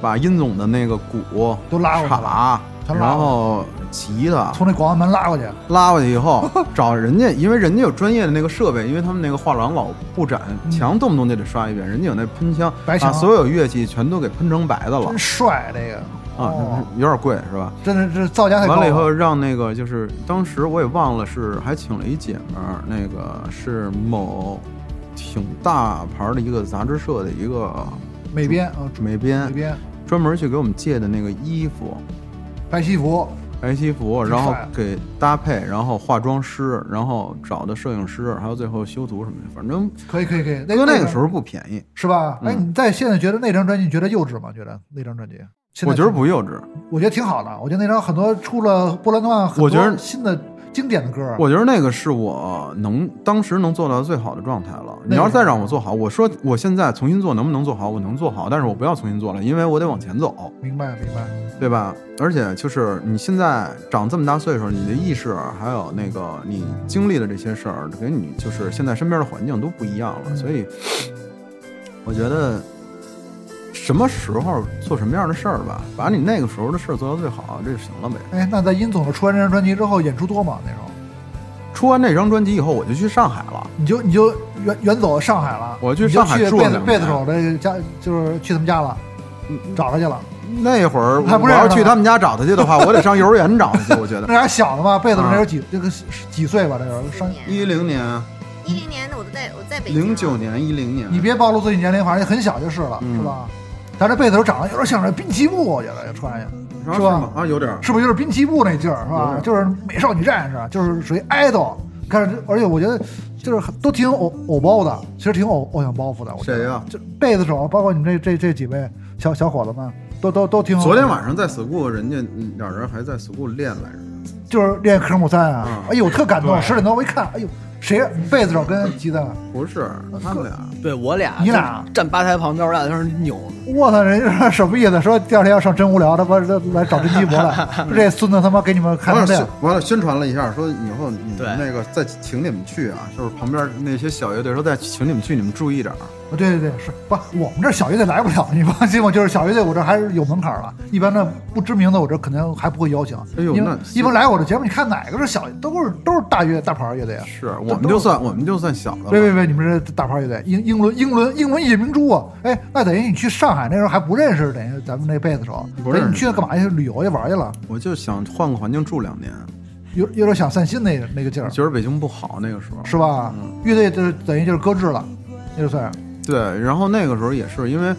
[SPEAKER 4] 把殷总的那个鼓
[SPEAKER 3] 嗯都拉过去
[SPEAKER 4] 镲
[SPEAKER 3] 了，全拉过去
[SPEAKER 4] 然后吉他
[SPEAKER 3] 从那广安门拉过去，
[SPEAKER 4] 拉过去以后，找人家，因为人家有专业的那个设备，因为他们那个画廊老布展墙，动不动就得刷一遍，人家有那喷枪，
[SPEAKER 3] 白
[SPEAKER 4] 把
[SPEAKER 3] 墙
[SPEAKER 4] 所有乐器全都给喷成白的了
[SPEAKER 3] 真帅这个，
[SPEAKER 4] 啊
[SPEAKER 3] 哦，
[SPEAKER 4] 有点贵是吧？
[SPEAKER 3] 真的这造价太高
[SPEAKER 4] 完了以后，让那个就是当时我也忘了是还请了一姐们儿，那个是某挺大牌的一个杂志社的一个
[SPEAKER 3] 美编啊，
[SPEAKER 4] 美编
[SPEAKER 3] 美，编
[SPEAKER 4] 专门去给我们借的那个衣服，
[SPEAKER 3] 白西服，
[SPEAKER 4] 白西服，
[SPEAKER 3] 挺
[SPEAKER 4] 然后
[SPEAKER 3] 帅啊
[SPEAKER 4] 给搭配，然后化妆师，然后找的摄影师，还有最后修图什么的，反正
[SPEAKER 3] 可以可以可以，
[SPEAKER 4] 搁那个
[SPEAKER 3] 候。
[SPEAKER 4] 时候不便宜，
[SPEAKER 3] 是吧？哎，
[SPEAKER 4] 嗯
[SPEAKER 3] 你在现在觉得那张专辑你觉得幼稚吗？觉得那张专辑，现在
[SPEAKER 4] 我觉得，不幼稚，
[SPEAKER 3] 我觉得挺好的。我觉得那张很多出了波兰段，很
[SPEAKER 4] 我觉得
[SPEAKER 3] 多新的经典的歌，
[SPEAKER 4] 我觉得那个是我能当时能做到最好的状态了。你要是再让我做好，我说我现在重新做能不能做好？我能做好，但是我不要重新做了，因为我得往前走，
[SPEAKER 3] 明白明白。
[SPEAKER 4] 对吧？而且就是你现在长这么大岁数，你的意识还有那个你经历的这些事儿，给你就是现在身边的环境都不一样
[SPEAKER 3] 嗯
[SPEAKER 4] 了，所以我觉得什么时候做什么样的事儿吧，把你那个时候的事儿做到最好，这就行了呗。
[SPEAKER 3] 哎，那在殷总的出完这张专辑之后，演出多吗？那时候
[SPEAKER 4] 出完那张专辑以后，我就去上海了。
[SPEAKER 3] 你就你就远远走上海了，
[SPEAKER 4] 我去
[SPEAKER 3] 你就
[SPEAKER 4] 上海
[SPEAKER 3] 去
[SPEAKER 4] 住
[SPEAKER 3] 贝
[SPEAKER 4] 了
[SPEAKER 3] 子
[SPEAKER 4] 两
[SPEAKER 3] 贝
[SPEAKER 4] 年嗯
[SPEAKER 3] 子手的家，就是去他们家了，找他去了。
[SPEAKER 4] 那会儿
[SPEAKER 3] 还不
[SPEAKER 4] 我
[SPEAKER 3] 认识
[SPEAKER 4] 要
[SPEAKER 3] 他
[SPEAKER 4] 去
[SPEAKER 3] 吗
[SPEAKER 4] 他们家找他去的话，我得上幼儿园找他去。我觉
[SPEAKER 3] (laughs) 那
[SPEAKER 4] 得
[SPEAKER 3] 还小呢吧？贝子手
[SPEAKER 4] 啊
[SPEAKER 3] 那时候几这个几岁吧？那时候上，
[SPEAKER 4] 一零年、
[SPEAKER 5] 一零年的我都在我在北京，
[SPEAKER 4] 零九年、一零
[SPEAKER 3] 你
[SPEAKER 4] 年，
[SPEAKER 3] 别暴露自己年龄，反正很小就是了，
[SPEAKER 4] 嗯
[SPEAKER 3] 是吧？但这贝子手长得有点像是滨崎步，我觉得穿上去。
[SPEAKER 4] 啊
[SPEAKER 3] 是吧
[SPEAKER 4] 吗啊，有点儿
[SPEAKER 3] 是不是就是滨崎步那劲儿是吧？就是美少女战士，啊就是属于 idol。但是，而且我觉得就是都挺有偶偶包的，其实挺有偶偶像包袱的。我觉得
[SPEAKER 4] 谁啊呀
[SPEAKER 3] 就贝子手，包括你们这这这几位小小伙子们，都都都挺有。
[SPEAKER 4] 昨天晚上在 school，人家俩人还在 school 练来着。
[SPEAKER 3] 就是练科目三啊
[SPEAKER 4] 嗯，
[SPEAKER 3] 哎呦，我特感动。
[SPEAKER 7] 对
[SPEAKER 3] 十点多我一看，哎呦，谁贝子手跟吉他，
[SPEAKER 4] 不是
[SPEAKER 3] 哦
[SPEAKER 4] 他们俩，
[SPEAKER 6] 对我俩，
[SPEAKER 3] 你俩
[SPEAKER 6] 站吧台旁边，我俩在那儿扭。
[SPEAKER 3] 我操，人家说什么意思？说第二天要上真无聊，他妈的来找真鸡博来，
[SPEAKER 4] (laughs)
[SPEAKER 3] 这孙子他妈给你们看
[SPEAKER 4] 完
[SPEAKER 3] 成这
[SPEAKER 4] 了
[SPEAKER 3] 样
[SPEAKER 4] 宣。完了宣传了一下，说以后你
[SPEAKER 6] 对
[SPEAKER 4] 们那个再请你们去啊，就是旁边那些小乐队说再请你们去，你们注意点儿。
[SPEAKER 3] 啊，对对对，是不？我们这小乐队来不了，你放心吧。就是小乐队，我这还是有门槛儿了。一般的不知名的，我这肯定还不会邀请。
[SPEAKER 4] 哎呦
[SPEAKER 3] 因为
[SPEAKER 4] 那
[SPEAKER 3] 一般来我这节目，你看哪个是小，都是都是大乐大牌儿乐队啊。
[SPEAKER 4] 是我们就算我们就算小的
[SPEAKER 3] 别
[SPEAKER 4] 了，
[SPEAKER 3] 别别，你们这大牌乐队，英英伦英伦英伦夜明珠啊！哎，那等于你去上海那时候还不认识，等于咱们那贝斯手，
[SPEAKER 4] 不
[SPEAKER 3] 等于
[SPEAKER 4] 认
[SPEAKER 3] 你
[SPEAKER 4] 识
[SPEAKER 3] 去那干嘛去？旅游去玩去了，
[SPEAKER 4] 我就想换个环境住两年。
[SPEAKER 3] 有有点想散心那那个劲儿，
[SPEAKER 4] 觉得北京不好那个时候，
[SPEAKER 3] 是吧？
[SPEAKER 4] 嗯
[SPEAKER 3] 乐队就是等于就是搁置了，那就算是
[SPEAKER 4] 对，然后那个时候也是因为，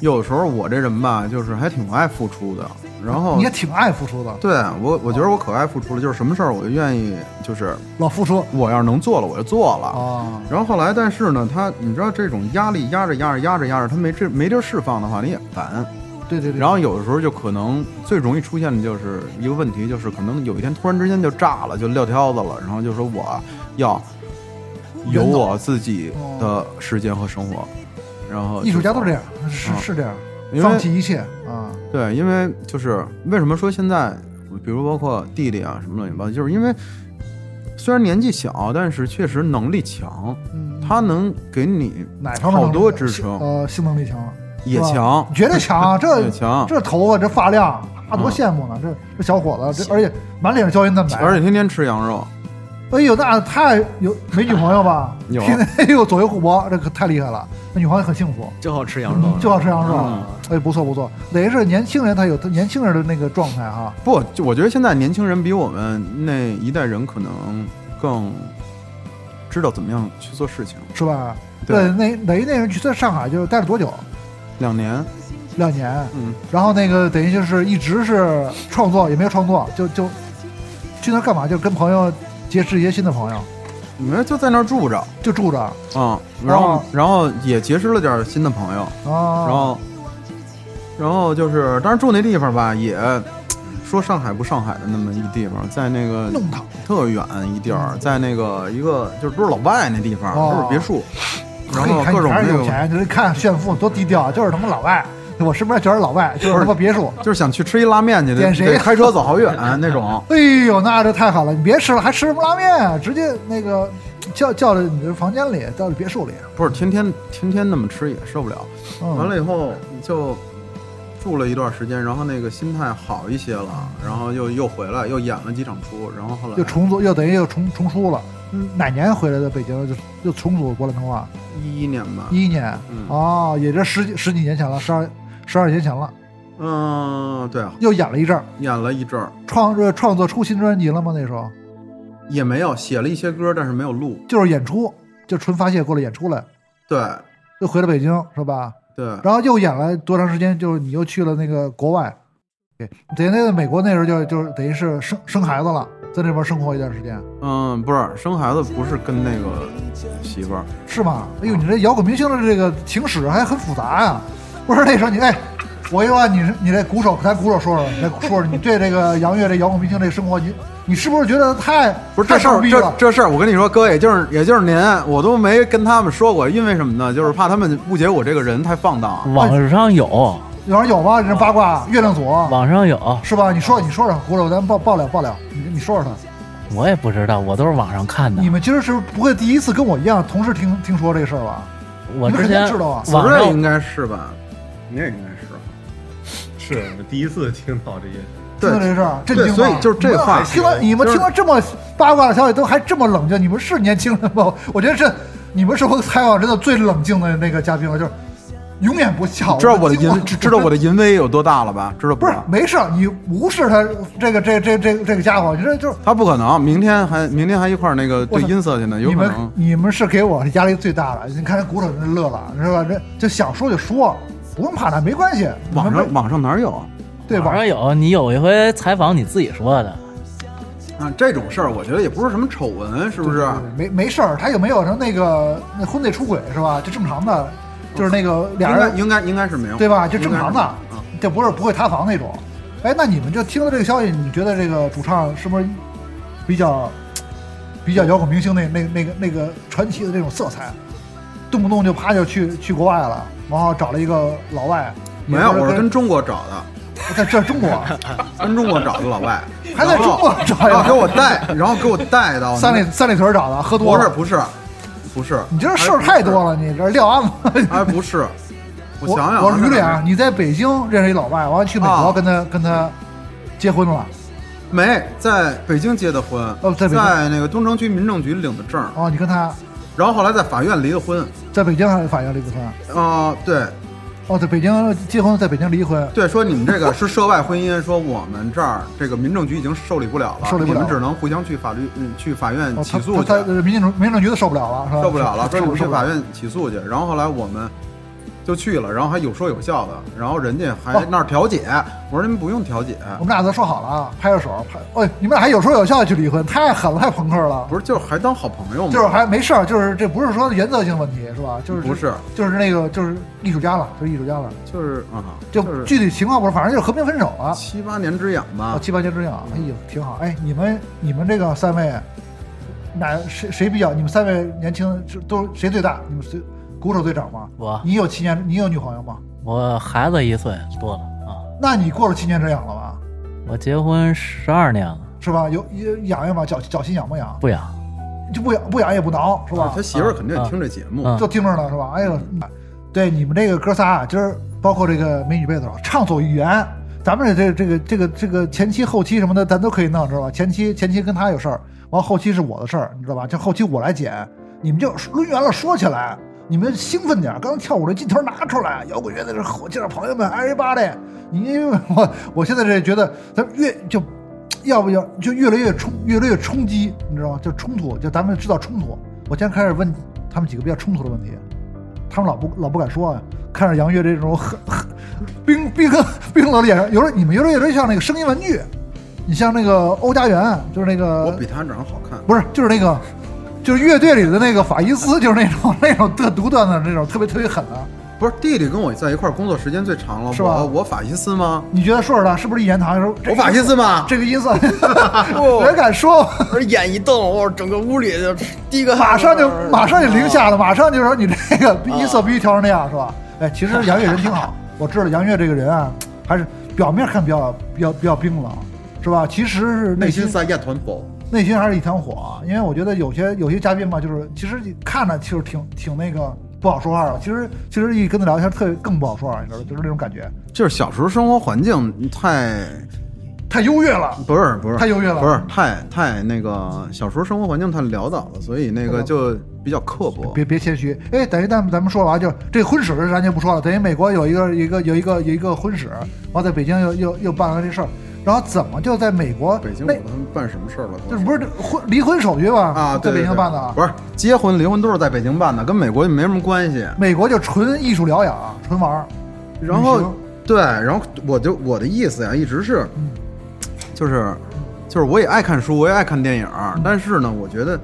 [SPEAKER 4] 有时候我这人吧，就是还挺爱付出的。然后
[SPEAKER 3] 你也挺爱付出的，
[SPEAKER 4] 对我，我觉得我可爱付出了，就是什么事儿我就愿意，就是
[SPEAKER 3] 老付出
[SPEAKER 4] 我要是能做了我就做了。
[SPEAKER 3] 啊，
[SPEAKER 4] 然后后来，但是呢，他你知道这种压力压着压着压着压着，他没这没地儿释放的话，你也烦。
[SPEAKER 3] 对对对。
[SPEAKER 4] 然后有的时候就可能最容易出现的就是一个问题，就是可能有一天突然之间就炸了，就撂挑子了，然后就说我要有我自己的时间和生活。然后
[SPEAKER 3] 艺术家都这样，是
[SPEAKER 4] 啊
[SPEAKER 3] 是这样，
[SPEAKER 4] 因
[SPEAKER 3] 放
[SPEAKER 4] 为
[SPEAKER 3] 弃一切啊，
[SPEAKER 4] 对，因为就是为什么说现在，比如包括弟弟啊什么乱七八糟，就是因为虽然年纪小，但是确实能力强，
[SPEAKER 3] 嗯，
[SPEAKER 4] 他能给你
[SPEAKER 3] 哪方面
[SPEAKER 4] 好多
[SPEAKER 3] 能力
[SPEAKER 4] 支
[SPEAKER 3] 性
[SPEAKER 4] 撑，
[SPEAKER 3] 呃，性能力强，
[SPEAKER 4] 也
[SPEAKER 3] 是吧
[SPEAKER 4] 强，
[SPEAKER 3] 绝对强
[SPEAKER 4] (laughs)
[SPEAKER 3] 啊，这
[SPEAKER 4] 也强，
[SPEAKER 3] 这头发这发量啊，多
[SPEAKER 4] 嗯
[SPEAKER 3] 羡慕呢！这这小伙子，这而且满脸胶原蛋白，
[SPEAKER 4] 而且天天吃羊肉，
[SPEAKER 3] 哎呦，那太有没女朋友吧？
[SPEAKER 4] 有
[SPEAKER 3] 天天哎呦左右互搏，这可太厉害了。那女朋友很幸福，
[SPEAKER 6] 就好吃羊肉，
[SPEAKER 3] 就好吃羊肉
[SPEAKER 4] 嗯，
[SPEAKER 3] 哎，不错不错。等于是年轻人，他有他年轻人的那个状态啊哈。
[SPEAKER 4] 不，就我觉得现在年轻人比我们那一代人可能更知道怎么样去做事情。
[SPEAKER 3] 是吧？
[SPEAKER 4] 对
[SPEAKER 3] 对，那等于那人去在上海就待了多久？
[SPEAKER 4] 两年，
[SPEAKER 3] 两年。
[SPEAKER 4] 嗯，
[SPEAKER 3] 然后那个等于就是一直是创作，也没有创作，就就去那儿干嘛？就跟朋友结识一些新的朋友，
[SPEAKER 4] 你们就在那儿住着，
[SPEAKER 3] 就住着啊。
[SPEAKER 4] 嗯，然后、
[SPEAKER 3] 哦
[SPEAKER 4] 然后也结识了点新的朋友，然
[SPEAKER 3] 然
[SPEAKER 4] 后然后就是，当然住那地方吧，也说上海不上海的那么一地方，在那个
[SPEAKER 3] 弄堂
[SPEAKER 4] 特远一地儿，在那个一个就是都是老外那地方，
[SPEAKER 3] 嗯哦
[SPEAKER 4] 都是别墅，然
[SPEAKER 3] 嘿
[SPEAKER 4] 后
[SPEAKER 3] 还
[SPEAKER 4] 各种
[SPEAKER 3] 还
[SPEAKER 4] 那
[SPEAKER 3] 是有
[SPEAKER 4] 个。
[SPEAKER 3] 钱，就是看炫富多低调，啊就是他妈老外。我身边全是老外，就是他妈别墅。
[SPEAKER 4] 就是想去吃一拉面去，得
[SPEAKER 3] 点谁
[SPEAKER 4] 得开车走好远啊
[SPEAKER 3] (laughs)
[SPEAKER 4] 那种。
[SPEAKER 3] 哎呦，那这太好了！你别吃了，还吃什么拉面啊？直接那个叫叫到你的房间里，叫到别墅里。啊
[SPEAKER 4] 不是天天天天那么吃也受不了。
[SPEAKER 3] 嗯、
[SPEAKER 4] 完了以后就住了一段时间，然后那个心态好一些了，然后又又回来又演了几场出，然后后来
[SPEAKER 3] 嗯又重组，又等于又重重出了。嗯，哪年回来的北京？就又重组博览通话，
[SPEAKER 4] 一一年吧，
[SPEAKER 3] 啊一一年。
[SPEAKER 4] 嗯
[SPEAKER 3] 哦，也这十几十几年前了，十二十二年前了。
[SPEAKER 4] 嗯，对啊，
[SPEAKER 3] 又演了一阵儿，
[SPEAKER 4] 演了一阵儿，
[SPEAKER 3] 创呃创作出新专辑了吗？那时候
[SPEAKER 4] 也没有写了一些歌，但是没有录。
[SPEAKER 3] 就是演出，就纯发泄过来演出来，
[SPEAKER 4] 对
[SPEAKER 3] 又回了北京是吧？
[SPEAKER 4] 对，
[SPEAKER 3] 然后又演了多长时间？就是你又去了那个国外，对，等于那个美国那时候就就是等于是生生孩子了，在那边生活一段时间，
[SPEAKER 4] 嗯，不是生孩子不是跟那个媳妇儿，
[SPEAKER 3] 是吗？哎呦，你这摇滚明星的这个情史还很复杂呀、不是那时候你哎，我一说你是你这鼓手，咱鼓手说说，你再说说你对这个杨乐这摇滚明星这生活，你你是不是觉得太
[SPEAKER 4] 不是
[SPEAKER 3] 太
[SPEAKER 4] 这事儿，
[SPEAKER 3] 逗逼
[SPEAKER 4] 这
[SPEAKER 3] 了
[SPEAKER 4] 这事儿，我跟你说，哥，也就是也就是您，我都没跟他们说过，因为什么呢？就是怕他们误解我这个人太放荡。
[SPEAKER 3] 嗯
[SPEAKER 8] 网上有，
[SPEAKER 3] 网上有吗？人八卦月亮组
[SPEAKER 8] 网上有，
[SPEAKER 3] 是吧？你说你说说鼓手，咱爆爆料爆料，你你说说他。
[SPEAKER 8] 我也不知道，我都是网上看的
[SPEAKER 3] 你。们今儿是不是不会第一次跟我一样同时听听说这事儿吧？
[SPEAKER 8] 我
[SPEAKER 3] 你们
[SPEAKER 8] 之
[SPEAKER 3] 肯定
[SPEAKER 8] 前
[SPEAKER 3] 知道啊
[SPEAKER 4] 子
[SPEAKER 8] 网
[SPEAKER 4] 睿
[SPEAKER 8] 上
[SPEAKER 4] 应该是吧？你也应该是。
[SPEAKER 7] 是第一次听到这些。
[SPEAKER 3] 听到
[SPEAKER 4] 对
[SPEAKER 3] 这事儿，震
[SPEAKER 4] 对
[SPEAKER 3] 惊吗啊
[SPEAKER 4] 所以就是这话
[SPEAKER 3] 你们听到你们
[SPEAKER 4] 就是
[SPEAKER 3] 听到这么八卦的消息，都还这么冷静，你们是年轻人吗？ (laughs) 我觉得是你们是我采访真的最冷静的那个嘉宾了，就是永远不笑。
[SPEAKER 4] 知道我的
[SPEAKER 3] 惊了
[SPEAKER 4] 淫，知知道我的啊淫威有多大了吧？知
[SPEAKER 3] (laughs)
[SPEAKER 4] 道
[SPEAKER 3] 不是
[SPEAKER 4] 吧
[SPEAKER 3] 没事儿，你无视他这个这这这这个家伙，你这就是
[SPEAKER 4] 他不可能，明天还明天还一块儿那个
[SPEAKER 3] 我
[SPEAKER 4] 对
[SPEAKER 3] 操
[SPEAKER 4] 音色去呢，有
[SPEAKER 3] 你
[SPEAKER 4] 可
[SPEAKER 3] 们
[SPEAKER 4] 能。
[SPEAKER 3] 你们是给我压力最大的。你看人鼓手那乐了，是吧？这就想说就说，不用怕他，没关系。你们
[SPEAKER 4] 网
[SPEAKER 3] 没
[SPEAKER 4] 上网上哪有啊
[SPEAKER 3] 对
[SPEAKER 8] 网
[SPEAKER 3] 网
[SPEAKER 8] 上
[SPEAKER 3] 上
[SPEAKER 8] 有，你有一回采访你自己说的，
[SPEAKER 4] 啊？这种事儿我觉得也不是什么丑闻，是不是？
[SPEAKER 3] 没没事儿，他有没有什么那个那婚内出轨是吧？这正常的，就是那个
[SPEAKER 4] 应
[SPEAKER 3] 俩
[SPEAKER 4] 该
[SPEAKER 3] 人
[SPEAKER 4] 应该应该是没有，
[SPEAKER 3] 对吧？就正常的
[SPEAKER 4] 啊应该是没有，啊
[SPEAKER 3] 这不是不会塌房那种。哎，那你们就听到这个消息，你觉得这个主唱是不是比较比较摇滚明星那那那个那个传奇的这种色彩？动不动就啪就去去国外了，然后找了一个老外，
[SPEAKER 4] 嗯没有，我是跟中国找的，
[SPEAKER 3] 在这
[SPEAKER 4] (laughs)
[SPEAKER 3] 中国，
[SPEAKER 4] 跟中国找的老外，
[SPEAKER 3] (laughs) 还在中国找呀
[SPEAKER 4] 然后给我带，然后给我带到
[SPEAKER 3] 三里三里屯找的，喝多
[SPEAKER 4] 不是
[SPEAKER 3] 了，
[SPEAKER 4] 不是，不是，
[SPEAKER 3] 你这事儿太多了，你这撂案子。
[SPEAKER 4] 哎，
[SPEAKER 3] (laughs)
[SPEAKER 4] 不是，我
[SPEAKER 3] 我
[SPEAKER 4] 想想啊，
[SPEAKER 3] 我说于
[SPEAKER 4] 这
[SPEAKER 3] 濂，你在北京认识一老外，完了去美国
[SPEAKER 4] 啊
[SPEAKER 3] 跟他、跟他结婚了。
[SPEAKER 4] 没在北京结的婚，
[SPEAKER 3] 哦在北京
[SPEAKER 4] 在那个东城区民政局领的证，
[SPEAKER 3] 哦，你跟他
[SPEAKER 4] 然后后来在法院离的婚。
[SPEAKER 3] 在北京还是法院离的婚？
[SPEAKER 4] 啊、对
[SPEAKER 3] 哦，在北京结婚，在北京离婚。
[SPEAKER 4] 对，说你们这个是涉外婚姻，说我们这儿这个民政局已经受理不了了，
[SPEAKER 3] 受理不了
[SPEAKER 4] 你们只能互相去法律、嗯、去法院
[SPEAKER 3] 哦，他
[SPEAKER 4] 起诉去。
[SPEAKER 3] 他他民政民政局都受不了了，是吧？
[SPEAKER 4] 受不了了，说
[SPEAKER 3] 受不
[SPEAKER 4] 你们去
[SPEAKER 3] 受不
[SPEAKER 4] 法
[SPEAKER 3] 了。
[SPEAKER 4] 院起诉去。然后后来我们就去了，然后还有说有笑的，然后人家还
[SPEAKER 3] 哦
[SPEAKER 4] 那儿调解，我说你们不用调解，
[SPEAKER 3] 我们俩都说好了啊，拍着手拍。哎，你们俩还有说有笑地去离婚，太狠了，太朋克了。
[SPEAKER 4] 不是就是还当好朋友吗？
[SPEAKER 3] 就是还没事儿，就是这不是说原则性问题是吧？就是
[SPEAKER 4] 不是，
[SPEAKER 3] 就是那个就是艺术家了，就是艺术家了。
[SPEAKER 4] 就是啊，
[SPEAKER 3] 就
[SPEAKER 4] 就是
[SPEAKER 3] 具体情况不是，反正就是和平分手了。
[SPEAKER 4] 七八年之痒
[SPEAKER 3] 啊，
[SPEAKER 4] 吧。
[SPEAKER 3] 七八年之痒，哎呦，挺好。哎，你们你们这个三位，哪谁谁比较？你们三位年轻是都谁最大？你们谁鼓手队长吗？
[SPEAKER 8] 我
[SPEAKER 3] 你有七年，你有女朋友吗？
[SPEAKER 8] 我孩子一岁多了啊，
[SPEAKER 3] 那你过了七年之痒了吧？
[SPEAKER 8] 我结婚十二年了，
[SPEAKER 3] 是吧？有有痒痒吗？脚脚心痒不痒？
[SPEAKER 8] 不养。
[SPEAKER 3] 就不痒不痒也不挠是吧
[SPEAKER 4] 他？媳妇儿肯
[SPEAKER 3] 嗯
[SPEAKER 4] 定也听这节目，
[SPEAKER 8] 啊
[SPEAKER 3] 就听着呢是吧？哎呦，对你们这个哥仨啊，今儿包括这个美女贝子啊，畅所欲言。咱们这这个这个这个前期后期什么的，咱都可以弄，知道吧？前期前期跟他有事儿，完后期是我的事儿，你知道吧？这后期我来剪，你们就抡圆了说起来，你们兴奋点儿，刚才跳舞的劲头拿出来，摇滚乐的这火劲儿，朋友们，everybody，你我我现在这觉得咱们越就要不要就越来越冲，越来越冲击，你知道吗？就冲突，就咱们制造冲突。我今天开始问他们几个比较冲突的问题，他们老不老不敢说啊。看着杨越这种很很冰 (laughs) 冰冷冰冷的眼神，有时候你们越来越像那个声音玩具，你像那个欧家园，就是那个
[SPEAKER 4] 我比他长得好看。
[SPEAKER 3] 不是，就是那个，就是乐队里的那个法伊斯，就是那种那种特独断的那种，特别特别狠的。
[SPEAKER 4] 不是弟弟跟我在一块儿工作时间最长了，
[SPEAKER 3] 是吧
[SPEAKER 4] 我我法西斯吗？
[SPEAKER 3] 你觉得说说他是不是一言堂？说这
[SPEAKER 4] 我法西斯吗？
[SPEAKER 3] 这个音 (laughs)
[SPEAKER 4] (laughs)
[SPEAKER 3] 色，人敢说，
[SPEAKER 6] (laughs) 而眼一瞪，我整个屋里就 (laughs) 第一个
[SPEAKER 3] 马上就马上就零下了，马上就说你这个音色必须调成那样，是吧？哎，其实杨越人挺好，我知道杨越这个人啊，还是表面看比较比较比较冰冷，是吧？其实是内
[SPEAKER 4] 内
[SPEAKER 3] 心
[SPEAKER 4] 心三亚团火，
[SPEAKER 3] 内心还是一团火，因为我觉得有些有些嘉宾吧，就是其实你看着就是挺挺那个不好说话的，其实其实一跟他聊天特别更不好说话，你知道吗？就是那种感觉，
[SPEAKER 4] 就是小时候生活环境太
[SPEAKER 3] 太优越了。
[SPEAKER 4] 不是不是
[SPEAKER 3] 太优越了
[SPEAKER 4] 不是太太那个小时候生活环境太潦倒了，所以那个就比较刻薄。
[SPEAKER 3] 别别谦虚，哎，等于咱们咱们说完就是这婚史咱就不说了，等于美国有一个一个有一个有一个婚史，完在北京又又又办了这事儿，然后怎么就在美国
[SPEAKER 4] 北京我
[SPEAKER 3] 那
[SPEAKER 4] 他们办什么事儿了？
[SPEAKER 3] 这不是这婚离婚手续吗？
[SPEAKER 4] 啊，
[SPEAKER 3] 在
[SPEAKER 4] 对
[SPEAKER 3] 北京办的
[SPEAKER 4] 啊
[SPEAKER 3] 啊，，
[SPEAKER 4] 不是结婚离婚都是在北京办的，跟美国就没什么关系。
[SPEAKER 3] 美国就纯艺术疗养，纯玩儿，
[SPEAKER 4] 然
[SPEAKER 3] 旅
[SPEAKER 4] 后
[SPEAKER 3] 行
[SPEAKER 4] 对，然后我就我的意思呀，一直是
[SPEAKER 3] 嗯，
[SPEAKER 4] 就是就是我也爱看书，我也爱看电影儿，但是呢，我觉得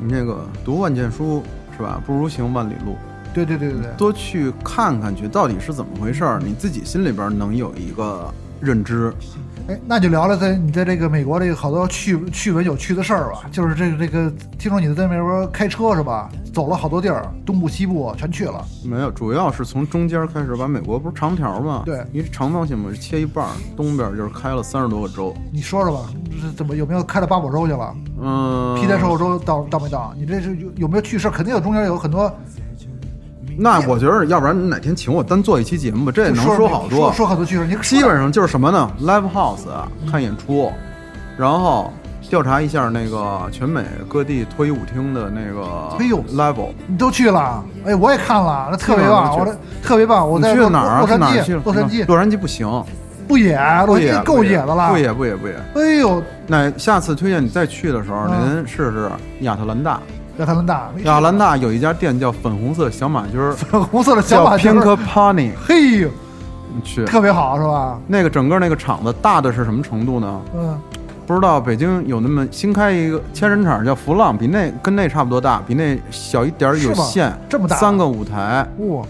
[SPEAKER 4] 你那个读万卷书是吧，不如行万里路。
[SPEAKER 3] 对对对对对，
[SPEAKER 4] 多去看看去，到底是怎么回事儿，你自己心里边儿能有一个认知。
[SPEAKER 3] 哎，那就聊聊在你在这个美国这个好多趣趣闻有趣的事儿吧，就是这个这个，听说你在美国开车是吧？走了好多地儿，东部西部全去了。
[SPEAKER 4] 没有，主要是从中间儿开始把美国不是长条吗？
[SPEAKER 3] 对
[SPEAKER 4] 一长方形嘛，切一半儿，东边儿就是开了三十多个州。
[SPEAKER 3] 你说说吧，这怎么有没有开到八宝州去了？
[SPEAKER 4] 嗯，
[SPEAKER 3] 皮带瘦肉州到到没到？你这是有有没有趣事儿？肯定有中间有很多
[SPEAKER 4] 那我觉得，要不然你哪天请我单做一期节目吧，这也
[SPEAKER 3] 就
[SPEAKER 4] 能
[SPEAKER 3] 说说
[SPEAKER 4] 好多。啊
[SPEAKER 3] 说很多趣事儿。你
[SPEAKER 4] 基本上就是什么呢？live house 啊看演出，然后调查一下那个全美各地脱衣舞厅的那个
[SPEAKER 3] 哎呦
[SPEAKER 4] level。
[SPEAKER 3] 你都去了，哎，我也看了，那特别棒，
[SPEAKER 4] 基
[SPEAKER 3] 我
[SPEAKER 4] 本上都去
[SPEAKER 3] 这特别棒。我
[SPEAKER 4] 你
[SPEAKER 3] 在
[SPEAKER 4] 去
[SPEAKER 3] 洛
[SPEAKER 4] 了哪儿啊？
[SPEAKER 3] 洛
[SPEAKER 4] 去
[SPEAKER 3] 杉
[SPEAKER 4] 哪儿去
[SPEAKER 3] 矶
[SPEAKER 4] 了？，
[SPEAKER 3] 洛杉矶
[SPEAKER 4] 洛杉矶不行，
[SPEAKER 3] 不野，啊洛
[SPEAKER 4] 不
[SPEAKER 3] 杉
[SPEAKER 4] 野
[SPEAKER 3] 矶够野的了
[SPEAKER 4] 不。野啊不野不野。
[SPEAKER 3] 哎呦，
[SPEAKER 4] 那下次推荐你再去的时候，
[SPEAKER 3] 嗯
[SPEAKER 4] 您试试亚特兰大。
[SPEAKER 3] 亚特兰大，没去
[SPEAKER 4] 亚特兰大有一家店叫粉红色小马驹儿，
[SPEAKER 3] (laughs) 红色的小
[SPEAKER 4] 叫
[SPEAKER 3] 马驹，
[SPEAKER 4] Pink Pony，
[SPEAKER 3] 嘿呦，
[SPEAKER 4] 你去。
[SPEAKER 3] 特别好是吧？
[SPEAKER 4] 那个整个那个厂子大的是什么程度呢？
[SPEAKER 3] 嗯，
[SPEAKER 4] 不知道北京有那么新开一个千人场叫浮浪，比那跟那差不多大，比那小一点儿，有
[SPEAKER 3] 是吗
[SPEAKER 4] 限，
[SPEAKER 3] 这么大
[SPEAKER 4] 三个舞台，
[SPEAKER 3] 哇，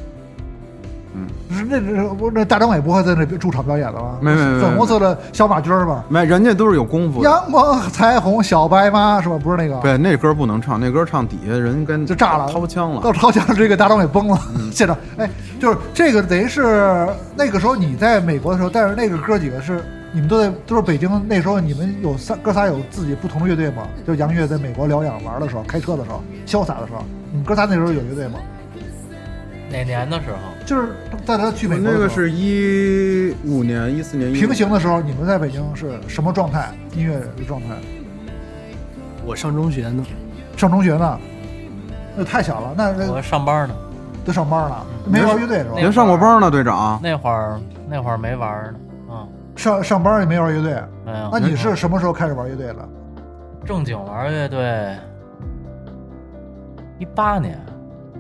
[SPEAKER 4] 嗯，
[SPEAKER 3] 是那那不那大张伟不会在那边驻场表演了吗？
[SPEAKER 4] 没没没没
[SPEAKER 3] 粉红色的小马驹儿吗？
[SPEAKER 4] 没人家都是有功夫的。
[SPEAKER 3] 阳光彩虹小白马是吧？不是那个，
[SPEAKER 4] 对，那歌不能唱，那歌唱底下人跟
[SPEAKER 3] 就炸了
[SPEAKER 4] 掏枪了。
[SPEAKER 3] 到朝鲜这个大张伟崩了，
[SPEAKER 6] 嗯
[SPEAKER 3] (laughs) 现场哎，就是这个等于是那个时候你在美国的时候，但是那个哥几个是你们都在都是北京那时候，你们有三哥仨有自己不同的乐队吗？就杨乐在美国疗养玩的时候，开车的时候，潇洒的时候，你哥他那时候有乐队吗？
[SPEAKER 8] 哪年的时候？
[SPEAKER 3] 就是在他去美国的
[SPEAKER 4] 那
[SPEAKER 3] 时
[SPEAKER 4] 个
[SPEAKER 3] 候
[SPEAKER 4] 是一五年、一四年
[SPEAKER 3] 平行的时候，你们在北京是什么状态？音乐的状态？
[SPEAKER 6] 我上中学呢，
[SPEAKER 3] 上中学呢？那太小了，那那
[SPEAKER 8] 我上班呢，
[SPEAKER 3] 都上班了，没玩乐队是吧？
[SPEAKER 4] 您上过班呢，队长？
[SPEAKER 8] 那会儿那会儿没玩呢，啊，
[SPEAKER 3] 上上班也没玩乐队，
[SPEAKER 8] 没有。
[SPEAKER 3] 那你是什么时候开始玩乐队的？
[SPEAKER 8] 正经玩乐队？一八年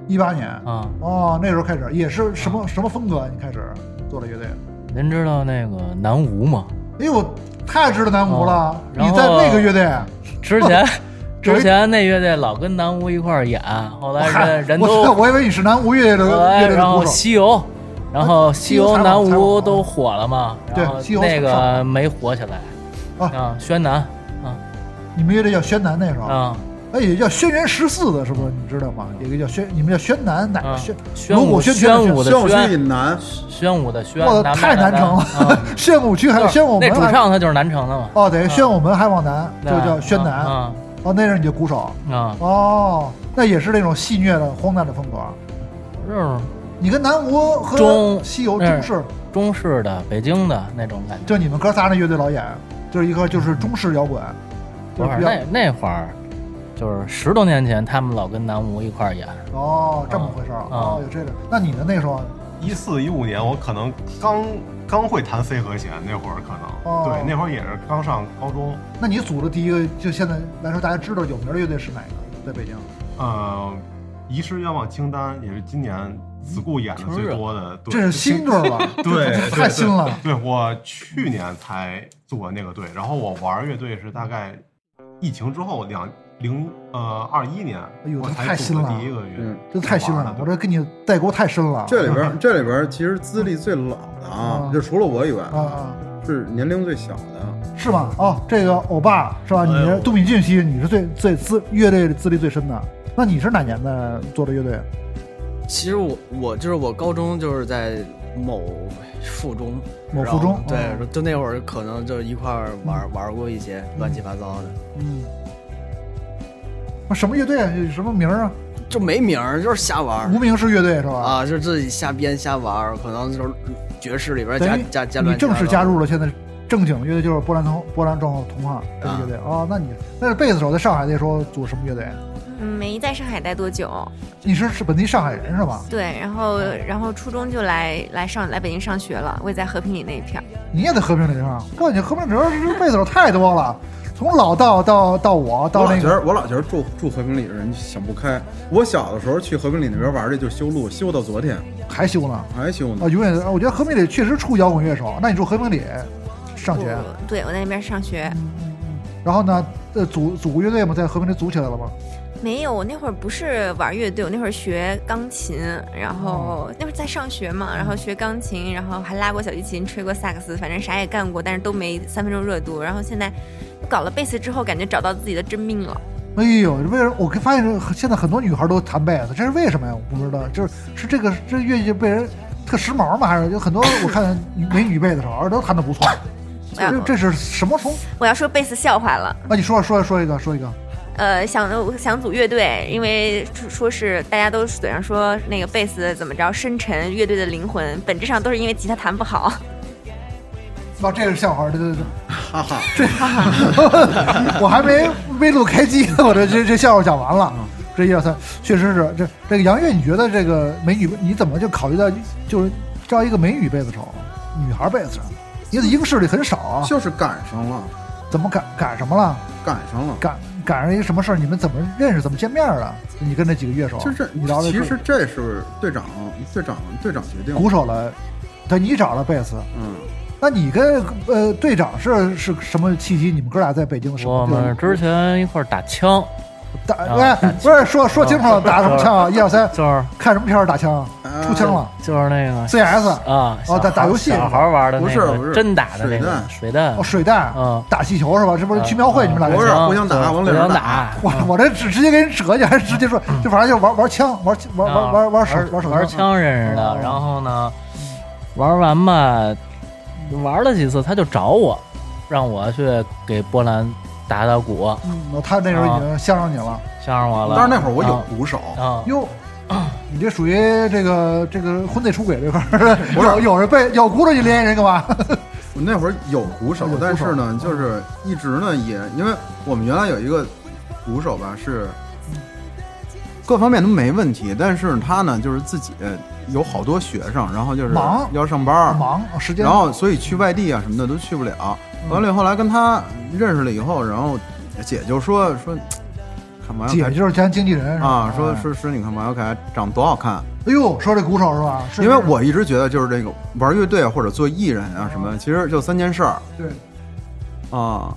[SPEAKER 3] 一八年
[SPEAKER 8] 啊，
[SPEAKER 3] 哦，那时候开始也是什么什么风格？你开始做了乐队？
[SPEAKER 8] 您知道那个南无吗？
[SPEAKER 3] 哎呦，我太知道南无了！你
[SPEAKER 8] 嗯然后
[SPEAKER 3] 在那个乐队，啊
[SPEAKER 8] 之
[SPEAKER 3] (laughs)
[SPEAKER 8] 前
[SPEAKER 3] 有一
[SPEAKER 8] 之前那乐队老跟南无一块儿演，后来
[SPEAKER 3] 嗨
[SPEAKER 8] 人人
[SPEAKER 3] 我知道
[SPEAKER 8] 都
[SPEAKER 3] 我以为你是南无乐队的
[SPEAKER 8] 后
[SPEAKER 3] 乐
[SPEAKER 8] 来
[SPEAKER 3] 队的
[SPEAKER 8] 然后
[SPEAKER 3] 鼓手。
[SPEAKER 8] 西游，然后
[SPEAKER 3] 西
[SPEAKER 8] 西
[SPEAKER 3] 游
[SPEAKER 8] 游
[SPEAKER 3] 采访
[SPEAKER 8] 南
[SPEAKER 3] 采访
[SPEAKER 8] 无
[SPEAKER 3] 啊
[SPEAKER 8] 都火了嘛，
[SPEAKER 3] 对
[SPEAKER 8] 然后
[SPEAKER 3] 西游
[SPEAKER 8] 那
[SPEAKER 3] 采
[SPEAKER 8] 个
[SPEAKER 3] 访
[SPEAKER 8] 没火起来
[SPEAKER 3] 啊
[SPEAKER 8] 啊，宣南啊
[SPEAKER 3] 你们乐队叫宣南那时候，
[SPEAKER 8] 啊
[SPEAKER 3] 哎，也叫轩辕十四的，是不是？你知道吗？有一个叫轩，你们叫轩南，哪个
[SPEAKER 8] 啊
[SPEAKER 3] 轩？，
[SPEAKER 8] 宣
[SPEAKER 3] 锣鼓
[SPEAKER 8] 武
[SPEAKER 3] 喧天
[SPEAKER 8] 宣武的
[SPEAKER 4] 宣武区以
[SPEAKER 8] 宣
[SPEAKER 4] 南，
[SPEAKER 8] 宣武的宣，
[SPEAKER 3] 我
[SPEAKER 8] 南
[SPEAKER 3] 太
[SPEAKER 8] 南
[SPEAKER 3] 难成
[SPEAKER 8] 啊
[SPEAKER 3] 了， (laughs) 宣武区还有宣武
[SPEAKER 8] 那
[SPEAKER 3] 门
[SPEAKER 8] 主
[SPEAKER 3] 还，
[SPEAKER 8] 唱他就是南城的嘛，
[SPEAKER 3] 哦，等于
[SPEAKER 8] 啊
[SPEAKER 3] 宣武门还往南，就
[SPEAKER 8] 对
[SPEAKER 3] 叫宣南。
[SPEAKER 8] 啊
[SPEAKER 3] 哦，那是你的鼓手。
[SPEAKER 8] 啊啊，
[SPEAKER 3] 哦，那也是那种戏谑的、荒诞的风格。
[SPEAKER 8] 就是
[SPEAKER 3] 你跟南无和
[SPEAKER 8] 中
[SPEAKER 3] 西游
[SPEAKER 8] 嗯
[SPEAKER 3] 中式，
[SPEAKER 8] 中式的北京的那种感觉。
[SPEAKER 3] 就你们哥仨那乐队老演，就是一个就是中式摇滚，就
[SPEAKER 8] 不
[SPEAKER 3] 是
[SPEAKER 8] 是
[SPEAKER 3] 比
[SPEAKER 8] 那
[SPEAKER 3] 较
[SPEAKER 8] 那会儿，就是十多年前，他们老跟南无一块儿演。
[SPEAKER 3] 哦这么回事
[SPEAKER 8] 啊
[SPEAKER 3] 儿。哦，有这个。那你的那时候
[SPEAKER 7] 一四一五年，我可能刚刚会弹 C 和弦，那会儿可能、
[SPEAKER 3] 哦
[SPEAKER 7] 对，那会儿也是刚上高中，
[SPEAKER 3] 那你组的第一个，就现在来说大家知道有名的乐队是哪个？在北京，
[SPEAKER 7] 呃，遗失愿望清单也是今年子固演的最多的，对
[SPEAKER 3] 这哦是新队儿吧？(laughs)
[SPEAKER 7] (laughs) 对
[SPEAKER 3] 这太新了。
[SPEAKER 7] 对我去年才做那个队，然后我玩乐队是大概疫情之后两零呃二一年，
[SPEAKER 3] 哎呦
[SPEAKER 7] 我
[SPEAKER 3] 这
[SPEAKER 7] 才
[SPEAKER 3] 太
[SPEAKER 7] 组
[SPEAKER 3] 新
[SPEAKER 7] 的
[SPEAKER 3] 了
[SPEAKER 7] 第一个乐队
[SPEAKER 4] 嗯，
[SPEAKER 3] 这太新
[SPEAKER 7] 玩
[SPEAKER 3] 了
[SPEAKER 7] 的，
[SPEAKER 3] 我
[SPEAKER 7] 对
[SPEAKER 3] 这跟你代沟太深了。
[SPEAKER 4] 这里边这里边其实资历最老的啊
[SPEAKER 3] 啊，
[SPEAKER 4] 就除了我以外，
[SPEAKER 3] 啊啊，
[SPEAKER 4] 是年龄最小的。
[SPEAKER 3] 是吗？哦，这个欧巴是吧？你
[SPEAKER 7] 哎
[SPEAKER 3] 是
[SPEAKER 7] 呦
[SPEAKER 3] 杜敏俊系，你是最最资乐队资历最深的。那你是哪年的做的乐队？
[SPEAKER 6] 其实我我就是我高中就是在某附中，
[SPEAKER 3] 某
[SPEAKER 6] 然后
[SPEAKER 3] 附中
[SPEAKER 6] 对
[SPEAKER 3] 哦，
[SPEAKER 6] 就那会儿可能就一块儿玩玩过一些乱七八糟的，
[SPEAKER 3] 嗯，那什么乐队啊？有什么名儿啊？
[SPEAKER 6] 就没名儿，就是瞎玩
[SPEAKER 3] 无
[SPEAKER 6] 儿
[SPEAKER 3] 名氏乐队是吧？，
[SPEAKER 6] 啊，就是自己瞎编瞎玩儿，可能就是爵士里边儿加
[SPEAKER 3] 等于
[SPEAKER 6] 啊加加
[SPEAKER 3] 你
[SPEAKER 6] 乱七八
[SPEAKER 3] 正
[SPEAKER 6] 糟
[SPEAKER 3] 式加入了现在正经乐队就是波兰同波兰状同行这个乐
[SPEAKER 6] 啊
[SPEAKER 3] 队哦，那你那是贝斯手在上海那时候组什么乐队？啊
[SPEAKER 5] 嗯，没在上海待多久，
[SPEAKER 3] 你是是本地上海人是吧？
[SPEAKER 5] 对，然后然后初中就来来上来北京上学了，我也在和平里那一片儿。
[SPEAKER 3] 你也在和平里上？我感觉和平里这贝斯手太多了， (laughs) 从老道到到我
[SPEAKER 4] 我
[SPEAKER 3] 到
[SPEAKER 4] 老
[SPEAKER 3] 那
[SPEAKER 4] 觉
[SPEAKER 3] 个
[SPEAKER 4] 得我老觉得住住和平里的人想不开。我小的时候去和平里那边玩儿去，就修路，修到昨天
[SPEAKER 3] 还修呢。
[SPEAKER 4] 还修呢
[SPEAKER 3] 啊，。永远，我觉得和平里确实出摇滚乐手。那你住和平里上学，啊
[SPEAKER 6] 哦
[SPEAKER 5] 我对，我在那边上学，
[SPEAKER 3] 然后呢，呃，组组过乐队吗？在和平里组起来了吗？
[SPEAKER 5] 没有，我那会儿不是玩乐队，我那会儿学钢琴，然后那会儿在上学嘛，然后学钢琴，然后还拉过小提琴，吹过萨克斯，反正啥也干过，但是都没三分钟热度。然后现在搞了贝斯之后，感觉找到自己的真命了。
[SPEAKER 3] 哎呦，为什么我发现这现在很多女孩都弹贝斯，这是为什么呀？我不知道，就是是这个这乐器被人特时髦嘛，还是有很多我看美女贝斯手都弹的不错。
[SPEAKER 5] 哎呀
[SPEAKER 3] 这这是什么风
[SPEAKER 5] 我要说贝斯笑话了。
[SPEAKER 3] 啊？你说说说一个说一个
[SPEAKER 5] 呃，想我想组乐队，因为说说是大家都嘴上说那个贝斯怎么着深沉乐队的灵魂，本质上都是因为吉他弹不好。
[SPEAKER 3] 啊，这是笑话，对对对，
[SPEAKER 4] 哈哈，
[SPEAKER 3] 我还没没录开机呢，我这这这笑话讲完了。这一二三，确实是这这个杨越，你觉得这个美女，你怎么就考虑到就是招一个美女贝斯手，女孩贝斯手？你在英式里很少啊，
[SPEAKER 4] 就是赶上了，
[SPEAKER 3] 怎么赶赶什么了？
[SPEAKER 4] 赶上了。
[SPEAKER 3] 赶赶上一个什么事儿？你们怎么认识？怎么见面的？你跟这几个乐手，啊
[SPEAKER 4] 就是
[SPEAKER 3] 你聊的
[SPEAKER 4] 其实这是队长，队长，队长决定的。
[SPEAKER 3] 鼓手了，对，你找了贝斯，
[SPEAKER 4] 嗯，
[SPEAKER 3] 那你跟呃队长是是什么契机？你们哥俩在北京什
[SPEAKER 8] 我
[SPEAKER 3] 么地方？
[SPEAKER 8] 们之前一块儿打枪，
[SPEAKER 3] 打
[SPEAKER 8] 啊
[SPEAKER 3] 哎
[SPEAKER 8] 打
[SPEAKER 3] 不是说说清楚了，打什么枪啊？一二三，
[SPEAKER 8] 就是
[SPEAKER 3] 看什么片儿打枪啊？
[SPEAKER 4] 啊
[SPEAKER 3] 出枪了
[SPEAKER 8] 就是那个
[SPEAKER 3] ，CS
[SPEAKER 8] 啊，
[SPEAKER 3] 哦打打游戏
[SPEAKER 8] 小孩儿玩的
[SPEAKER 4] 不
[SPEAKER 8] 那
[SPEAKER 4] 是不
[SPEAKER 8] 个
[SPEAKER 4] 是
[SPEAKER 8] 真打的那个水弹
[SPEAKER 3] 哦，，水弹
[SPEAKER 8] 嗯，
[SPEAKER 3] 打气球是吧？这不是去庙
[SPEAKER 8] 啊
[SPEAKER 3] 会你们俩
[SPEAKER 4] 不
[SPEAKER 3] 人
[SPEAKER 4] 是
[SPEAKER 3] 去？
[SPEAKER 4] 互相打
[SPEAKER 8] 对
[SPEAKER 4] 往
[SPEAKER 8] 互
[SPEAKER 4] 脸上
[SPEAKER 8] 相
[SPEAKER 4] 打
[SPEAKER 8] 打，
[SPEAKER 3] 我我这直直接给人折去，还是直接说，就反正就玩玩枪，玩玩玩玩玩手
[SPEAKER 8] 玩
[SPEAKER 3] 玩手
[SPEAKER 8] 啊玩枪认识
[SPEAKER 3] 哦
[SPEAKER 8] 的，然后呢，玩完吧，玩了几次他就找我，让我去给波兰打打鼓，
[SPEAKER 3] 嗯，他那时候已经相上你了。
[SPEAKER 8] 相上我了。
[SPEAKER 4] 但是那会儿我有鼓手，
[SPEAKER 8] 啊，
[SPEAKER 3] 哟，你这属于这个这个婚内出轨这块儿， (laughs) 有有人被有骨头去联系人干
[SPEAKER 4] (laughs)
[SPEAKER 3] 嘛？
[SPEAKER 4] 我那会儿有鼓手
[SPEAKER 3] 有鼓手，
[SPEAKER 4] 但是呢，就是一直呢也，因为我们原来有一个鼓手吧，是各方面都没问题，但是他呢就是自己有好多学生，然后就是
[SPEAKER 3] 忙
[SPEAKER 4] 要上班儿，
[SPEAKER 3] 忙时间
[SPEAKER 4] 然后所以去外地啊什么的都去不了。
[SPEAKER 3] 嗯
[SPEAKER 4] 完了以后来跟他认识了以后，然后姐就说说，看王
[SPEAKER 3] 姐
[SPEAKER 4] 小
[SPEAKER 3] 就是咱经纪人是吧
[SPEAKER 4] 啊，说
[SPEAKER 3] 哎
[SPEAKER 4] 说说，你看王小凯长多好看，
[SPEAKER 3] 哎呦，说这鼓手是吧？是
[SPEAKER 4] 因为我一直觉得就是这个玩乐队或者做艺人啊什么的，其实就三件事儿
[SPEAKER 3] 对，
[SPEAKER 4] 啊。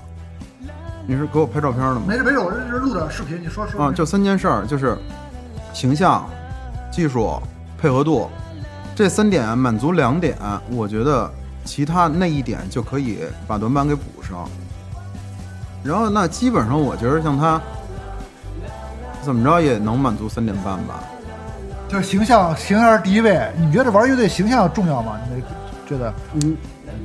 [SPEAKER 4] 你是给我拍照片了吗？
[SPEAKER 3] 没事没事，我这是录点视频，你说说
[SPEAKER 4] 啊，就三件事儿，就是形象、技术、配合度，这三点满足两点，我觉得其他那一点就可以把短板给补上。然后那基本上我觉得像他怎么着也能满足三点半吧。
[SPEAKER 3] 就是形象，形象是第一位。你觉得玩乐队形象重要吗？你觉得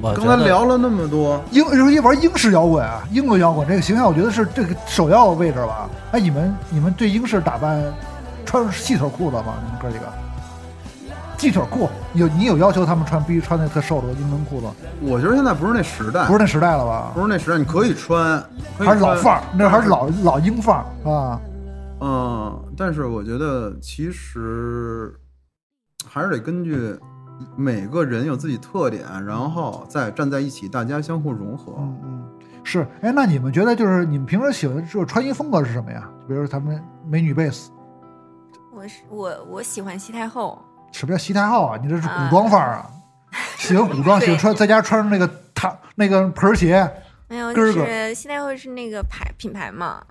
[SPEAKER 8] 我
[SPEAKER 4] 刚
[SPEAKER 8] 觉
[SPEAKER 4] 才
[SPEAKER 8] 得
[SPEAKER 4] 聊了那么多，
[SPEAKER 3] 英尤其玩英式摇滚啊，英伦摇滚这个形象，我觉得是这个首要位置吧。哎，你们你们对英式打扮穿细腿裤子吗？你们哥几个细腿裤有你有要求他们穿必须穿那特瘦的英伦裤子，
[SPEAKER 4] 我觉得现在不是那时代，
[SPEAKER 3] 不是那时代了吧？
[SPEAKER 4] 不是那时代，你可以穿，可以
[SPEAKER 3] 还是老
[SPEAKER 4] 穿
[SPEAKER 3] 范儿，那还是老老英范儿啊。
[SPEAKER 4] 嗯，但是我觉得其实还是得根据每个人有自己特点，然后再站在一起，大家相互融合。
[SPEAKER 3] 嗯嗯，是。哎，那你们觉得就是你们平时喜欢就是穿衣风格是什么呀？比如说咱们美女贝斯，
[SPEAKER 5] 我是我我喜欢西太后，
[SPEAKER 3] 什么叫西太后啊？你这是古装范儿啊，喜欢古装，喜欢穿在家穿那个塔那个盆儿鞋。
[SPEAKER 5] 没有，
[SPEAKER 3] 根
[SPEAKER 5] 就
[SPEAKER 3] 儿个
[SPEAKER 5] 是西太后是那个牌品牌嘛，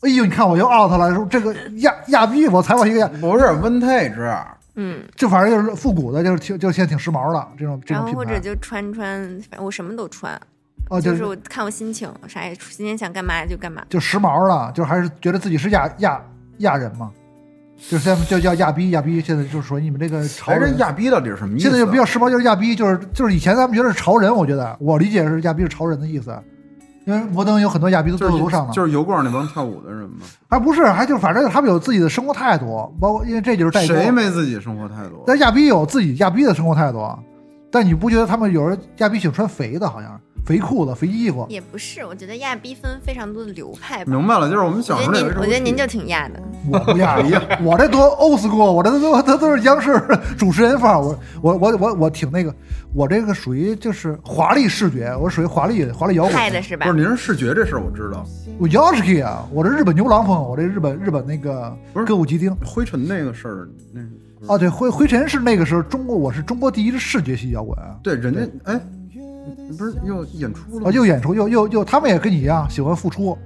[SPEAKER 3] 哎呦，你看我又 out 了，说这个亚亚逼，我才我一个亚，
[SPEAKER 4] 不是 vintage，
[SPEAKER 5] 嗯，
[SPEAKER 3] 这反正就是复古的，就是挺就现在挺时髦的这种这
[SPEAKER 5] 然
[SPEAKER 3] 种
[SPEAKER 5] 后
[SPEAKER 3] 品
[SPEAKER 5] 或者
[SPEAKER 3] 牌。
[SPEAKER 5] 就穿穿，反正我什么都穿，
[SPEAKER 3] 哦，就
[SPEAKER 5] 就是我看我心情，啥也今天想干嘛就干嘛。
[SPEAKER 3] 就时髦了，就还是觉得自己是亚亚亚人嘛，就是现在就叫亚逼亚逼，现在就是说你们这个潮
[SPEAKER 4] 还
[SPEAKER 3] 人
[SPEAKER 4] 是亚逼到底是什么意思？啊
[SPEAKER 3] 现在就比较时髦，就是亚逼，就是就是以前咱们觉得是潮人，我觉得我理解是亚逼是潮人的意思，因为摩登有很多亚逼都
[SPEAKER 4] 就
[SPEAKER 3] 做
[SPEAKER 4] 是
[SPEAKER 3] 楼上了，
[SPEAKER 4] 就是油罐那帮跳舞的人嘛，
[SPEAKER 3] 还不是还就是反正他们有自己的生活态度，包括因为这就是代沟。
[SPEAKER 4] 谁没自己生活态度？
[SPEAKER 3] 但亚逼有自己亚逼的生活态度，啊但你不觉得他们有人亚逼喜欢穿肥的，好像肥裤子、肥衣服？
[SPEAKER 5] 也不是，我觉得亚逼分非常多的流派
[SPEAKER 3] 嗯
[SPEAKER 5] 吧。
[SPEAKER 4] 明白了，就是我们
[SPEAKER 5] 我
[SPEAKER 4] 小
[SPEAKER 5] 觉
[SPEAKER 4] 时候
[SPEAKER 5] 得您
[SPEAKER 4] 有一，种
[SPEAKER 5] 我觉得您就挺亚的。
[SPEAKER 3] 我不
[SPEAKER 5] (laughs)
[SPEAKER 3] 亚逼，我这多 old school，我这都都都是央视主持人范儿，我我我我我挺那个，我这个属于就是华丽视觉，哦我属于华丽华丽摇滚
[SPEAKER 5] 派的是吧
[SPEAKER 4] 不是？您是视觉这事儿我知道，
[SPEAKER 3] 我 Yoshiki 啊，我这日本牛郎风，我这日本日本那个
[SPEAKER 4] 不是
[SPEAKER 3] 歌舞伎町
[SPEAKER 4] 灰尘那个事儿，那个不是
[SPEAKER 3] 啊，对，灰灰尘是那个时候中国，我是中国第一的视觉系摇滚啊，
[SPEAKER 4] 对人家哎，不是又演出了吗？
[SPEAKER 3] 又演出又又又，他们也跟你一样喜欢付出，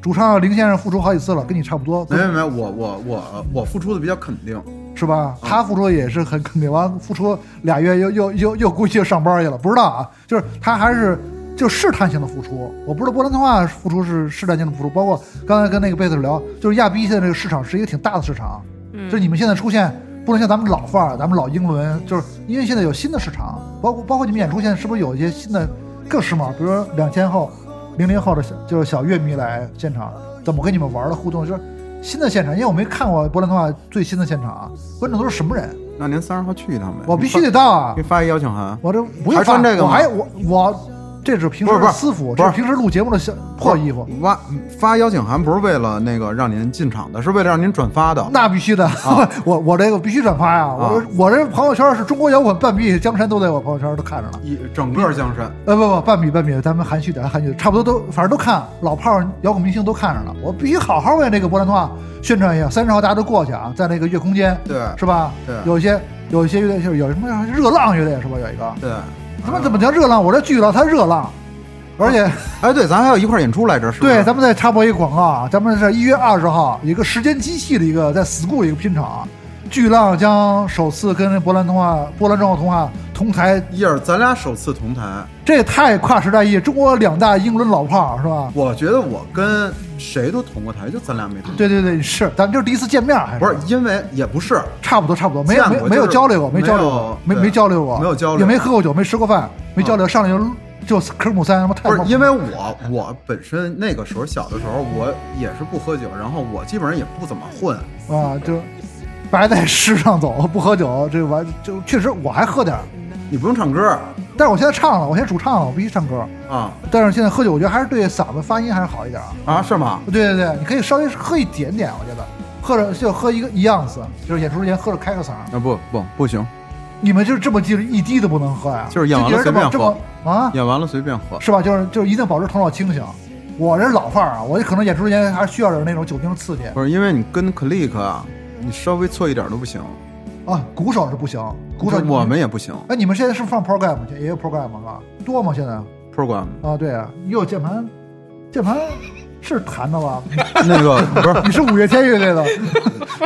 [SPEAKER 3] 主唱林先生付出好几次了，跟你差不多，
[SPEAKER 4] 没没没，我我我我付出的比较肯定。
[SPEAKER 3] 是吧？他付出也是很肯定，完付出俩月又又又又估计又上班去了，不知道啊，就是他还是就试探性的付出，我不知道波兰通话付出是试探性的付出，包括刚才跟那个贝斯手聊，就是亚逼现在这个市场是一个挺大的市场，
[SPEAKER 5] 嗯
[SPEAKER 3] 就是你们现在出现，不能像咱们老范儿，咱们老英伦，就是因为现在有新的市场，包括包括你们演出现在是不是有一些新的更时髦，比如说两千后、零零后的小就是小乐迷来现场，怎么跟你们玩儿的互动，就是新的现场，因为我没看过波兰通话最新的现场啊，观众都是什么人，
[SPEAKER 4] 那您三十号去一趟呗。
[SPEAKER 3] 我必须得到啊
[SPEAKER 4] 给你，发一邀请函。
[SPEAKER 3] 我这不
[SPEAKER 4] 还
[SPEAKER 3] 用
[SPEAKER 4] 穿
[SPEAKER 3] 发
[SPEAKER 4] 这个
[SPEAKER 3] 我
[SPEAKER 4] 吗
[SPEAKER 3] 还我我这是平
[SPEAKER 4] 不
[SPEAKER 3] 时
[SPEAKER 4] 是不
[SPEAKER 3] 的
[SPEAKER 4] 是
[SPEAKER 3] 私服，
[SPEAKER 4] 不
[SPEAKER 3] 这
[SPEAKER 4] 是
[SPEAKER 3] 是平时录节目的小破衣服，
[SPEAKER 4] 哇，发邀请函不是为了那个让您进场的，是为了让您转发的。
[SPEAKER 3] 那必须的， (laughs) 我我这个必须转发呀，我
[SPEAKER 4] 啊
[SPEAKER 3] 这我这朋友圈是中国摇滚半壁江山都在我朋友圈都看着呢。
[SPEAKER 4] 一整个江山，
[SPEAKER 3] 呃，不不，半米半米，咱们含蓄点，含蓄点，差不多都，反正都看老炮儿摇滚明星都看着呢。我必须好好为这个波兰通话啊宣传一下，三十号大家都过去啊，在那个月空间， (laughs)
[SPEAKER 4] 对
[SPEAKER 3] 是吧？
[SPEAKER 4] 对
[SPEAKER 3] 有一些有一些乐队，就是有什么叫热浪乐队是吧？有一个，
[SPEAKER 4] 对。
[SPEAKER 3] 他们怎么叫热浪？我这巨浪，他热浪，而且、
[SPEAKER 4] 哎，对，咱还有一块演出来着，是不是
[SPEAKER 3] 对，咱们再插播一个广告啊，咱们是一月二十号一个时间机器的一个在 school 一个拼场，啊巨浪将首次跟波兰通话、啊波兰正号通话同台，
[SPEAKER 4] 一儿，咱俩首次同台。
[SPEAKER 3] 这也太跨时代意义，中国两大英伦老炮儿是吧？
[SPEAKER 4] 我觉得我跟谁都同过台，就咱俩没同。
[SPEAKER 3] 对对对，是，咱们这是第一次见面，还是
[SPEAKER 4] 不是因为也不是，
[SPEAKER 3] 差不多差不多，没有
[SPEAKER 4] 见
[SPEAKER 3] 没
[SPEAKER 4] 过
[SPEAKER 3] 没有
[SPEAKER 4] 就是
[SPEAKER 3] 交流过，没交流过，
[SPEAKER 4] 没
[SPEAKER 3] 没
[SPEAKER 4] 有
[SPEAKER 3] 没
[SPEAKER 4] 对
[SPEAKER 3] 交流过，
[SPEAKER 4] 没有交流嗯
[SPEAKER 3] 也没喝过酒，没吃过饭，没交流，上来就就是科目三他妈太
[SPEAKER 4] 不是
[SPEAKER 3] 冒
[SPEAKER 4] 因为我 (laughs) 我本身那个时候小的时候，我也是不喝酒，然后我基本上也不怎么混。
[SPEAKER 3] 啊，就白在世上走，不喝酒，这完就确实我还喝点儿，
[SPEAKER 4] 你不用唱歌
[SPEAKER 3] 但是我现在唱了，我现在主唱了，我必须唱歌。
[SPEAKER 4] 啊
[SPEAKER 3] 但是现在喝酒，我觉得还是对嗓子发音还是好一点啊。
[SPEAKER 4] 啊是吗？
[SPEAKER 3] 对对对，你可以稍微喝一点点，我觉得喝着就喝一个一样子，就是演出之前喝着开个嗓。
[SPEAKER 4] 啊不不不行，
[SPEAKER 3] 你们就是这么记着一滴都不能喝呀？
[SPEAKER 4] 就是演完了
[SPEAKER 3] 这
[SPEAKER 4] 随便
[SPEAKER 3] 这么
[SPEAKER 4] (laughs)
[SPEAKER 3] 啊，
[SPEAKER 4] 演完了随便喝。
[SPEAKER 3] 是吧？就是就是一定保持头脑清醒。我这是老范儿啊，我可能演出之前还是需要点那种酒精刺激
[SPEAKER 4] 不是因为你跟 click 啊，你稍微错一点都不行。
[SPEAKER 3] 啊。鼓手是不行，鼓手
[SPEAKER 4] 我们也不行
[SPEAKER 3] 哎，你们现在是不是放 program 去？也有 program 是吧？多吗？现在
[SPEAKER 4] ，program
[SPEAKER 3] 啊，对啊，也有键盘，键盘是弹的吧？
[SPEAKER 4] 那个 (laughs) 不是
[SPEAKER 3] 你是五月天乐队的，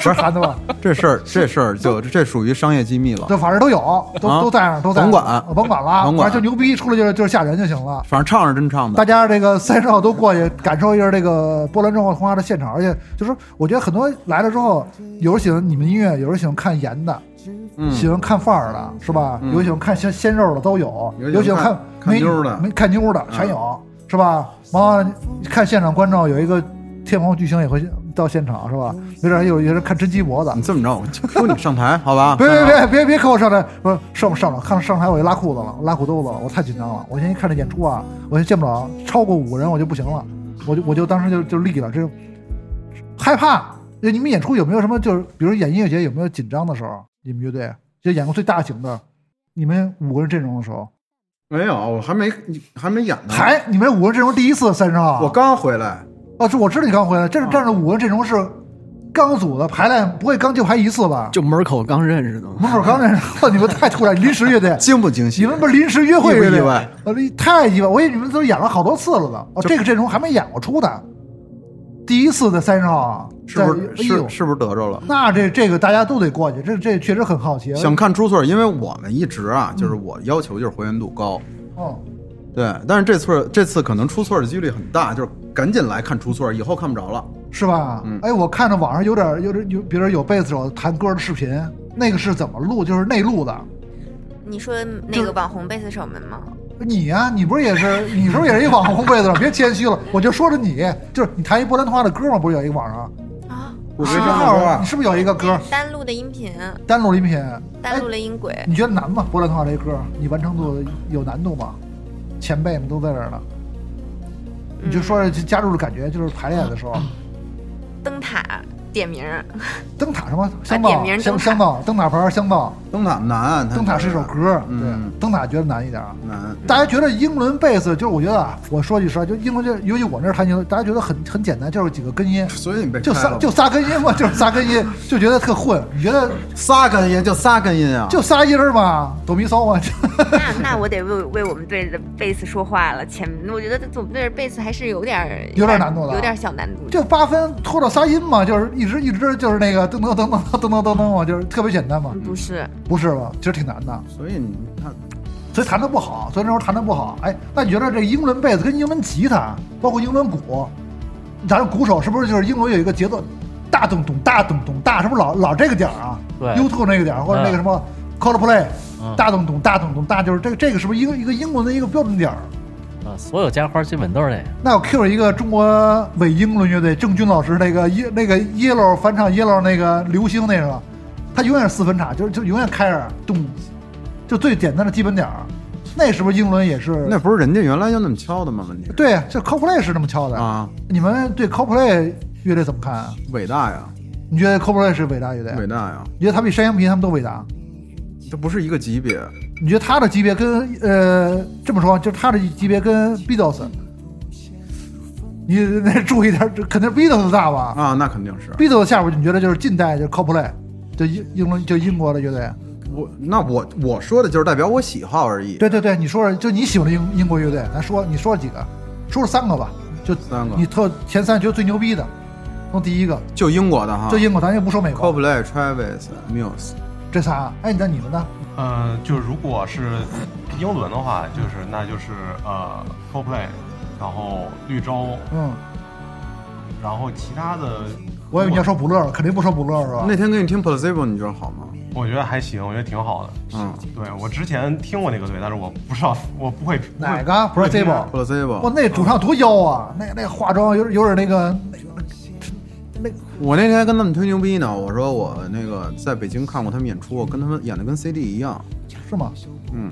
[SPEAKER 3] 是弹的吧？
[SPEAKER 4] 这事儿，这事儿就这属于商业机密了。
[SPEAKER 3] 对，反正都有，都、
[SPEAKER 4] 啊
[SPEAKER 3] 都在那儿，都在那儿
[SPEAKER 4] 甭管
[SPEAKER 3] 啊甭管了，
[SPEAKER 4] 甭管
[SPEAKER 3] 反正就牛逼，出来就是就是吓人就行了。
[SPEAKER 4] 反正唱是真唱
[SPEAKER 3] 大
[SPEAKER 4] 的，
[SPEAKER 3] 家这个三十号都过去感受一下这个波兰战火红花的现场，而且就是我觉得很多来了之后，有人喜欢你们音乐，有人喜欢看颜的，
[SPEAKER 4] 嗯，
[SPEAKER 3] 喜欢看范儿的是吧？
[SPEAKER 4] 嗯
[SPEAKER 3] 有喜欢看鲜鲜肉的都有，
[SPEAKER 4] 有
[SPEAKER 3] 有喜
[SPEAKER 4] 喜
[SPEAKER 3] 欢
[SPEAKER 4] 欢
[SPEAKER 3] 看
[SPEAKER 4] 看
[SPEAKER 3] 没
[SPEAKER 4] 看妞儿的嗯
[SPEAKER 3] 没看妞儿的全有是吧？然后看现场观众有一个天皇巨星也会到现场是吧？有点有有人看真鸡脖子
[SPEAKER 4] 你，这么着，我就说你上台 (laughs) 好吧？
[SPEAKER 3] 别别别别别扣我上台！不是上上不了，看上台我就拉裤子了，拉裤兜子了，我太紧张了。我现在一看这演出啊，我就见不了超过五个人我就不行了，我就我就当时就就立了，这害怕。就你们演出有没有什么就是，比如演音乐节有没有紧张的时候？你们乐队就演过最大型的，你们五个人阵容的时候，
[SPEAKER 4] 没有，我还没还没演呢，
[SPEAKER 3] 还你们五个人阵容第一次三十号啊，
[SPEAKER 4] 我刚回来，
[SPEAKER 3] 哦，这我知道你刚回来，这是这样的五个人阵容是刚组的，排练不会刚就排一次吧？
[SPEAKER 6] 就门口刚认识的嘛。
[SPEAKER 3] 门口刚认识，哦你们太突然，临时乐
[SPEAKER 4] (laughs)
[SPEAKER 3] 队。
[SPEAKER 4] 惊不惊喜？
[SPEAKER 3] 你们不是临时约会
[SPEAKER 4] 意不
[SPEAKER 3] 乐队
[SPEAKER 4] 意外？
[SPEAKER 3] 呃，太意外！我以为你们都演了好多次了呢。哦，
[SPEAKER 4] 就
[SPEAKER 3] 这个阵容还没演过出的，第一次在三十号啊，
[SPEAKER 4] 是不是
[SPEAKER 3] 在哎呦
[SPEAKER 4] 是是不是得着了？
[SPEAKER 3] 那这这个大家都得过去，这这确实很好奇。啊
[SPEAKER 4] 想看出错，因为我们一直啊，就是我要求就是还原度高，
[SPEAKER 3] 哦，
[SPEAKER 4] 对，但是这次这次可能出错的几率很大，就是赶紧来看出错，以后看不着了。
[SPEAKER 3] 是吧？
[SPEAKER 4] 嗯
[SPEAKER 3] 哎，我看着网上有点有点有，比如有贝斯手弹歌的视频，那个是怎么录？就是内录的。
[SPEAKER 5] 你说那个网红贝斯手们吗？
[SPEAKER 3] 你呀、你不是也是？你是不是也是一网红贝斯手？别谦虚了，我就说着你，就是你弹一波兰花的歌吗？不是有一个网上？
[SPEAKER 5] 啊，
[SPEAKER 4] 我
[SPEAKER 3] 你是不是还有你
[SPEAKER 4] 啊
[SPEAKER 3] 是不是有一个歌
[SPEAKER 5] 单录的音频，
[SPEAKER 3] 单录音频？哎
[SPEAKER 5] 单录的音轨，
[SPEAKER 3] 你觉得难吗？波兰童话这歌，你完成度有难度吗？前辈们都在这儿呢，
[SPEAKER 5] 嗯
[SPEAKER 3] 你就说说这加入的感觉，就是排练的时候，
[SPEAKER 5] 嗯灯塔点名儿，
[SPEAKER 3] 灯塔什么香
[SPEAKER 5] 点
[SPEAKER 3] 皂
[SPEAKER 5] 名
[SPEAKER 3] 香
[SPEAKER 5] 灯塔
[SPEAKER 3] 香皂灯塔牌香皂，
[SPEAKER 4] 灯塔难，
[SPEAKER 3] 灯塔是一首歌，
[SPEAKER 4] 嗯
[SPEAKER 3] 对，灯塔觉得难一点儿。啊
[SPEAKER 4] 难，
[SPEAKER 3] 大家觉得英伦贝斯就是我觉得啊，我说句实话，就英伦这，尤其我那儿弹琴，大家觉得很很简单，就是几个根音，
[SPEAKER 4] 所以你被
[SPEAKER 3] 就
[SPEAKER 4] 开
[SPEAKER 3] 仨
[SPEAKER 4] 了
[SPEAKER 3] 就仨根音嘛，就是仨根音，就觉得特混。你觉得
[SPEAKER 4] 仨根音，就仨根音啊，
[SPEAKER 3] 就仨音儿嘛，哆咪嗦啊，
[SPEAKER 5] 那那我得为为我们队的贝斯说话了。前，我觉得我们队的贝斯还是有点儿
[SPEAKER 3] 有点难度的
[SPEAKER 5] 有点小难度的。
[SPEAKER 3] 就八分拖到仨音嘛，就是一直一直就是那个噔噔噔噔噔噔噔噔噔嘛，就是特别简单嘛，
[SPEAKER 5] 不是，
[SPEAKER 3] 不是吧？其实挺难的，
[SPEAKER 4] 所以你看
[SPEAKER 3] 所以弹的不好，所以那时候弹的不好。哎，那你觉得这英伦贝斯跟英伦吉他，包括英伦鼓，咱这鼓手是不是就是英伦有一个节奏，大咚咚大咚咚大，是不是老老这个点儿啊
[SPEAKER 8] 对
[SPEAKER 3] ？YouTube 那个点儿或者那个
[SPEAKER 8] 嗯
[SPEAKER 3] 什么 Coldplay，、
[SPEAKER 8] 嗯
[SPEAKER 3] 大咚咚大咚咚大，就是这个这个是不是一个一个英文的一个标准点儿？
[SPEAKER 8] 啊，所有家花基本都是这个。
[SPEAKER 3] 那我 Q 一个中国伪英伦乐队郑钧老师那个耶那个 Yellow 翻唱 Yellow 那个流星那个，他永远是四分叉，就是就永远开着咚，就最简单的基本点儿。那是不是英伦也是？
[SPEAKER 4] 那不是人家原来就那么敲的吗？问题
[SPEAKER 3] 对，这 CoPlay 是这么敲的。
[SPEAKER 4] 啊，
[SPEAKER 3] 你们对 CoPlay 乐队怎么看啊？
[SPEAKER 4] 伟大呀，
[SPEAKER 3] 你觉得 CoPlay 是伟大乐队？啊
[SPEAKER 4] 伟大呀，
[SPEAKER 3] 你觉得他比山羊皮他们都伟大？啊
[SPEAKER 4] 这不是一个级别，
[SPEAKER 3] 你觉得他的级别跟呃这么说，就是他的级别跟 Beatles，你得注意点儿，这肯定 Beatles 大吧？
[SPEAKER 4] 啊，那肯定是
[SPEAKER 3] Beatles 下边儿你觉得就是近代就是 Coldplay，就英英伦就英国的乐队。
[SPEAKER 4] 我那我我说的就是代表我喜好而已。
[SPEAKER 3] 对对对，你说说，就你喜欢的英英国乐队，咱说你说几个，说说三个吧，就
[SPEAKER 4] 三个
[SPEAKER 3] 你特前三觉得最牛逼的，从第一个
[SPEAKER 4] 就英国的哈，
[SPEAKER 3] 就英国，咱也不说美国
[SPEAKER 4] Coldplay、Travis、Muse，
[SPEAKER 3] 这仨。哎，那你们呢？
[SPEAKER 7] 嗯，就如果是英伦的话，就是那就是呃 Coldplay，然后绿洲，
[SPEAKER 3] 嗯，
[SPEAKER 7] 然后其他的
[SPEAKER 3] 我以为你要说不乐了，肯定不说不乐是吧？
[SPEAKER 4] 那天给你听 Placebo，你觉得好吗？
[SPEAKER 7] 我觉得还行，我觉得挺好的。
[SPEAKER 4] 嗯
[SPEAKER 7] 对我之前听过那个队，但是我不知道，我不会不会
[SPEAKER 3] 哪个
[SPEAKER 7] 不会听
[SPEAKER 3] Placebo
[SPEAKER 4] ，placebo
[SPEAKER 3] 哇，。那主唱多妖啊！那那化妆有有点那个，那个那个
[SPEAKER 4] 我那天还跟他们吹牛逼呢，我说我那个在北京看过他们演出，我跟他们演的跟 CD 一样。
[SPEAKER 3] 是吗？
[SPEAKER 4] 嗯，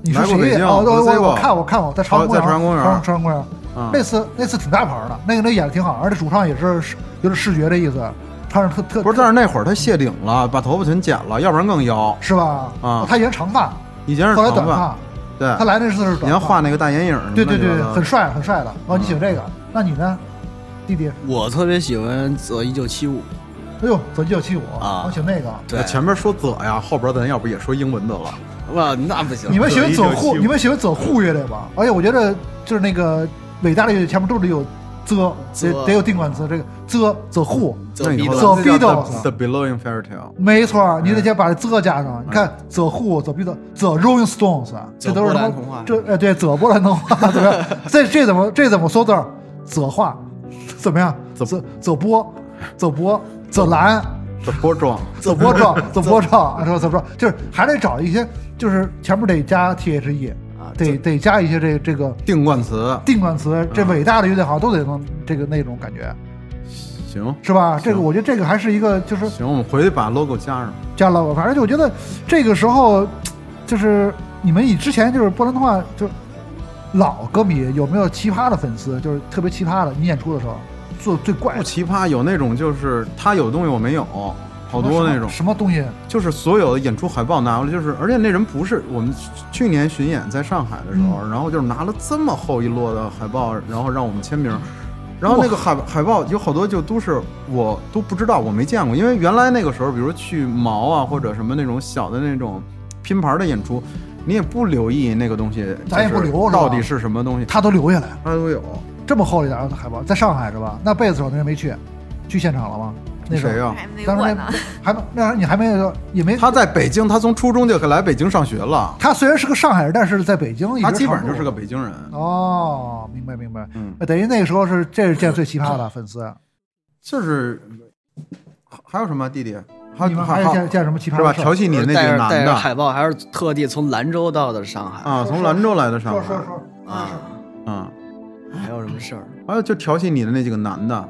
[SPEAKER 3] 你说
[SPEAKER 4] 来过北
[SPEAKER 3] 谁？
[SPEAKER 4] 京
[SPEAKER 3] 哦，我
[SPEAKER 4] Placebo
[SPEAKER 3] 我我看我看过，在朝阳公园，
[SPEAKER 4] 在朝阳公园
[SPEAKER 3] 朝阳公园。
[SPEAKER 4] 嗯
[SPEAKER 3] 那次那次挺大牌的，那个那演的挺好，而且主唱也是视有点视觉的意思，唱着特特
[SPEAKER 4] 不是，但是那会儿他谢顶了，把头发全剪了，要不然更妖。
[SPEAKER 3] 是吧？
[SPEAKER 4] 啊
[SPEAKER 3] 他以前长发，
[SPEAKER 4] 以前是
[SPEAKER 3] 后来
[SPEAKER 4] 长
[SPEAKER 3] 短发，
[SPEAKER 4] 对，
[SPEAKER 3] 他来那次是
[SPEAKER 4] 以
[SPEAKER 3] 短
[SPEAKER 4] 前
[SPEAKER 3] 发。
[SPEAKER 4] 画那个大眼影什么的，
[SPEAKER 3] 对对对，很
[SPEAKER 4] 帅。
[SPEAKER 3] 帅很帅的。哦，你喜欢这个？那你呢，弟弟？
[SPEAKER 6] 我特别喜欢泽一九七五，
[SPEAKER 3] 哎呦，走一九七五，
[SPEAKER 6] 啊
[SPEAKER 3] 我喜欢那个。
[SPEAKER 6] 对，
[SPEAKER 4] 前面说泽呀，后边咱要不也说英文的了？
[SPEAKER 6] 哇，那不行，
[SPEAKER 3] 你们喜欢走
[SPEAKER 7] 走
[SPEAKER 3] 户，
[SPEAKER 7] 1975
[SPEAKER 3] 你们喜欢走户乐队吧？哎而且我觉得就是那个伟大的乐队前面都得有啧，得
[SPEAKER 6] 啧
[SPEAKER 3] 得有定冠词，这个啧走户，
[SPEAKER 6] 泽
[SPEAKER 4] 那以
[SPEAKER 6] 逼
[SPEAKER 4] 后
[SPEAKER 6] 的
[SPEAKER 3] 走
[SPEAKER 4] 咱们就叫
[SPEAKER 3] Beatles
[SPEAKER 4] The Below in Fairy Tale。
[SPEAKER 3] 没错儿，你得先把啧加
[SPEAKER 6] 嗯
[SPEAKER 3] 上。你看走户、走 b 走走 Rolling Stones，这啊都是
[SPEAKER 6] 波
[SPEAKER 3] 什
[SPEAKER 6] 兰
[SPEAKER 3] 么
[SPEAKER 6] 童话？
[SPEAKER 3] 这哎对，走波兰童话 (laughs) 怎么样？这这怎么这怎么缩字儿？走话怎么样？走走波，走波，走蓝。
[SPEAKER 4] 这波装，
[SPEAKER 3] 走
[SPEAKER 6] (laughs)
[SPEAKER 3] 波撞，走波撞，说怎么说，就是还得找一些，就是前面得加 T H E，得
[SPEAKER 6] 啊
[SPEAKER 3] 得加一些这这个
[SPEAKER 4] 定冠词
[SPEAKER 3] 定冠词，
[SPEAKER 6] 嗯
[SPEAKER 3] 这伟大的乐队好像都得弄这个那种感觉，
[SPEAKER 4] 行
[SPEAKER 3] 是吧？这个我觉得这个还是一个就是
[SPEAKER 4] 行，我们回去把 logo 加上。
[SPEAKER 3] 加了我，反正就我觉得这个时候就是你们以之前就是波兰童话就是老歌迷有没有奇葩的粉丝，就是特别奇葩的，你演出的时候做最怪
[SPEAKER 4] 不
[SPEAKER 3] 的
[SPEAKER 4] 奇葩，有那种就是他有东西我没有，好多那种，
[SPEAKER 3] 什么东西，
[SPEAKER 4] 就是所有的演出海报拿过来，就是而且那人不是我们去年巡演在上海的时候，
[SPEAKER 3] 嗯
[SPEAKER 4] 然后就是拿了这么厚一摞的海报，然后让我们签名。
[SPEAKER 3] 嗯
[SPEAKER 4] 然后那个海海报有好多就都是我都不知道，我没见过，因为原来那个时候，比如去毛啊或者什么那种小的那种拼盘的演出，你也不留意那个东西，
[SPEAKER 3] 咱也不
[SPEAKER 4] 就是
[SPEAKER 3] 留啊是吧
[SPEAKER 4] 到底是什么东西，
[SPEAKER 3] 他都留下来了。
[SPEAKER 4] 它都有。
[SPEAKER 3] 这么厚一点的海报，在上海是吧？那贝斯手那人没去，去现场了吗？那时候
[SPEAKER 4] 谁呀、
[SPEAKER 5] 还没
[SPEAKER 3] 当
[SPEAKER 5] 我
[SPEAKER 3] 时
[SPEAKER 5] 呢
[SPEAKER 3] 那，还没那时候你还没有也没
[SPEAKER 4] 他在北京，他从初中就来北京上学了，
[SPEAKER 3] 他虽然是个上海人，但是在北京一直
[SPEAKER 4] 他基本上
[SPEAKER 3] 常
[SPEAKER 4] 就
[SPEAKER 3] 住
[SPEAKER 4] 是个北京人。
[SPEAKER 3] 哦，明白明白，
[SPEAKER 4] 嗯，
[SPEAKER 3] 那等于那个时候是这是见最奇葩的粉丝，
[SPEAKER 4] 啊就是还还有什么弟弟？还
[SPEAKER 3] 你
[SPEAKER 4] 有
[SPEAKER 3] 们还
[SPEAKER 4] 还
[SPEAKER 3] 有见
[SPEAKER 4] 有
[SPEAKER 3] 见什么奇葩
[SPEAKER 4] 是吧？
[SPEAKER 3] 的事儿
[SPEAKER 4] 调戏你那几
[SPEAKER 6] 带
[SPEAKER 4] 个
[SPEAKER 6] 着带
[SPEAKER 4] 男
[SPEAKER 6] 着
[SPEAKER 4] 的
[SPEAKER 6] 海报，还是特地从兰州到的上海
[SPEAKER 4] 啊，从兰州来的上
[SPEAKER 3] 说
[SPEAKER 4] 海
[SPEAKER 3] 说说，
[SPEAKER 6] 啊，
[SPEAKER 4] 啊，
[SPEAKER 6] 还有什么事儿？
[SPEAKER 4] 还有就调戏你的那几个男的，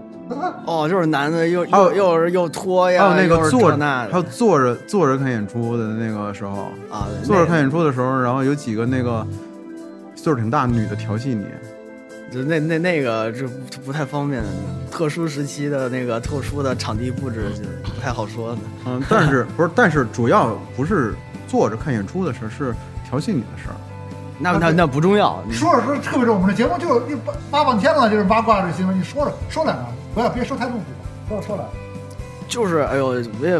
[SPEAKER 6] 哦，就是男的又
[SPEAKER 4] 还有
[SPEAKER 6] 又又是又脱
[SPEAKER 4] 还
[SPEAKER 6] 呀，
[SPEAKER 4] 有那
[SPEAKER 6] 又
[SPEAKER 4] 个
[SPEAKER 6] 是
[SPEAKER 4] 坐
[SPEAKER 6] 这那
[SPEAKER 4] 着，还有
[SPEAKER 6] 的
[SPEAKER 4] 坐着坐着看演出的那个时候，
[SPEAKER 6] 啊，对
[SPEAKER 4] 坐着看演出的时候，然后有几个那个岁数挺大的女的调戏你，
[SPEAKER 6] 就那那那个这不不太方便，特殊时期的那个特殊的场地布置就不太好说呢。
[SPEAKER 4] 嗯，但是不是，但是主要不是坐着看演出的事儿，是调戏你的事儿。
[SPEAKER 6] 那那那不重要，
[SPEAKER 3] 说着说着特别重要，我们这节目就一扒扒半天了，就是八卦这新闻，你说着说两个，不要别说太露骨，不要说两个。
[SPEAKER 6] 就是哎呦，我也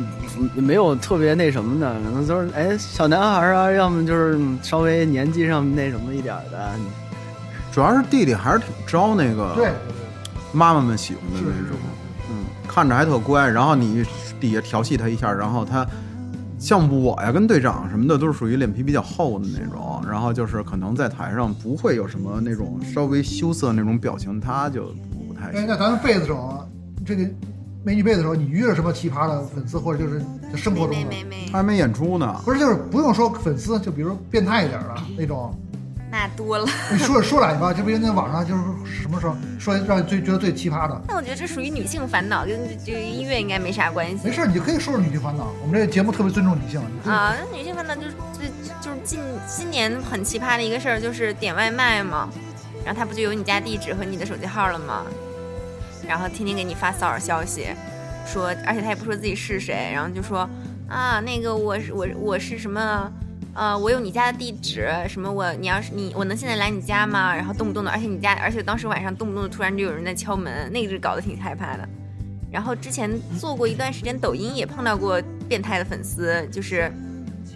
[SPEAKER 6] 也没有特别那什么的，可能就是哎小男孩啊，要么就是稍微年纪上那什么一点儿的，
[SPEAKER 4] 主要是弟弟还是挺招那
[SPEAKER 3] 对
[SPEAKER 4] 个
[SPEAKER 3] 对对。
[SPEAKER 4] 妈妈们喜欢的
[SPEAKER 3] 是是
[SPEAKER 4] 那
[SPEAKER 3] 是
[SPEAKER 4] 种，嗯，看着还特乖。然后你底下调戏他一下，然后他像我呀跟队长什么的都是属于脸皮比较厚的那种，然后就是可能在台上不会有什么那种稍微羞涩那种表情，他就不太
[SPEAKER 3] 哎，
[SPEAKER 4] 行。
[SPEAKER 3] 那咱们贝斯手啊，这个美女贝斯手，你遇到什么奇葩的粉丝，或者就是在生活
[SPEAKER 5] 没
[SPEAKER 3] 中
[SPEAKER 5] 没
[SPEAKER 3] 的？
[SPEAKER 5] 没没
[SPEAKER 4] 他，还没演出呢，
[SPEAKER 3] 不是，就是不用说粉丝，就比如变态一点的那种，
[SPEAKER 5] 那多了。 (laughs)
[SPEAKER 3] 你说说两个，这不那网上就是什么时候说让你最觉得最奇葩的？
[SPEAKER 5] 但我觉得这属于女性烦恼，跟这这音乐应该没啥关系
[SPEAKER 3] 没。事，你可以说说女性烦恼，我们这个节目特别尊重女性。你可以
[SPEAKER 5] (laughs) 啊，那女性烦恼就是最就是近今年很奇葩的一个事儿，就是点外卖嘛，然后他不就有你家地址和你的手机号了吗？然后天天给你发骚扰消息，说，而且他也不说自己是谁，然后就说啊，那个我是我我是什么。呃，我有你家的地址，什么我你要是你我能现在来你家吗？然后动不动的，而且你家，而且当时晚上动不动的突然就有人在敲门，那个就搞得挺害怕的。然后之前做过一段时间抖音，也碰到过变态的粉丝，就是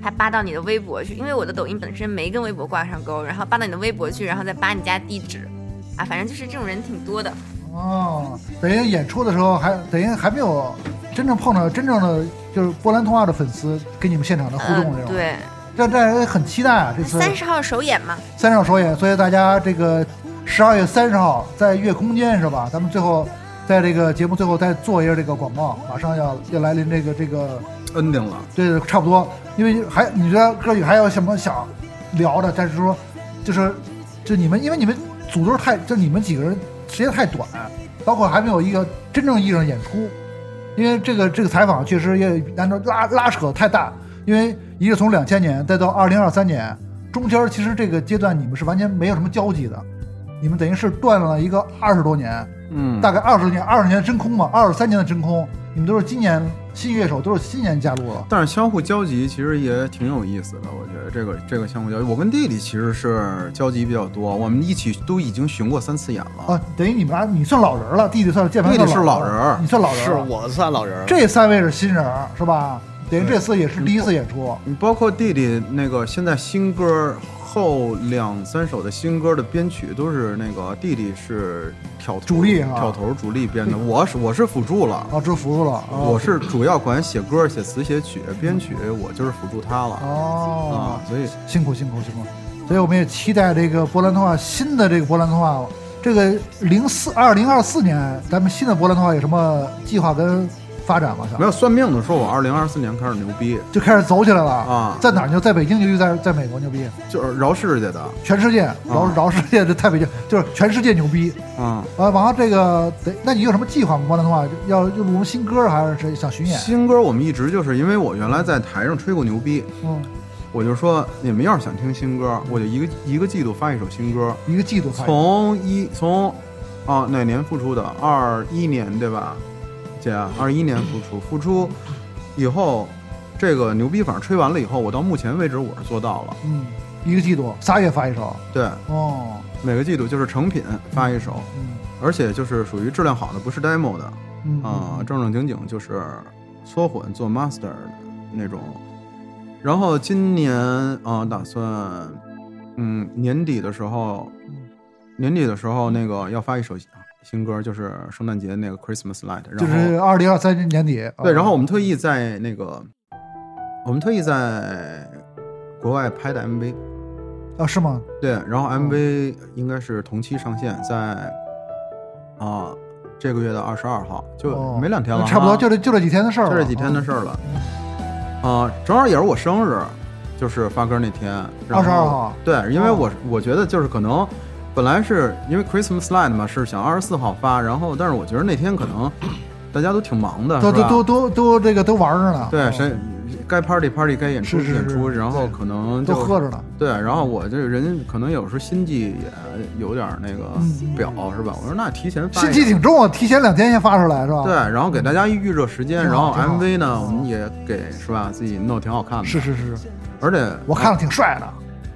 [SPEAKER 5] 他扒到你的微博去，因为我的抖音本身没跟微博挂上钩，然后扒到你的微博去，然后再扒你家地址，啊，反正就是这种人挺多的。
[SPEAKER 3] 哦，等于演出的时候还等于还没有真正碰到真正的就是波兰童话的粉丝跟你们现场啊的互动那
[SPEAKER 5] 嗯，
[SPEAKER 3] 种。，
[SPEAKER 5] 对，
[SPEAKER 3] 这这还很期待啊，这次
[SPEAKER 5] 三十号首演嘛，
[SPEAKER 3] 三上首演，所以大家这个十二月三十号在月空间是吧？咱们最后在这个节目最后再做一下这个广告，马上要要来临这个这个
[SPEAKER 4] ending 了。
[SPEAKER 3] 对对，差不多。因为还你觉得歌曲还有什么想聊的？但是说，就是就你们，因为你们组队太，就你们几个人时间太短，包括还没有一个真正意义上的演出。因为这个这个采访确实也按照拉拉扯太大，因为一个从两千年再到二零二三年中间，其实这个阶段你们是完全没有什么交集的，你们等于是断了一个二十多年。
[SPEAKER 4] 嗯，
[SPEAKER 3] 大概二十年，二十年的真空嘛，二十三年的真空，你们都是今年新乐手，都是新年加入了。
[SPEAKER 4] 但是相互交集其实也挺有意思的，我觉得这个这个相互交集，我跟弟弟其实是交集比较多，我们一起都已经巡过三次演了。
[SPEAKER 3] 啊，等于你们啊，你算老人了，弟弟算键盘，
[SPEAKER 4] 弟弟是
[SPEAKER 3] 老
[SPEAKER 4] 老人儿
[SPEAKER 3] 你算老人
[SPEAKER 6] 是
[SPEAKER 3] 了。
[SPEAKER 6] 我算老人儿，
[SPEAKER 3] 这三位是新人儿是吧？等于这次也是第一次演出，
[SPEAKER 4] 你包括弟弟那个现在新歌后两三首的新歌的编曲都是那个弟弟是挑头
[SPEAKER 3] 主力啊
[SPEAKER 4] 挑头主
[SPEAKER 3] (laughs)
[SPEAKER 4] 力编的，我是我是辅助了。
[SPEAKER 3] 啊，这服了。啊
[SPEAKER 4] 嗯我是主要管写歌、写词、写曲、编曲，我就是辅助他了
[SPEAKER 3] 哦
[SPEAKER 4] 啊，，所以
[SPEAKER 3] 辛苦辛苦辛苦。所以我们也期待这个波兰动画新的这个波兰动画，这个零四二零二四年咱们新的波兰动画有什么计划跟发展吗？小
[SPEAKER 4] 没有算命的说，我二零二四年开始牛逼，
[SPEAKER 3] 就开始走起来了
[SPEAKER 4] 啊
[SPEAKER 3] 在哪儿牛？在北京牛逼，在在美国牛逼，
[SPEAKER 4] 就是饶世界的
[SPEAKER 3] 全世界饶饶世界这太北京就是全世界牛逼
[SPEAKER 4] 啊。
[SPEAKER 3] 啊！完了这个得，那你有什么计划吗？光南的话，要要录新歌还是谁想巡演？
[SPEAKER 4] 新歌我们一直就是因为我原来在台上吹过牛逼，
[SPEAKER 3] 嗯，
[SPEAKER 4] 我就说你们要是想听新歌，我就一个一个季度发一首新歌。
[SPEAKER 3] 一个季度看。
[SPEAKER 4] 从一从啊哪年复出的？二一年对吧？姐，啊二一年复出，复出以后这个牛逼法吹完了以后，我到目前为止我是做到了。
[SPEAKER 3] 嗯，一个季度仨月发一首。
[SPEAKER 4] 对，
[SPEAKER 3] 哦，
[SPEAKER 4] 每个季度就是成品发一首，
[SPEAKER 3] 嗯
[SPEAKER 4] 而且就是属于质量好的，不是 demo 的
[SPEAKER 3] 嗯
[SPEAKER 4] 啊、正正经经就是缩混做 master 的那种。然后今年啊、打算嗯年底的时候，年底的时候那个要发一首新歌，就是圣诞节那个 Christmas Light，然后、
[SPEAKER 3] 就是哦二零二三年底。
[SPEAKER 4] 对，然后我
[SPEAKER 3] 们
[SPEAKER 4] 们特意在那个我们特意在国外拍的 MV，
[SPEAKER 3] 啊是吗？
[SPEAKER 4] 对，然后 MV 应该是同期上线，在啊这个月的二十二号，就
[SPEAKER 3] 哦
[SPEAKER 4] 没两天了啊哈，
[SPEAKER 3] 差不多就这就这几天的事儿
[SPEAKER 4] 就
[SPEAKER 3] 了，
[SPEAKER 4] 这几天的事儿了。啊，正好也是我生日，就是发歌那天，然
[SPEAKER 3] 22
[SPEAKER 4] 后
[SPEAKER 3] 号。哦
[SPEAKER 4] 对，因为我我觉得就是可能本来是因为 Christmas Light 嘛，是想二十四号发，然后但是我觉得那天
[SPEAKER 3] (coughs)
[SPEAKER 4] 可能大家都挺忙的，
[SPEAKER 3] 都
[SPEAKER 4] 是
[SPEAKER 3] 都
[SPEAKER 4] 吧
[SPEAKER 3] 都都都这个都玩着呢。
[SPEAKER 4] 对
[SPEAKER 3] 嗯
[SPEAKER 4] 谁该 party party 该演出
[SPEAKER 3] 是是
[SPEAKER 4] 演出，
[SPEAKER 3] 是
[SPEAKER 4] 然后
[SPEAKER 3] 对
[SPEAKER 4] 可能就
[SPEAKER 3] 都喝着呢。
[SPEAKER 4] 对，然后我这人可能有时候心计也有点儿那个表、是吧？我说那提前发
[SPEAKER 3] 嗯心机
[SPEAKER 4] 一个
[SPEAKER 3] 挺重啊，提前两天先发出来是吧？
[SPEAKER 4] 对，，然后给大家预热时间，
[SPEAKER 3] 哦嗯挺
[SPEAKER 4] 然
[SPEAKER 3] 好
[SPEAKER 4] 后
[SPEAKER 3] 挺好
[SPEAKER 4] MV 呢，我们也给是吧自己弄得挺好看的，
[SPEAKER 3] 是，是是，是
[SPEAKER 4] 而且
[SPEAKER 3] 我看了挺帅的。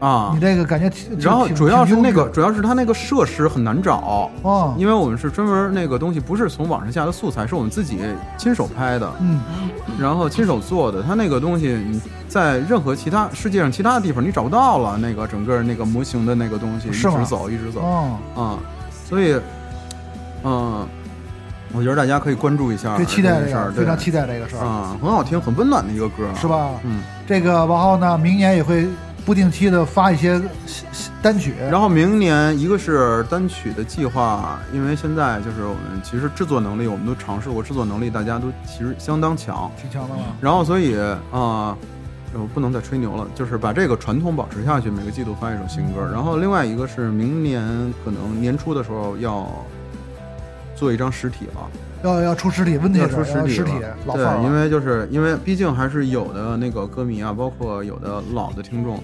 [SPEAKER 4] 啊
[SPEAKER 3] 你，这个感觉挺，
[SPEAKER 4] 然后
[SPEAKER 3] 挺
[SPEAKER 4] 主要是那个
[SPEAKER 3] 挺
[SPEAKER 4] 主要是它那个设施很难找，
[SPEAKER 3] 优质哦，
[SPEAKER 4] 因为我们是专门那个东西不是从网上下的素材，是我们自己亲手拍的，
[SPEAKER 3] 嗯，
[SPEAKER 4] 然后亲手做的，它那个东西你在任何其他世界上其他地方你找不到了，那个整个那个模型的那个东西，一
[SPEAKER 3] 是吗
[SPEAKER 4] 直走一直走
[SPEAKER 3] 哦，
[SPEAKER 4] 啊、所以，嗯，我觉得大家可以关注一下
[SPEAKER 3] 可以期待
[SPEAKER 4] 啊这
[SPEAKER 3] 这
[SPEAKER 4] 事儿，
[SPEAKER 3] 个，非常期待这个事
[SPEAKER 4] 待
[SPEAKER 3] 儿，
[SPEAKER 4] 啊、很好听，很温暖的一个歌，
[SPEAKER 3] 是？吧？
[SPEAKER 4] 嗯，
[SPEAKER 3] 这个然后呢，明年也会不定期的发一些新新单曲，
[SPEAKER 4] 然后明年一个是单曲的计划，因为现在就是我们其实制作能力，我们都尝试过制作能力，大家都其实相当强，
[SPEAKER 3] 挺强的嘛。
[SPEAKER 4] 然后所以啊、呃我不能再吹牛了，就是把这个传统保持下去，每个季度发一首新歌。然后另外一个是明年可能年初的时候要做一张实体了，
[SPEAKER 3] 要要出实体，温铁
[SPEAKER 4] 要出实
[SPEAKER 3] 要
[SPEAKER 4] 体
[SPEAKER 3] 实
[SPEAKER 4] 了。
[SPEAKER 3] 体，老范儿了
[SPEAKER 4] 对，因为就是因为毕竟还是有的那个歌迷啊，包括有的老的听众。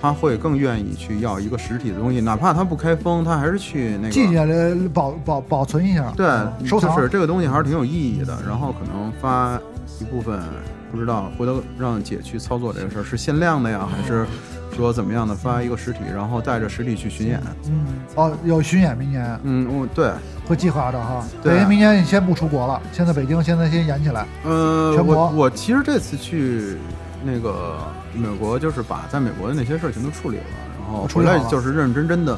[SPEAKER 4] 他会更愿意去要一个实体的东西，哪怕他不开封，他还是去那个
[SPEAKER 3] 记下来保保保存一下，
[SPEAKER 4] 对，
[SPEAKER 3] 收藏
[SPEAKER 4] 就是这个东西还是挺有意义的。然后可能发一部分，不知道回头让姐去操作这个事儿，是限量的呀，还是说怎么样的？发一个实体，然后带着实体去巡演。
[SPEAKER 3] 嗯，哦，有巡演，明年
[SPEAKER 4] 嗯，我对，
[SPEAKER 3] 会计划的哈。
[SPEAKER 4] 对
[SPEAKER 3] 等于明年你先不出国了，先在北京，现在先演起来。
[SPEAKER 4] 呃，
[SPEAKER 3] 全国
[SPEAKER 4] 我我其实这次去那个美国，就是把在美国的那些事儿全都处理了，然后
[SPEAKER 3] 哦处
[SPEAKER 4] 回
[SPEAKER 3] 理好
[SPEAKER 4] 来
[SPEAKER 3] 了
[SPEAKER 4] 就是认认真真的，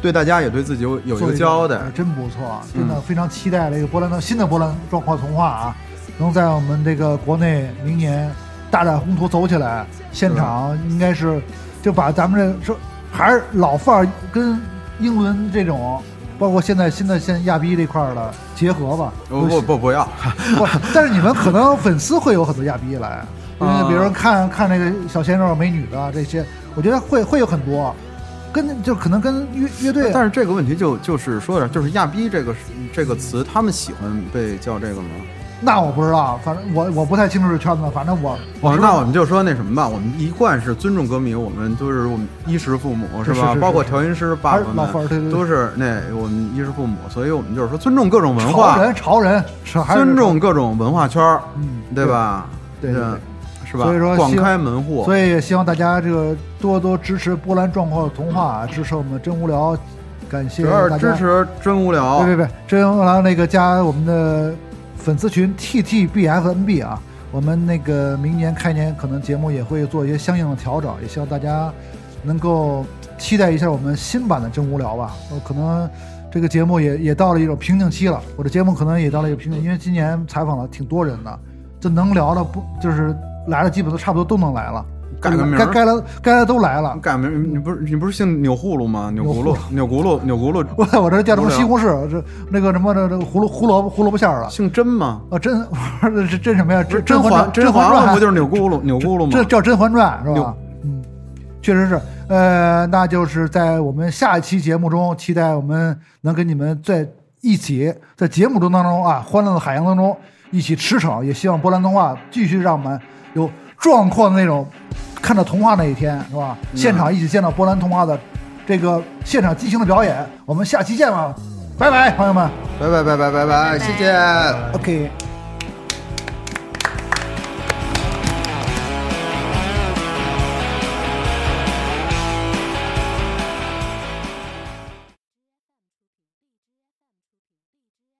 [SPEAKER 4] 对大家也对自己有有一
[SPEAKER 3] 做
[SPEAKER 4] 个交代
[SPEAKER 3] 哎。真不错，
[SPEAKER 4] 嗯
[SPEAKER 3] 真的非常期待这个波兰的新的波兰状况童话啊，能在我们这个国内明年大展宏图走起来。现场
[SPEAKER 4] 嗯
[SPEAKER 3] 应该是就把咱们这说还是老范儿跟英伦这种包括现在新的现亚逼这块儿的结合吧。
[SPEAKER 4] 哦不不不不要，
[SPEAKER 3] 不，但是你们可能粉丝会有很多亚逼
[SPEAKER 4] (laughs) 啊
[SPEAKER 3] 来，因为比如说看看那个小鲜肉、美女的这些，我觉得会会有很多，跟就可能跟乐乐队啊
[SPEAKER 4] 但是这个问题就就是说点，就是亚逼这个这个词，他们喜欢被叫这个吗？
[SPEAKER 3] 那我不知道，反正我我不太清楚这圈子，反正我
[SPEAKER 4] 我哦那我们就说那什么吧，我们一贯是尊重歌迷，我们都是我们衣食父母是吧？
[SPEAKER 3] 是是是
[SPEAKER 4] 包括调音师爸爸
[SPEAKER 3] 老范儿对对
[SPEAKER 4] 们
[SPEAKER 3] 对
[SPEAKER 4] 都是那我们衣食父母，所以我们就是说尊重各种文化
[SPEAKER 3] 潮，人潮人是还是
[SPEAKER 4] 尊重各种文化圈儿，
[SPEAKER 3] 嗯
[SPEAKER 4] 对？吧？
[SPEAKER 3] 对对对
[SPEAKER 4] 嗯是吧？
[SPEAKER 3] 所以说
[SPEAKER 4] 广
[SPEAKER 3] 希望
[SPEAKER 4] 开门户，
[SPEAKER 3] 所以也希望大家这个多多支持波兰壮阔童话，啊支持我们真无聊，感谢
[SPEAKER 4] 主要
[SPEAKER 3] 大
[SPEAKER 4] 是
[SPEAKER 3] 家。
[SPEAKER 4] 支持真无聊。
[SPEAKER 3] 别别别，真无聊那个加我们的粉丝群 TTBFNB 啊，我们那个明年开年可能节目也会做一些相应的调整，也希望大家能够期待一下我们新版的真无聊吧。我可能这个节目也也到了一种瓶颈期了，我的节目可能也到了一个瓶颈，因为今年采访了挺多人的，这能聊的不就是来了，基本都差不多都能来了，
[SPEAKER 4] 改个名儿
[SPEAKER 3] 该该来该来都来了。
[SPEAKER 4] 改名，你不是你不是姓钮祜禄吗？钮轱辘，钮轱辘，钮轱辘，
[SPEAKER 3] (laughs) 我我这叫什么
[SPEAKER 4] 无聊
[SPEAKER 3] 西红柿，这那个什么这这胡萝胡萝卜胡萝卜馅儿了。
[SPEAKER 4] 姓甄吗？
[SPEAKER 3] 啊，真 (laughs) 这这真什么呀？
[SPEAKER 4] 不是
[SPEAKER 3] 甄
[SPEAKER 4] 甄
[SPEAKER 3] 嬛
[SPEAKER 4] 嬛，
[SPEAKER 3] 传，甄
[SPEAKER 4] 嬛
[SPEAKER 3] 传
[SPEAKER 4] 了
[SPEAKER 3] 还
[SPEAKER 4] 不就是钮轱辘，钮轱辘
[SPEAKER 3] 这
[SPEAKER 4] 吗？
[SPEAKER 3] 叫《甄嬛传》是吧
[SPEAKER 4] 有？
[SPEAKER 3] 嗯，确实是。呃，那就是在我们下一期节目中，期待我们能跟你们在一起，在节目中当中啊，欢乐的海洋当中一起驰骋。也希望波兰动画继续让我们有壮阔的那种，看到童话那一天是吧？现
[SPEAKER 4] 嗯
[SPEAKER 3] 场一起见到波兰童话的这个现场激情的表演。我们下期见吧，拜拜，朋友们。
[SPEAKER 4] 拜拜拜拜拜拜，谢谢。
[SPEAKER 3] OK。